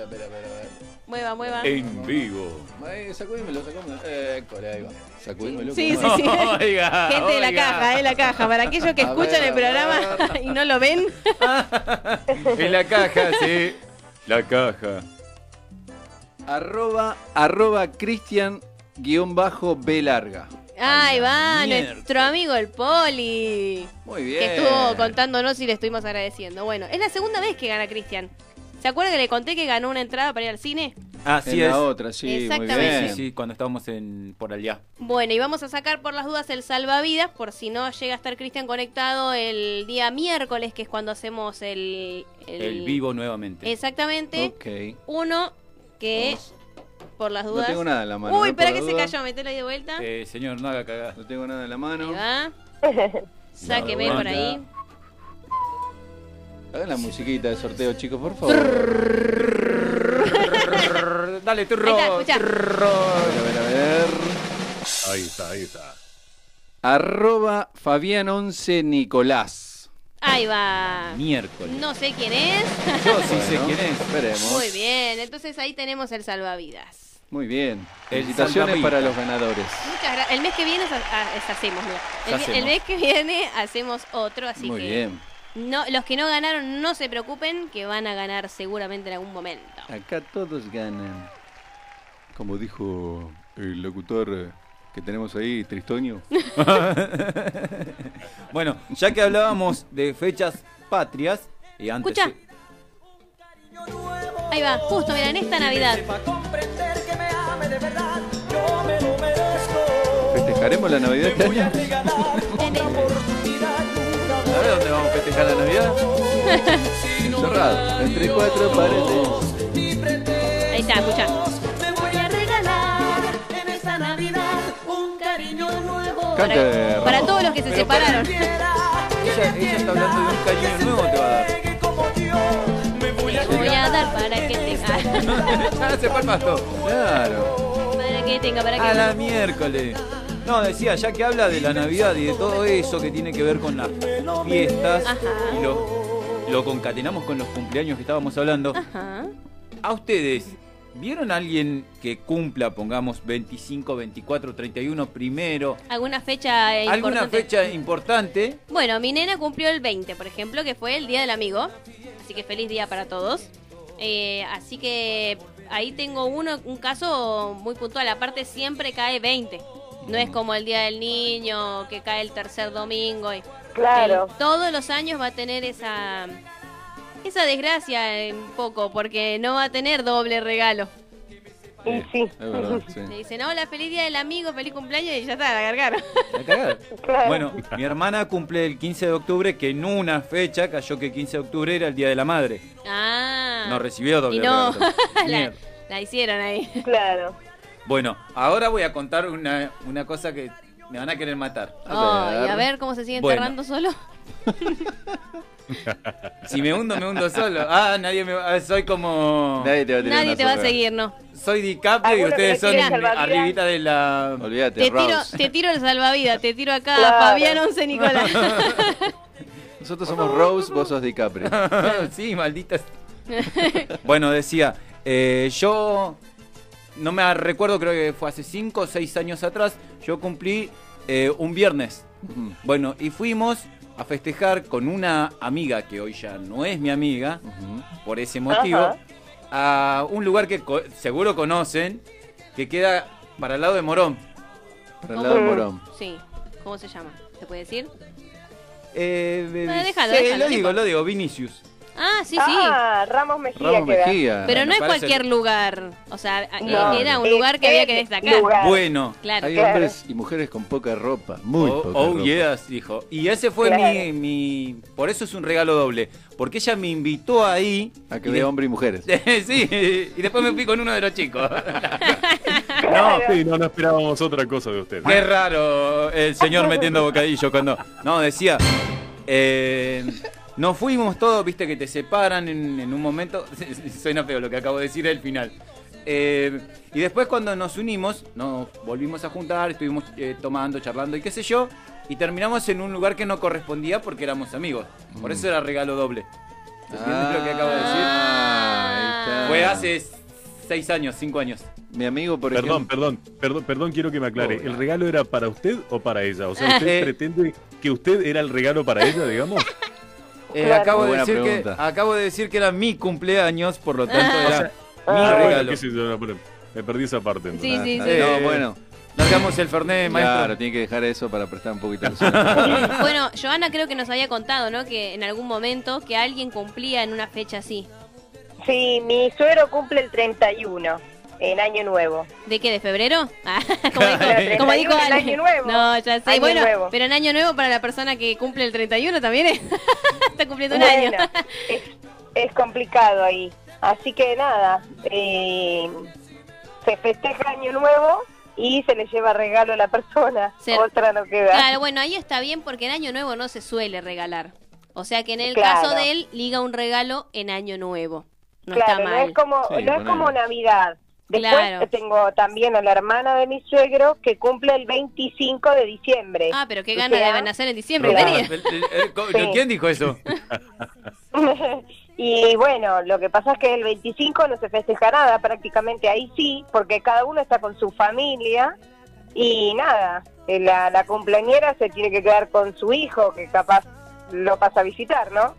Mueva, mueva.
En vivo.
Ay, sacudímelo, sacudímelo. École, ahí va. Sacudímelo.
Sí, sí,
¿cómo
sí.
va?
Gente de la caja, eh, la caja. Para aquellos que
oh A
escuchan
ver,
el
a
programa y no lo ven.
En la caja, sí. La caja.
Arroba, arroba Cristian guión bajo B larga.
Ahí va,
mierda.
nuestro amigo el Poli.
Muy
Que
bien.
estuvo contándonos y le estuvimos agradeciendo. Bueno, es la segunda vez que gana Cristian. ¿Se acuerda que le conté que ganó una entrada para ir al cine?
Así
En
es.
la otra, sí, muy
Exactamente. bien.
Sí, sí, cuando estábamos en por allá.
Bueno, y vamos a sacar por las dudas el salvavidas, por si no llega a estar Cristian conectado el día miércoles, que es cuando hacemos el... este.
El, vivo nuevamente.
Exactamente.
Ok.
Uno que, por las
No
dudas...
tengo nada en la mano,
Uy,
¿no?
espera
Por
que
las
se
dudas.
cayó, metelo ahí de vuelta.
Eh, señor, no haga cagada.
No tengo nada en la mano.
Ah. Ahí va. Sáqueme
Nada,
por
nada.
ahí.
Hagan la musiquita de sorteo, chicos, por favor.
Dale, turro.
Ahí está, escuchá.
A ver, a ver.
Ahí está, ahí está.
Arroba Fabián 11 Nicolás.
Ahí va.
Miércoles.
No sé quién es.
Yo sí sé quién es.
Esperemos.
Muy bien, entonces ahí tenemos el salvavidas.
Muy bien.
El
Felicitaciones
salvavidas.
para los ganadores.
Muchas gracias. El mes que viene es- ah, es- hacemos, mira. El,
Ya
el
hacemos.
mes que viene hacemos otro, así
Muy
que
bien.
no los que no ganaron no se preocupen, que van a ganar seguramente en algún momento.
Acá todos ganan. Como dijo el locutor eh, que tenemos ahí, Tristoño.
Bueno, ya que hablábamos de fechas patrias y antes
Escucha. Ahí va, justo, mira, en esta Navidad.
¿Festejaremos la Navidad este año? ¿Sabes dónde vamos a festejar la Navidad? Cerrado. Entre cuatro paredes.
Ahí está, escucha.
Te voy a regalar en esta Navidad un cariño nuevo.
Cante, Ramón.
Para todos los que se
Pero
separaron.
Ella, ella está hablando de un cariño nuevo te va a dar.
Te voy a dar para que tenga.
Ya se fue el pasto.
Claro.
para que tenga, para que
A la miércoles. No, decía, ya que habla de la Navidad y de todo eso que tiene que ver con las fiestas y lo, lo concatenamos con los cumpleaños que estábamos hablando.
Ajá.
A ustedes, ¿vieron a alguien que cumpla, pongamos, 25, 24, 31 primero?
¿Alguna fecha eh,
¿Alguna
importante?
fecha importante?
Bueno, mi nena cumplió el 20, por ejemplo, que fue el Día del Amigo. Así que feliz día para todos. Eh, así que ahí tengo uno, un caso muy puntual. Aparte, siempre cae 20. No es como el Día del Niño, que cae el tercer domingo. y-
Claro.
Él todos los años va a tener esa, esa desgracia eh, un poco, porque no va a tener doble regalo.
Es verdad, sí.
Le dicen, hola, feliz Día del Amigo, feliz cumpleaños y ya está, la cargaron.
La cagada. Bueno, mi hermana cumple el 15 de octubre, que en una fecha cayó que el 15 de octubre era el Día de la Madre.
Ah.
No recibió doble
Y no,
regalo.
la,
Mierda.
la hicieron ahí.
Claro.
Bueno, ahora voy a contar una, una cosa que me van a querer matar.
Ay, a ver cómo se sigue
Bueno.
enterrando solo.
Si me hundo, me hundo solo. Ah, nadie me va. ah, Soy como. Nadie te va
Nadie te va a seguir, no.
Soy DiCaprio y
Alguno que
ustedes son
quiere salvavidas.
arribita de la. Olvídate,
Te tiro, te tiro el salvavidas, te tiro acá
Claro.
Fabián Once Nicolás.
Nosotros somos Rose, vos sos DiCaprio.
sí, malditas. Bueno, decía, eh, yo no me recuerdo, creo que fue hace 5 o 6 años atrás, yo cumplí eh, un viernes. Bueno, y fuimos a festejar con una amiga que hoy ya no es mi amiga, por ese motivo,
Ajá.
a un lugar que co- seguro conocen, que queda para el lado de Morón. Para
¿Cómo? Sí. ¿Cómo se llama? ¿Te puede decir?
Eh, eh,
Ah, déjalo,
sí,
déjalo,
lo
no
digo,
importa.
lo digo, Vinicius.
Ah, sí, sí.
Ah, Ramos Mejía.
Ramos
queda.
Mejía.
Pero no
Me
es
parece-
cualquier lugar. O sea, a-
No.
eh, era un lugar que había que destacar.
Bueno,
Claro.
Hay hombres y mujeres con poca ropa, muy
oh,
poca
oh,
ropa.
yes, dijo. Y ese fue
Claro.
mi, mi- Por eso es un regalo doble. Porque ella me invitó ahí. A
que vea hombre y mujeres.
sí, y después me fui con uno de los chicos.
No, sí, no, no esperábamos otra cosa de usted.
Qué raro el señor metiendo bocadillo cuando. No, decía. eh, nos fuimos todos, viste que te separan en, en un momento. Suena feo lo que acabo de decir al final. Eh, y después cuando nos unimos, nos volvimos a juntar, estuvimos eh, tomando, charlando y qué sé yo. Y terminamos en un lugar que no correspondía porque éramos amigos. Por eso era regalo doble. ¿Entiendes lo que acabo de decir?
Ah,
Fue hace seis años, cinco años.
Mi amigo, por
perdón,
ejemplo-
Perdón, perdón, perdón, quiero que me aclare. ¿El regalo era para usted o para ella? O sea,
Eh.
¿usted pretende que usted era el regalo para ella, digamos?
Eh,
Claro.
acabo,
Muy
de
buena
decir que,
pregunta.
acabo de decir que era mi cumpleaños, por lo tanto
O
era
sea,
mi
ah, bueno,
regalo.
qué sé yo, no, pero me perdí esa parte. entonces.
Sí, sí, sí.
No, bueno.
Largamos el Fernet, maestro.
Claro, tiene que dejar eso para prestar un poquito de
Bueno, Joana creo que nos había contado, ¿no? Que en algún momento que alguien cumplía en una fecha así.
Sí, mi suegro cumple el 31 en Año Nuevo.
¿De qué? ¿De febrero? Ah, como dijo,
Claro,
como dijo
31 en
Ale.
Año Nuevo.
No, ya sé.
Año
bueno,
Nuevo.
pero en año nuevo para la persona que cumple el 31 también es- está cumpliendo un
Bueno,
año.
es, es complicado ahí. Así que nada, eh, se festeja Año Nuevo y se le lleva regalo a la persona.
Se-
Otra no queda.
Claro, bueno, ahí está bien porque en año nuevo no se suele regalar. O sea que en el
Claro.
caso de él, liga un regalo en año nuevo. No
Claro,
está mal.
no es como,
Sí,
no es
ponele.
como Navidad. Después
Claro.
tengo también a la hermana de mi suegro que cumple el 25 de diciembre.
Ah, pero qué
O
ganas
sea,
de nacer en diciembre, Mary.
Sí.
eh, ¿Quién dijo eso?
y bueno, lo que pasa es que el 25 no se festeja nada prácticamente, ahí sí, porque cada uno está con su familia y nada, eh, la, la cumpleañera se tiene que quedar con su hijo, que capaz lo pasa a visitar, ¿no?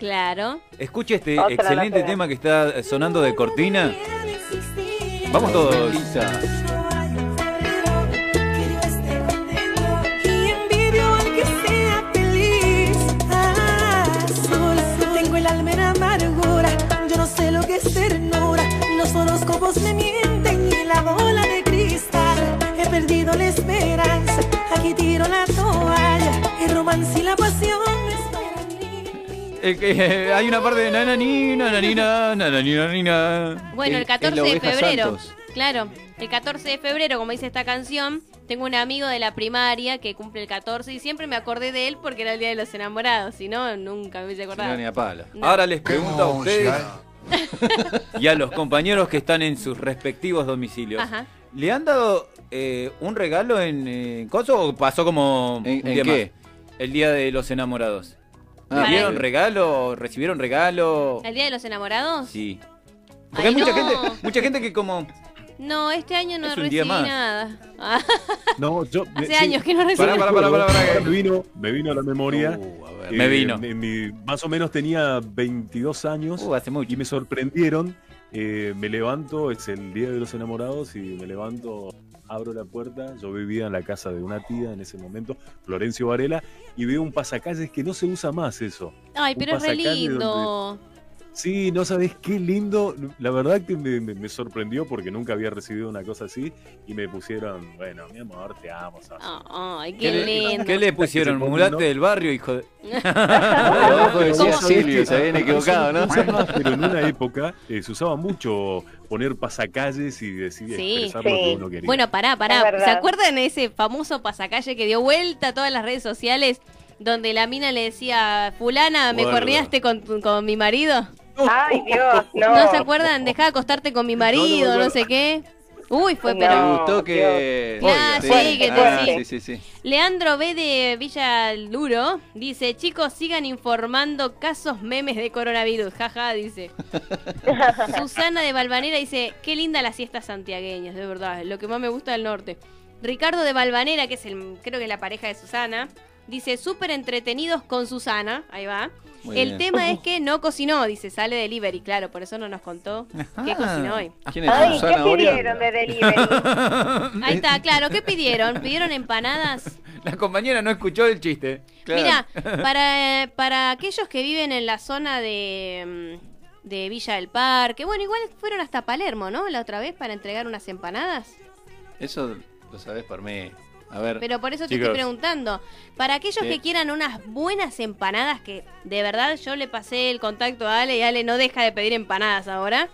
Claro.
Escuche este
Otra
excelente
nacional.
tema que está sonando de cortina. Vamos todos.
Y envidio al que sea feliz Ah, sola Tengo el alma en amargura Yo no sé lo que es ternura Los horóscopos me mienten Y la bola de cristal He perdido la esperanza Aquí tiro la toalla El romance y la pasión
Eh, que, eh, hay una parte de nananina, nananina, nananina.
Bueno, el 14 de febrero. Claro, el 14 de febrero, como dice esta canción, tengo un amigo de la primaria que cumple el 14 y siempre me acordé de él porque era el día de los enamorados, si no, nunca me hubiese acordado.
Ahora les pregunto a ustedes y a los compañeros que están en sus respectivos domicilios.
Ajá.
¿Le han dado eh, un regalo en eh, Coso o pasó como un
en
día
qué?
más? El día de los enamorados.
Ah,
¿Recibieron
ok.
regalo? ¿Recibieron regalo?
¿El día de los enamorados?
Sí. Porque hay mucha gente, mucha gente que como
No, este año no
Es un día
recibí
más.
nada. Ah,
No, yo.
Hace años que no recibo.
Pará, pará,
Pará,
pará,
pará, pará,
Me vino, me vino a la memoria. Eh,
ver. Me vino. Uh,
en mi- más o menos tenía 22 años. Y me sorprendieron. Eh, me levanto, es el día de los enamorados, y me levanto, abro la puerta. Yo vivía en la casa de una tía en ese momento, Florencio Varela, y veo un pasacalles que no se usa más eso.
Ay,
Un
pero es re
pasacalles donde-
lindo.
Sí, no sabes qué lindo. La verdad que me, me- me sorprendió porque nunca había recibido una cosa así y me pusieron, bueno, mi amor, te amo. ¿sabes?
Ay,
¿Qué
qué
le,
lindo.
qué le pusieron? ¿Mulate del barrio, hijo de.?
Ojo, decía Silvio, se habían equivocado, ¿no?
No se usa más, Pero en una época eh, se usaba mucho poner pasacalles y decir
Sí.
expresar lo que uno quería.
Bueno, pará,
Es
pará.
verdad.
¿Se acuerdan de ese famoso pasacalle que dio vuelta a todas las redes sociales? donde la mina le decía, fulana, ¿me
Guarda.
corriaste con, tu- con mi marido?
Ay, Dios, no.
se acuerdan? Dejá de acostarte con mi marido, no,
no.
sé qué. Uy, fue
Me
pero...
gustó que.
Dios. Nah, sí, que te-
Ah,
sí.
sí, sí, sí.
Leandro B. de Villa Duro dice, chicos, sigan informando casos memes de coronavirus, jaja, dice. Susana de Balvanera dice, qué linda las siestas santiagueñas, de verdad, lo que más me gusta del norte. Ricardo de Balvanera, que es el, creo que es la pareja de Susana, dice, súper entretenidos con Susana, ahí va.
Muy
el
bien.
tema es que no cocinó, dice, sale delivery, claro, por eso no nos contó qué cocinó hoy.
¿Quién es Ay, Susana ¿qué Orión? pidieron
de
delivery?
Ahí está, claro, ¿qué pidieron? ¿Pidieron empanadas?
La compañera no escuchó el chiste.
Mira, para, para aquellos que viven en la zona de, mm, de Villa del Parque, bueno, igual fueron hasta Palermo, ¿no? La otra vez para entregar unas empanadas.
Eso lo sabés por mí. A ver.
Pero por eso te estoy preguntando. Para aquellos
Sí.
que quieran unas buenas empanadas, que de verdad yo le pasé el contacto a Ale y Ale no deja de pedir empanadas ahora.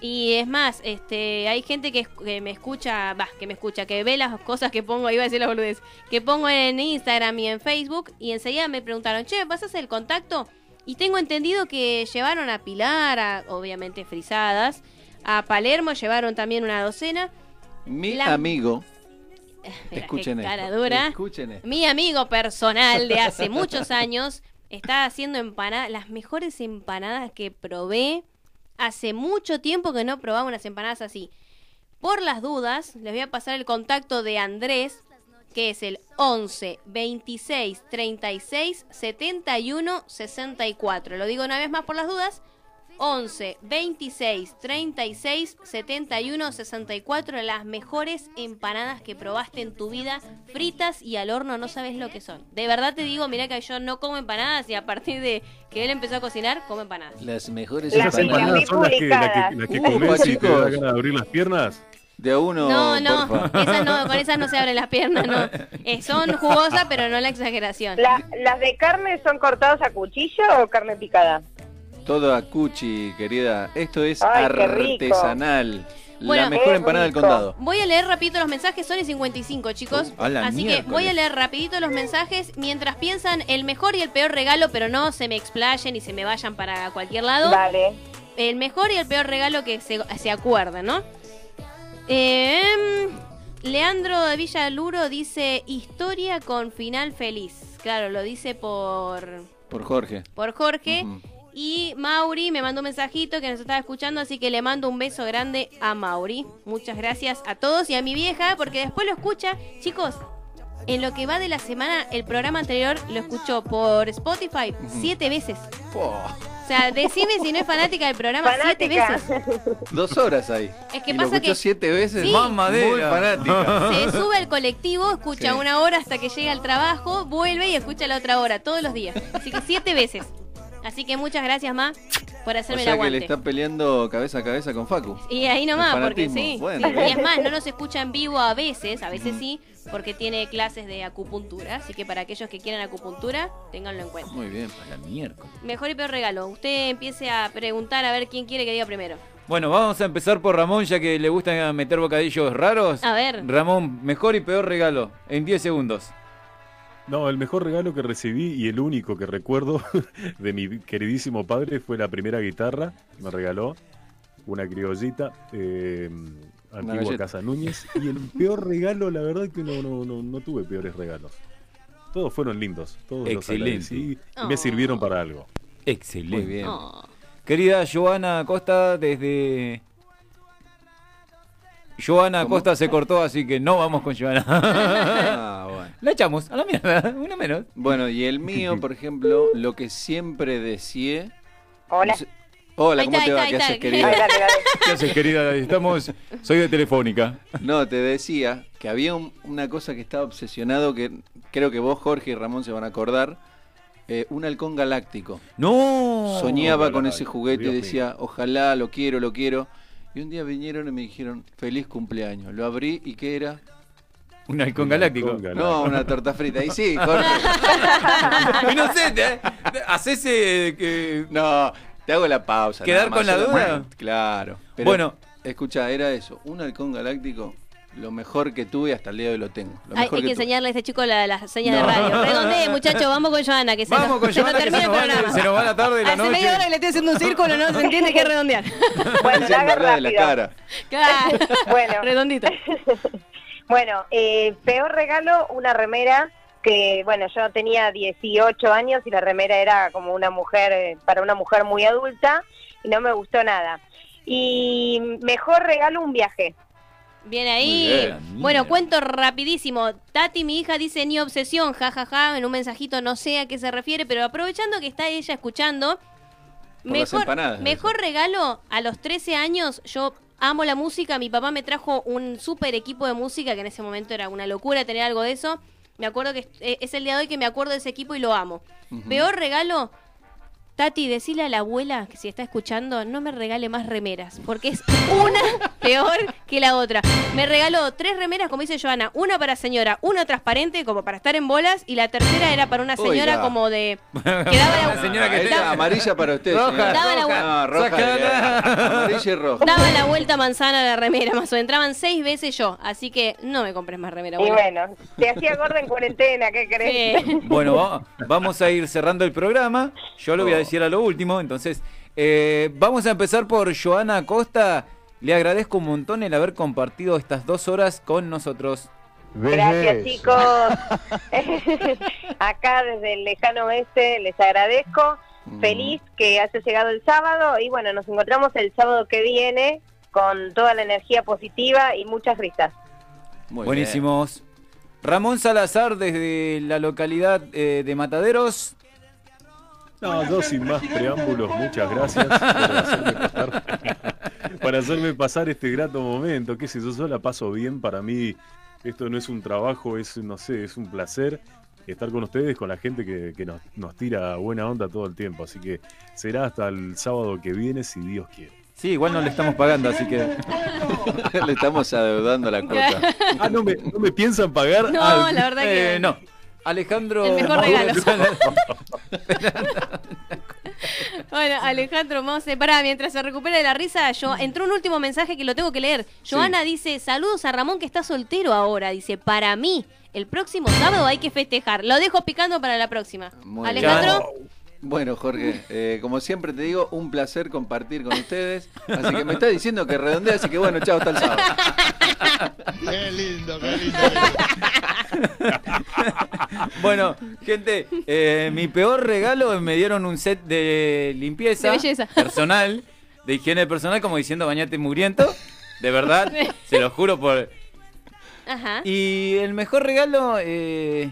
Y es más, este, hay gente que, es- que me escucha, va, que me escucha, que ve las cosas que pongo, iba a decir las boludez, que pongo en Instagram y en Facebook, y enseguida me preguntaron, che, ¿vas a hacer el contacto? Y tengo entendido que llevaron a Pilar, a- obviamente frisadas, a Palermo llevaron también una docena.
Mi
la-
amigo.
qué
Escuchen esto.
cara dura.
Escuchen esto.
Mi amigo personal de hace muchos años está haciendo empanadas, las mejores empanadas que probé. Hace mucho tiempo que no probaba unas empanadas así. Por las dudas, les voy a pasar el contacto de Andrés, que es el 11 26 36 71 64. Lo digo una vez más por las dudas. 11 26 36 71 64 las mejores empanadas que probaste en tu vida fritas y al horno no sabes lo que son de verdad te digo mira que yo no como empanadas y a partir de que él empezó a cocinar como empanadas
Las mejores
Esas empanadas son las que, las que, las que comes y te da
chicos.
ganas de abrir las piernas.
De a uno.
no no, esas no con esas no se abren las piernas no Eh, son jugosas pero no la exageración
La- ¿Las de carne son cortadas a cuchillo o carne picada?
Todo a cuchi, querida. Esto es
Ay, qué rico.
artesanal.
Bueno,
la mejor
qué
empanada del
rico.
condado.
Voy a leer rapidito los mensajes, son y 55, chicos.
a la
Así que
miércoles.
voy a leer rapidito los mensajes mientras piensan el mejor y el peor regalo, pero no se me explayen y se me vayan para cualquier lado.
Vale.
El mejor y el peor regalo que se, se acuerdan, ¿no? Em, Leandro de Villaluro dice historia con final feliz. Claro, lo dice por
Por Jorge.
por Jorge. Y Mauri me mandó un mensajito que nos estaba escuchando, así que le mando un beso grande a Mauri. Muchas gracias a todos y a mi vieja, porque después lo escucha. Chicos, en lo que va de la semana, el programa anterior lo escuchó por Spotify siete veces. O sea, decime si no es fanática del programa siete veces.
Dos horas ahí.
Es que
Y
pasa
lo escuchó
que-
siete veces.
Sí.
Muy
Mamadera.
fanática.
Se sube al colectivo, escucha
Sí.
una hora hasta que llega al trabajo, vuelve y escucha la otra hora todos los días. Así que siete veces. Así que muchas gracias, Ma, por
O
hacerme el
sea que
aguante.
le está peleando cabeza a cabeza con Facu.
Y ahí nomás,
El
porque
fanatismo.
sí.
Bueno,
sí.
bien.
Y es más, no nos escucha en vivo a veces, a veces sí, porque tiene clases de acupuntura. Así que para aquellos que quieran acupuntura, ténganlo en cuenta.
Muy bien, para miércoles.
Mejor y peor regalo. Usted empiece a preguntar a ver quién quiere que diga primero.
Bueno, vamos a empezar por Ramón, ya que le gusta meter bocadillos raros.
A ver.
Ramón, mejor y peor regalo, en 10 segundos.
No, el mejor regalo que recibí y el único que recuerdo de mi queridísimo padre fue la primera guitarra que me regaló, una criollita, eh, antigua
galleta.
Casa Núñez. Y el peor regalo, la verdad que no, no, no, no tuve peores regalos. Todos fueron lindos, todos
Excelente.
los agradecí y
Oh.
me sirvieron para algo.
Excelente.
Muy bien.
Querida Joana Acosta, desde. Joana Acosta se cortó, así que no vamos con Joana.
Ah, bueno.
La echamos, a la mierda, uno menos.
Bueno, y el mío, por ejemplo, lo que siempre deseé.
Hola.
No sé- Hola,
Ahí
¿cómo
está,
te va?
ahí
¿Qué
está,
haces,
ahí está.
querida?
Dale, dale, dale.
¿Qué haces, querida? Ahí Estamos. Soy de Telefónica.
No, te decía que había un- una cosa que estaba obsesionado que creo que vos, Jorge y Ramón se van a acordar. eh, un halcón galáctico.
¡No!
Soñaba
Oh. Halcón
con ese
galáctico,
juguete
Dios
y decía, ojalá, lo quiero, lo quiero. Y un día vinieron y me dijeron, feliz cumpleaños. Lo abrí y ¿qué era?
Un halcón galáctico.
No, una torta frita. Y sí, Jorge.
Inocente, ¿eh? Haces. eh, que-
No, te hago la pausa. nada
¿Quedar
más,
con la
solo-
duda?
Claro.
Bueno.
Escucha, era eso. Un halcón galáctico lo mejor que tuve hasta el día de hoy lo tengo. Lo
Ay, hay
mejor
que,
tuve.
enseñarle a este chico la- las señas
No.
de radio. Redondee, muchachos, vamos con Joana, que se
Vamos
nos-
con
se nos
Johanna, que
termina
se
el
nos va la-
programa.
se nos va la tarde y la
Hace
noche.
media hora que le estoy haciendo un círculo, no se entiende que es redondear.
Bueno, la haga
Habla de la
rápido.
cara.
Claro.
Bueno.
Redondito.
Bueno, eh, peor regalo, una remera que, bueno, yo tenía 18 años y la remera era como una mujer, eh, para una mujer muy adulta y no me gustó nada. Y mejor regalo, un viaje.
Bien
Muy
ahí.
bien,
bueno, cuento rapidísimo. Tati, mi hija, dice ni obsesión, jajaja, en un mensajito no sé a qué se refiere, pero aprovechando que está ella escuchando,
Por las empanadas,
mejor regalo a los 13 años, yo amo la música, mi papá me trajo un super equipo de música, que en ese momento era una locura tener algo de eso. Me acuerdo que es- eh, es el día de hoy que me acuerdo de ese equipo y lo amo.
Ujú.
Peor regalo, Tati, decile a la abuela que si está escuchando, no me regale más remeras, porque es una peor que la otra. Me regaló tres remeras, como dice Joana, una para señora, una transparente, como para estar en bolas, y la tercera era para una señora
Oiga.
como de...
la señora que amarilla para usted.
Roja,
señora.
Daba la roja.
No, roja.
Sacala.
Amarilla y roja.
Daba la vuelta manzana a la remera, más o menos. entraban seis veces yo, así que no me compres más remera.
Y
abuela.
bueno, te hacía gorda en cuarentena, ¿qué crees?
Sí.
Bueno, va- vamos a ir cerrando el programa. Yo lo voy a decir a lo último. Entonces, eh, vamos a empezar por Joana Acosta. Le agradezco un montón el haber compartido estas dos horas con nosotros.
Gracias chicos. Acá desde el lejano oeste les agradezco. Feliz que haya llegado el sábado y bueno, nos encontramos el sábado que viene con toda la energía positiva y muchas risas.
Buenísimos. Ramón Salazar desde la localidad eh, de Mataderos.
No, yo sin más preámbulos, muchas gracias por hacerme pasar, por hacerme pasar este grato momento. Qué sé yo, yo la paso bien. Para mí, esto no es un trabajo, es, no sé, es un placer estar con ustedes, con la gente que, que nos, nos tira buena onda todo el tiempo. Así que será hasta el sábado que viene, si Dios quiere.
Sí, igual no le estamos pagando, así que.
Le estamos adeudando la cuota.
Ah, no me, no me piensan pagar.
No,
Ah,
la verdad que-
Eh, no. Alejandro.
El mejor
Maduro
regalo.
Salazar.
Bueno, Alejandro Mose, pará, mientras se recupera de la risa, yo entró un último mensaje que lo tengo que leer. Joana dice, saludos a Ramón que está soltero ahora. Dice, para mí, el próximo sábado hay que festejar. Lo dejo picando para la próxima.
Muy bien.
Alejandro,
Bueno, Jorge, eh, como siempre te digo, un placer compartir con ustedes. Así que me está diciendo que redondea, así que bueno, chao, hasta el sábado.
Qué lindo, qué lindo.
Bueno, gente, eh, mi peor regalo me dieron un set de limpieza
De belleza.
personal, de higiene personal, como diciendo bañate mugriento. De verdad, se lo juro por.
ajá.
Y el mejor regalo, eh,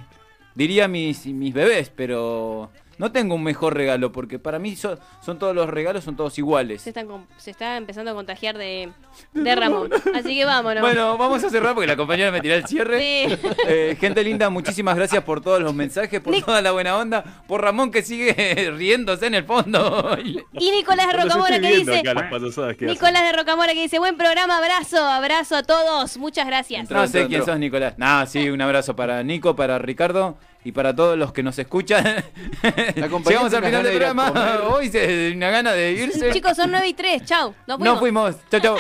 diría mis, mis bebés, pero no tengo un mejor regalo, porque para mí so- son todos los regalos, son todos iguales.
Se, están con- se está empezando a contagiar de, de Ramón. Así que vámonos.
Bueno, vamos a cerrar porque la compañera me tiró el cierre.
Sí.
Eh, gente linda, muchísimas gracias por todos los mensajes, por toda la buena onda, por Ramón que sigue riéndose en el fondo.
Y Nicolás de
Los estoy
Rocamora que
viendo
dice...
acá, las payasadas que hacen.
Nicolás de Rocamora que dice, buen programa, abrazo, abrazo a todos. Muchas gracias.
No sé quién sos, Nicolás. No, sí, un abrazo para Nico, para Ricardo y para todos los que nos escuchan. Llegamos
tiene
al final del
ganas de ir a
programa.
comer.
Hoy se una gana de irse.
Chicos, son 9 y 3. Chau. Nos fuimos.
no fuimos. Chau, chau.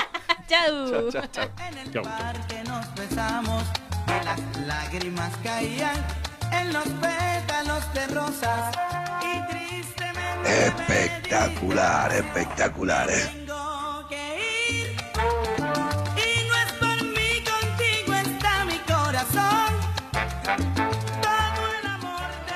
Chau.
que nos besamos, que las lágrimas caían en los pétalos de rosas y tristemente
Espectacular, espectacular. eh.
eh.